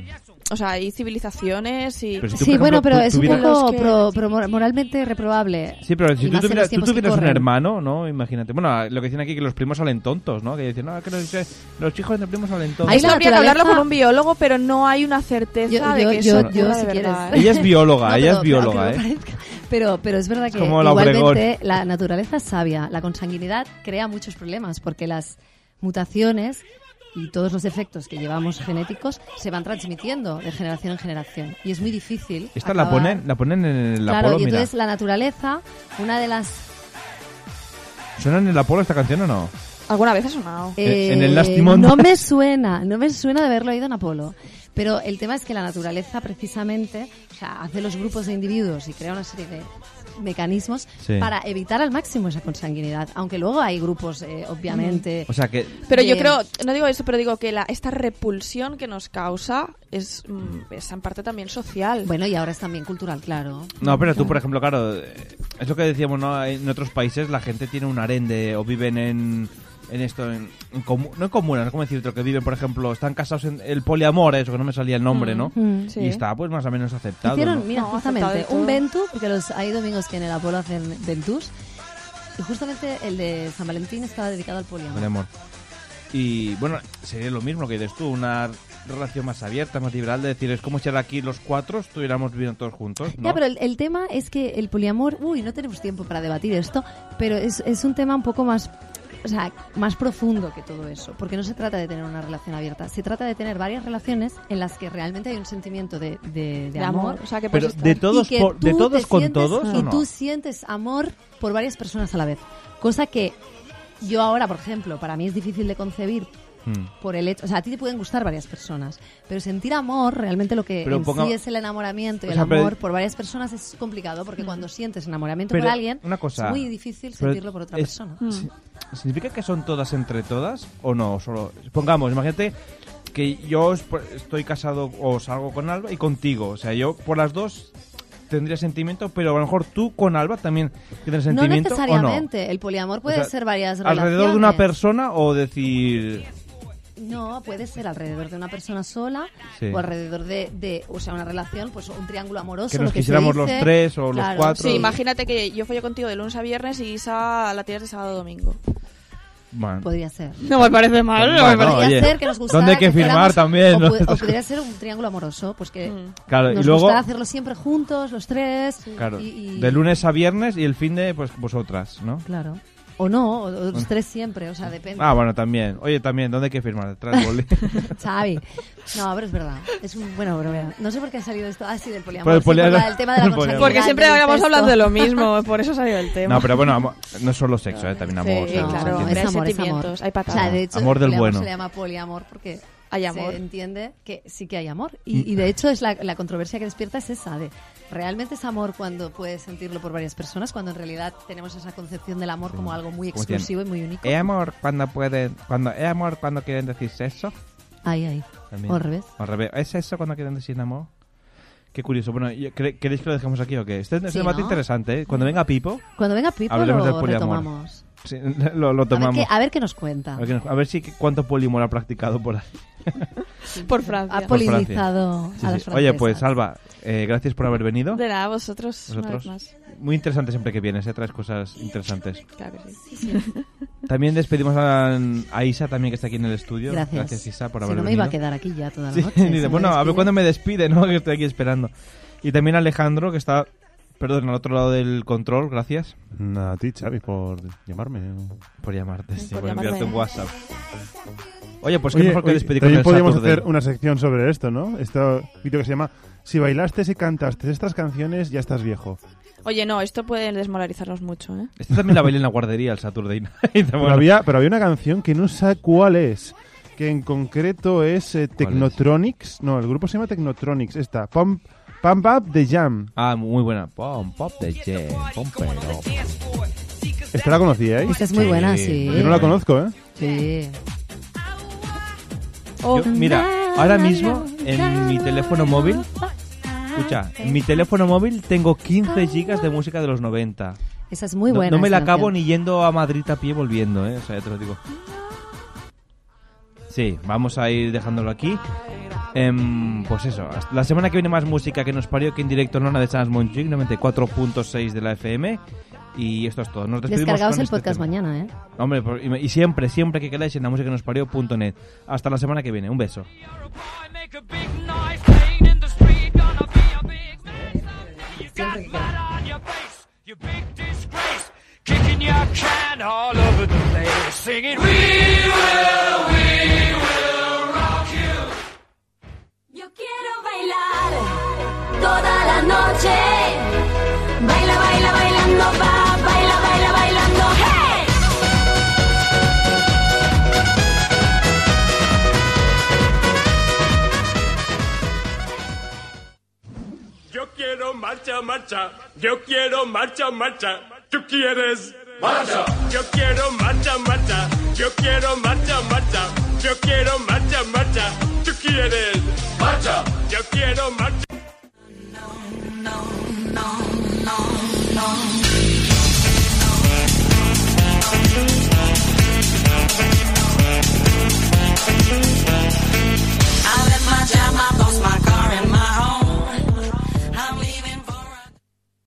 [SPEAKER 17] O sea, hay civilizaciones y.
[SPEAKER 10] Pero si tú,
[SPEAKER 12] Sí,
[SPEAKER 10] por
[SPEAKER 12] bueno,
[SPEAKER 10] ejemplo,
[SPEAKER 12] pero
[SPEAKER 10] tú
[SPEAKER 12] es un
[SPEAKER 10] tuvieras-
[SPEAKER 12] poco
[SPEAKER 17] Los que-
[SPEAKER 12] pro- pro- moralmente reprobable.
[SPEAKER 10] Sí, pero si
[SPEAKER 12] Y
[SPEAKER 10] tú
[SPEAKER 12] más en
[SPEAKER 10] tuvieras,
[SPEAKER 12] los
[SPEAKER 10] tú
[SPEAKER 12] tiempos que
[SPEAKER 10] tuvieras un
[SPEAKER 12] corren.
[SPEAKER 10] hermano, ¿no? Imagínate. Bueno, lo que dicen aquí que los primos salen tontos, ¿no? Que dicen, no, que los, los hijos de primos salen tontos.
[SPEAKER 12] Ahí
[SPEAKER 17] Esto
[SPEAKER 12] la
[SPEAKER 17] habría que
[SPEAKER 12] naturaleza-
[SPEAKER 17] hablarlo con un biólogo, pero no hay una certeza
[SPEAKER 12] Yo- yo-
[SPEAKER 17] de que
[SPEAKER 12] yo-
[SPEAKER 17] eso
[SPEAKER 12] yo,
[SPEAKER 17] ocurra de
[SPEAKER 12] si quieres.
[SPEAKER 17] verdad, ¿eh?
[SPEAKER 10] Ella es bióloga,
[SPEAKER 12] [laughs] No,
[SPEAKER 10] ella
[SPEAKER 12] pero-
[SPEAKER 10] es bióloga,
[SPEAKER 12] pero aunque
[SPEAKER 10] ¿eh?
[SPEAKER 12] no parezca- Pero, pero es verdad que
[SPEAKER 10] como la Obregón.
[SPEAKER 12] igualmente la naturaleza es sabia. La consanguinidad crea muchos problemas porque las mutaciones y todos los efectos que llevamos genéticos se van transmitiendo de generación en generación. Y es muy difícil.
[SPEAKER 10] Esta la
[SPEAKER 12] acabar-
[SPEAKER 10] ponen, la ponen en el
[SPEAKER 12] Ah. Claro,
[SPEAKER 10] Apolo,
[SPEAKER 12] y
[SPEAKER 10] mira.
[SPEAKER 12] entonces la naturaleza, una de las...
[SPEAKER 10] ¿Suena en el Apolo esta canción o no?
[SPEAKER 17] ¿Alguna vez ha sonado?
[SPEAKER 10] Eh, en el
[SPEAKER 12] eh,
[SPEAKER 10] Nasty Monday.
[SPEAKER 12] No me suena, no me suena de haberlo oído en Apolo. Pero el tema es que la naturaleza precisamente o sea, hace los grupos de individuos y crea una serie de mecanismos
[SPEAKER 10] Sí.
[SPEAKER 12] para evitar al máximo esa consanguinidad, aunque luego hay grupos, eh, obviamente.
[SPEAKER 10] O sea que
[SPEAKER 17] Pero yo
[SPEAKER 12] de-
[SPEAKER 17] creo, no digo eso, pero digo que la, esta repulsión que nos causa es, mm, es en parte también social.
[SPEAKER 12] Bueno, y ahora es también cultural, claro.
[SPEAKER 10] No, pero tú, por ejemplo, claro, eh, es lo que decíamos, ¿no? En otros países la gente tiene un harén de, o viven en, en esto, en, en comu- no en comunas, ¿cómo decirte? Lo que viven, por ejemplo, están casados en el poliamor, eso que no me salía el nombre, ¿no?
[SPEAKER 12] Mm, mm. Sí.
[SPEAKER 10] Y está, pues, más o menos aceptado,
[SPEAKER 12] Hicieron,
[SPEAKER 10] ¿no?
[SPEAKER 12] mira,
[SPEAKER 17] No,
[SPEAKER 12] justamente,
[SPEAKER 17] aceptado de
[SPEAKER 12] un
[SPEAKER 17] todo.
[SPEAKER 12] Ventu, porque los, hay domingos que en el Apolo hacen Ventus, y justamente el de San Valentín estaba dedicado al poliamor.
[SPEAKER 10] Poliamor. Y, bueno, sería lo mismo que dices tú, una relación más abierta, más liberal, de decir, es como si ahora aquí los cuatro estuviéramos viviendo todos juntos, ¿no?
[SPEAKER 12] Ya, pero el, el tema es que el poliamor, uy, no tenemos tiempo para debatir esto, pero es, es un tema un poco más, o sea, más profundo que todo eso, porque no se trata de tener una relación abierta, se trata de tener varias relaciones en las que realmente hay un sentimiento de, de- de
[SPEAKER 17] De amor,
[SPEAKER 12] amor,
[SPEAKER 17] o sea, que
[SPEAKER 10] Pero puedes de estar. todos
[SPEAKER 12] Y que
[SPEAKER 10] por- de
[SPEAKER 12] tú
[SPEAKER 10] todos
[SPEAKER 12] te
[SPEAKER 10] con
[SPEAKER 12] sientes-
[SPEAKER 10] todos, ¿o
[SPEAKER 12] y
[SPEAKER 10] no?
[SPEAKER 12] tú sientes amor por varias personas a la vez, cosa que yo ahora, por ejemplo, para mí es difícil de concebir.
[SPEAKER 10] Mm.
[SPEAKER 12] Por el hecho, o sea, a ti te pueden gustar varias personas, pero sentir amor, realmente lo que
[SPEAKER 10] Pero
[SPEAKER 12] en
[SPEAKER 10] ponga-
[SPEAKER 12] sí es el enamoramiento y
[SPEAKER 10] O
[SPEAKER 12] el
[SPEAKER 10] sea, pero-
[SPEAKER 12] amor por varias personas es complicado porque
[SPEAKER 17] Mm.
[SPEAKER 12] cuando sientes enamoramiento por alguien
[SPEAKER 10] una cosa,
[SPEAKER 12] es muy difícil
[SPEAKER 10] pero
[SPEAKER 12] sentirlo por otra
[SPEAKER 10] es-
[SPEAKER 12] persona.
[SPEAKER 17] Mm.
[SPEAKER 10] si- ¿Significa que son todas entre todas o no? Solo, pongamos, imagínate que yo es- estoy casado o salgo con Alba y contigo. O sea, yo por las dos tendría sentimiento, pero a lo mejor tú con Alba también tienes
[SPEAKER 12] No
[SPEAKER 10] sentimiento
[SPEAKER 12] necesariamente, el
[SPEAKER 10] o
[SPEAKER 12] poliamor
[SPEAKER 10] no. O
[SPEAKER 12] puede
[SPEAKER 10] sea,
[SPEAKER 12] ser varias relaciones.
[SPEAKER 10] Alrededor de una persona o decir...
[SPEAKER 12] No, puede ser alrededor de una persona sola
[SPEAKER 10] Sí.
[SPEAKER 12] o alrededor de, de, o sea, una relación, pues un triángulo amoroso.
[SPEAKER 10] Que nos
[SPEAKER 12] lo se
[SPEAKER 10] quisiéramos los
[SPEAKER 12] dice.
[SPEAKER 10] tres o los cuatro.
[SPEAKER 17] Sí, imagínate que yo follo contigo de lunes a viernes y Isa la tienes de sábado a domingo.
[SPEAKER 10] Bueno.
[SPEAKER 12] Podría ser.
[SPEAKER 17] No me parece mal, no me
[SPEAKER 10] Bueno,
[SPEAKER 17] parece-
[SPEAKER 12] Podría
[SPEAKER 10] oye,
[SPEAKER 12] ser que nos gustara
[SPEAKER 10] ¿Dónde hay que, firmar
[SPEAKER 12] fuéramos-
[SPEAKER 10] también?
[SPEAKER 12] O,
[SPEAKER 10] no? [laughs]
[SPEAKER 12] pu- o podría ser un triángulo amoroso, pues que
[SPEAKER 17] Mm.
[SPEAKER 10] Claro, y
[SPEAKER 12] nos
[SPEAKER 10] luego-
[SPEAKER 12] gustara hacerlo siempre juntos, los tres.
[SPEAKER 10] Claro,
[SPEAKER 12] y- y-
[SPEAKER 10] de lunes a viernes y el fin de, pues, vosotras, ¿no?
[SPEAKER 12] Claro. O no, o- o los
[SPEAKER 10] Bueno.
[SPEAKER 12] tres siempre, o sea, depende.
[SPEAKER 10] Ah, bueno, también. Oye, también, ¿dónde hay que firmar? Detrás del boli.
[SPEAKER 12] [laughs] Xavi. No, pero es verdad. Es un, bueno, pero mira, no sé por qué ha salido esto así del poliamor.
[SPEAKER 10] Por el
[SPEAKER 12] sí, por
[SPEAKER 10] poliamor.
[SPEAKER 12] la- el tema de
[SPEAKER 10] [laughs]
[SPEAKER 12] la
[SPEAKER 10] El poliamor.
[SPEAKER 12] consanguinidad,
[SPEAKER 17] Porque siempre
[SPEAKER 12] del
[SPEAKER 17] hablamos
[SPEAKER 12] incesto.
[SPEAKER 17] hablando de
[SPEAKER 12] [laughs]
[SPEAKER 17] lo mismo, [laughs] por eso salió el tema.
[SPEAKER 10] No, pero bueno, amo- no es solo sexo, ¿eh? también amor.
[SPEAKER 17] Sí,
[SPEAKER 10] claro,
[SPEAKER 17] claro,
[SPEAKER 10] sentimientos.
[SPEAKER 17] hombre, hay
[SPEAKER 12] Es amor, es amor.
[SPEAKER 17] sentimientos, hay
[SPEAKER 12] O
[SPEAKER 17] patadas.
[SPEAKER 12] sea, de hecho,
[SPEAKER 10] Amor del
[SPEAKER 12] poliamor
[SPEAKER 10] bueno.
[SPEAKER 12] se le llama poliamor porque
[SPEAKER 17] Hay amor.
[SPEAKER 12] se entiende que sí que hay amor.
[SPEAKER 10] Mm.
[SPEAKER 12] Y, y de hecho, es la, la controversia que despierta es esa de... ¿Realmente es amor cuando puedes sentirlo por varias personas? Cuando en realidad tenemos esa concepción del amor como algo muy
[SPEAKER 10] Como dicen,
[SPEAKER 12] exclusivo y muy único.
[SPEAKER 10] ¿Es amor cuando pueden, cuando, ¿Es amor cuando quieren decir sexo?
[SPEAKER 12] Ahí, ahí.
[SPEAKER 10] También.
[SPEAKER 12] O al revés.
[SPEAKER 10] O al revés. ¿Es sexo cuando quieren decir amor? Qué curioso. Bueno, yo- ¿quere- ¿queréis que lo dejemos aquí o qué? Este es
[SPEAKER 12] Sí,
[SPEAKER 10] un debate
[SPEAKER 12] ¿no?
[SPEAKER 10] interesante. ¿eh? Cuando venga Pipo,
[SPEAKER 12] Cuando venga Pipo
[SPEAKER 10] hablaremos del
[SPEAKER 12] lo
[SPEAKER 10] poliamor.
[SPEAKER 12] retomamos.
[SPEAKER 10] Sí, [laughs] lo, lo
[SPEAKER 12] A ver,
[SPEAKER 10] tomamos.
[SPEAKER 12] qué, a ver qué nos cuenta.
[SPEAKER 10] A ver qué nos- a ver si cuánto polimor ha practicado por ahí.
[SPEAKER 17] Por Francia.
[SPEAKER 12] Ha
[SPEAKER 10] Por Francia.
[SPEAKER 12] polinizado
[SPEAKER 10] Sí,
[SPEAKER 12] a
[SPEAKER 10] sí.
[SPEAKER 12] las francesas.
[SPEAKER 10] Oye, pues Alba, eh, gracias por haber venido.
[SPEAKER 17] De nada, vosotros, una vez
[SPEAKER 10] Nosotros.
[SPEAKER 17] más.
[SPEAKER 10] Muy interesante siempre que vienes, ¿eh? traes cosas interesantes.
[SPEAKER 17] Claro que sí.
[SPEAKER 10] [laughs] También despedimos a, a Isa, también que está aquí en el estudio.
[SPEAKER 12] Gracias.
[SPEAKER 10] Isa, por
[SPEAKER 12] Si
[SPEAKER 10] haber
[SPEAKER 12] no me
[SPEAKER 10] venido.
[SPEAKER 12] iba a quedar aquí ya toda la
[SPEAKER 10] Sí,
[SPEAKER 12] noche, si
[SPEAKER 10] [laughs] dice,
[SPEAKER 12] me
[SPEAKER 10] bueno, a ver
[SPEAKER 12] despiden.
[SPEAKER 10] cuándo me despide, ¿no? [laughs] Que estoy aquí esperando. Y también a Alejandro, que está, perdón, al otro lado del control, gracias.
[SPEAKER 11] A ti, Xavi, por llamarme.
[SPEAKER 10] Por llamarte, sí,
[SPEAKER 11] Por
[SPEAKER 10] por,
[SPEAKER 11] llamarme.
[SPEAKER 10] enviarte un WhatsApp. Oye, pues
[SPEAKER 11] Oye,
[SPEAKER 10] qué mejor que
[SPEAKER 11] oye,
[SPEAKER 10] despedir con
[SPEAKER 11] también
[SPEAKER 10] el
[SPEAKER 11] podríamos
[SPEAKER 10] Saturday.
[SPEAKER 11] hacer una sección sobre esto, ¿no? Este vídeo que se llama Si bailaste y cantaste estas canciones, ya estás viejo.
[SPEAKER 10] ah.
[SPEAKER 17] Oye, no, esto puede desmoralizarnos mucho, ¿eh?
[SPEAKER 10] Esta también la bailé en la guardería el Saturday [laughs] Night.
[SPEAKER 11] Pero, había, pero había una canción que no sé cuál es, que en concreto es eh, Technotronics. No, el grupo se llama Technotronics, esta. Pump, Pump Up The Jam.
[SPEAKER 10] Ah, muy buena. Pom, pop de jam, pom, pero.
[SPEAKER 11] Esta la conocíais.
[SPEAKER 12] Esta es muy buena, sí.
[SPEAKER 11] Yo no la conozco, ¿eh?
[SPEAKER 12] Sí.
[SPEAKER 10] Yo- mira, ahora mismo en mi teléfono móvil. Escucha, en mi teléfono móvil tengo 15 gigas de música de los 90.
[SPEAKER 12] Esa es muy
[SPEAKER 10] No-
[SPEAKER 12] buena.
[SPEAKER 10] No, me la
[SPEAKER 12] esa
[SPEAKER 10] acabo
[SPEAKER 12] canción.
[SPEAKER 10] ni yendo a Madrid a pie volviendo, ¿eh? O sea, ya te lo digo. Sí, vamos a ir dejándolo aquí. Em, pues eso, hasta la semana que viene más música que nos parió que en directo en Lona de Sans Montjuic, 94.6 de la FM. Y esto es todo. Nos despedimos
[SPEAKER 12] Descargaos
[SPEAKER 10] con
[SPEAKER 12] el
[SPEAKER 10] este
[SPEAKER 12] podcast
[SPEAKER 10] tema.
[SPEAKER 12] mañana, ¿eh?
[SPEAKER 10] Hombre, por- y y siempre, siempre que queráis en la música que nos parió.net. Hasta la semana que viene. Un beso.
[SPEAKER 8] You got mud on your face, you big disgrace. Kicking your can all over the place, singing, We will, we will rock you.
[SPEAKER 9] Yo quiero bailar toda la noche. Baila, baila, bailando, va, baila, baila, bailando, hey.
[SPEAKER 13] quiero marcha, marcha. Yo quiero marcha, marcha. ¿Tú quieres?
[SPEAKER 8] Marcha.
[SPEAKER 13] Yo quiero marcha, marcha. Yo quiero marcha, marcha. Yo quiero marcha, marcha. ¿Tú quieres?
[SPEAKER 8] Marcha.
[SPEAKER 13] Yo quiero marcha.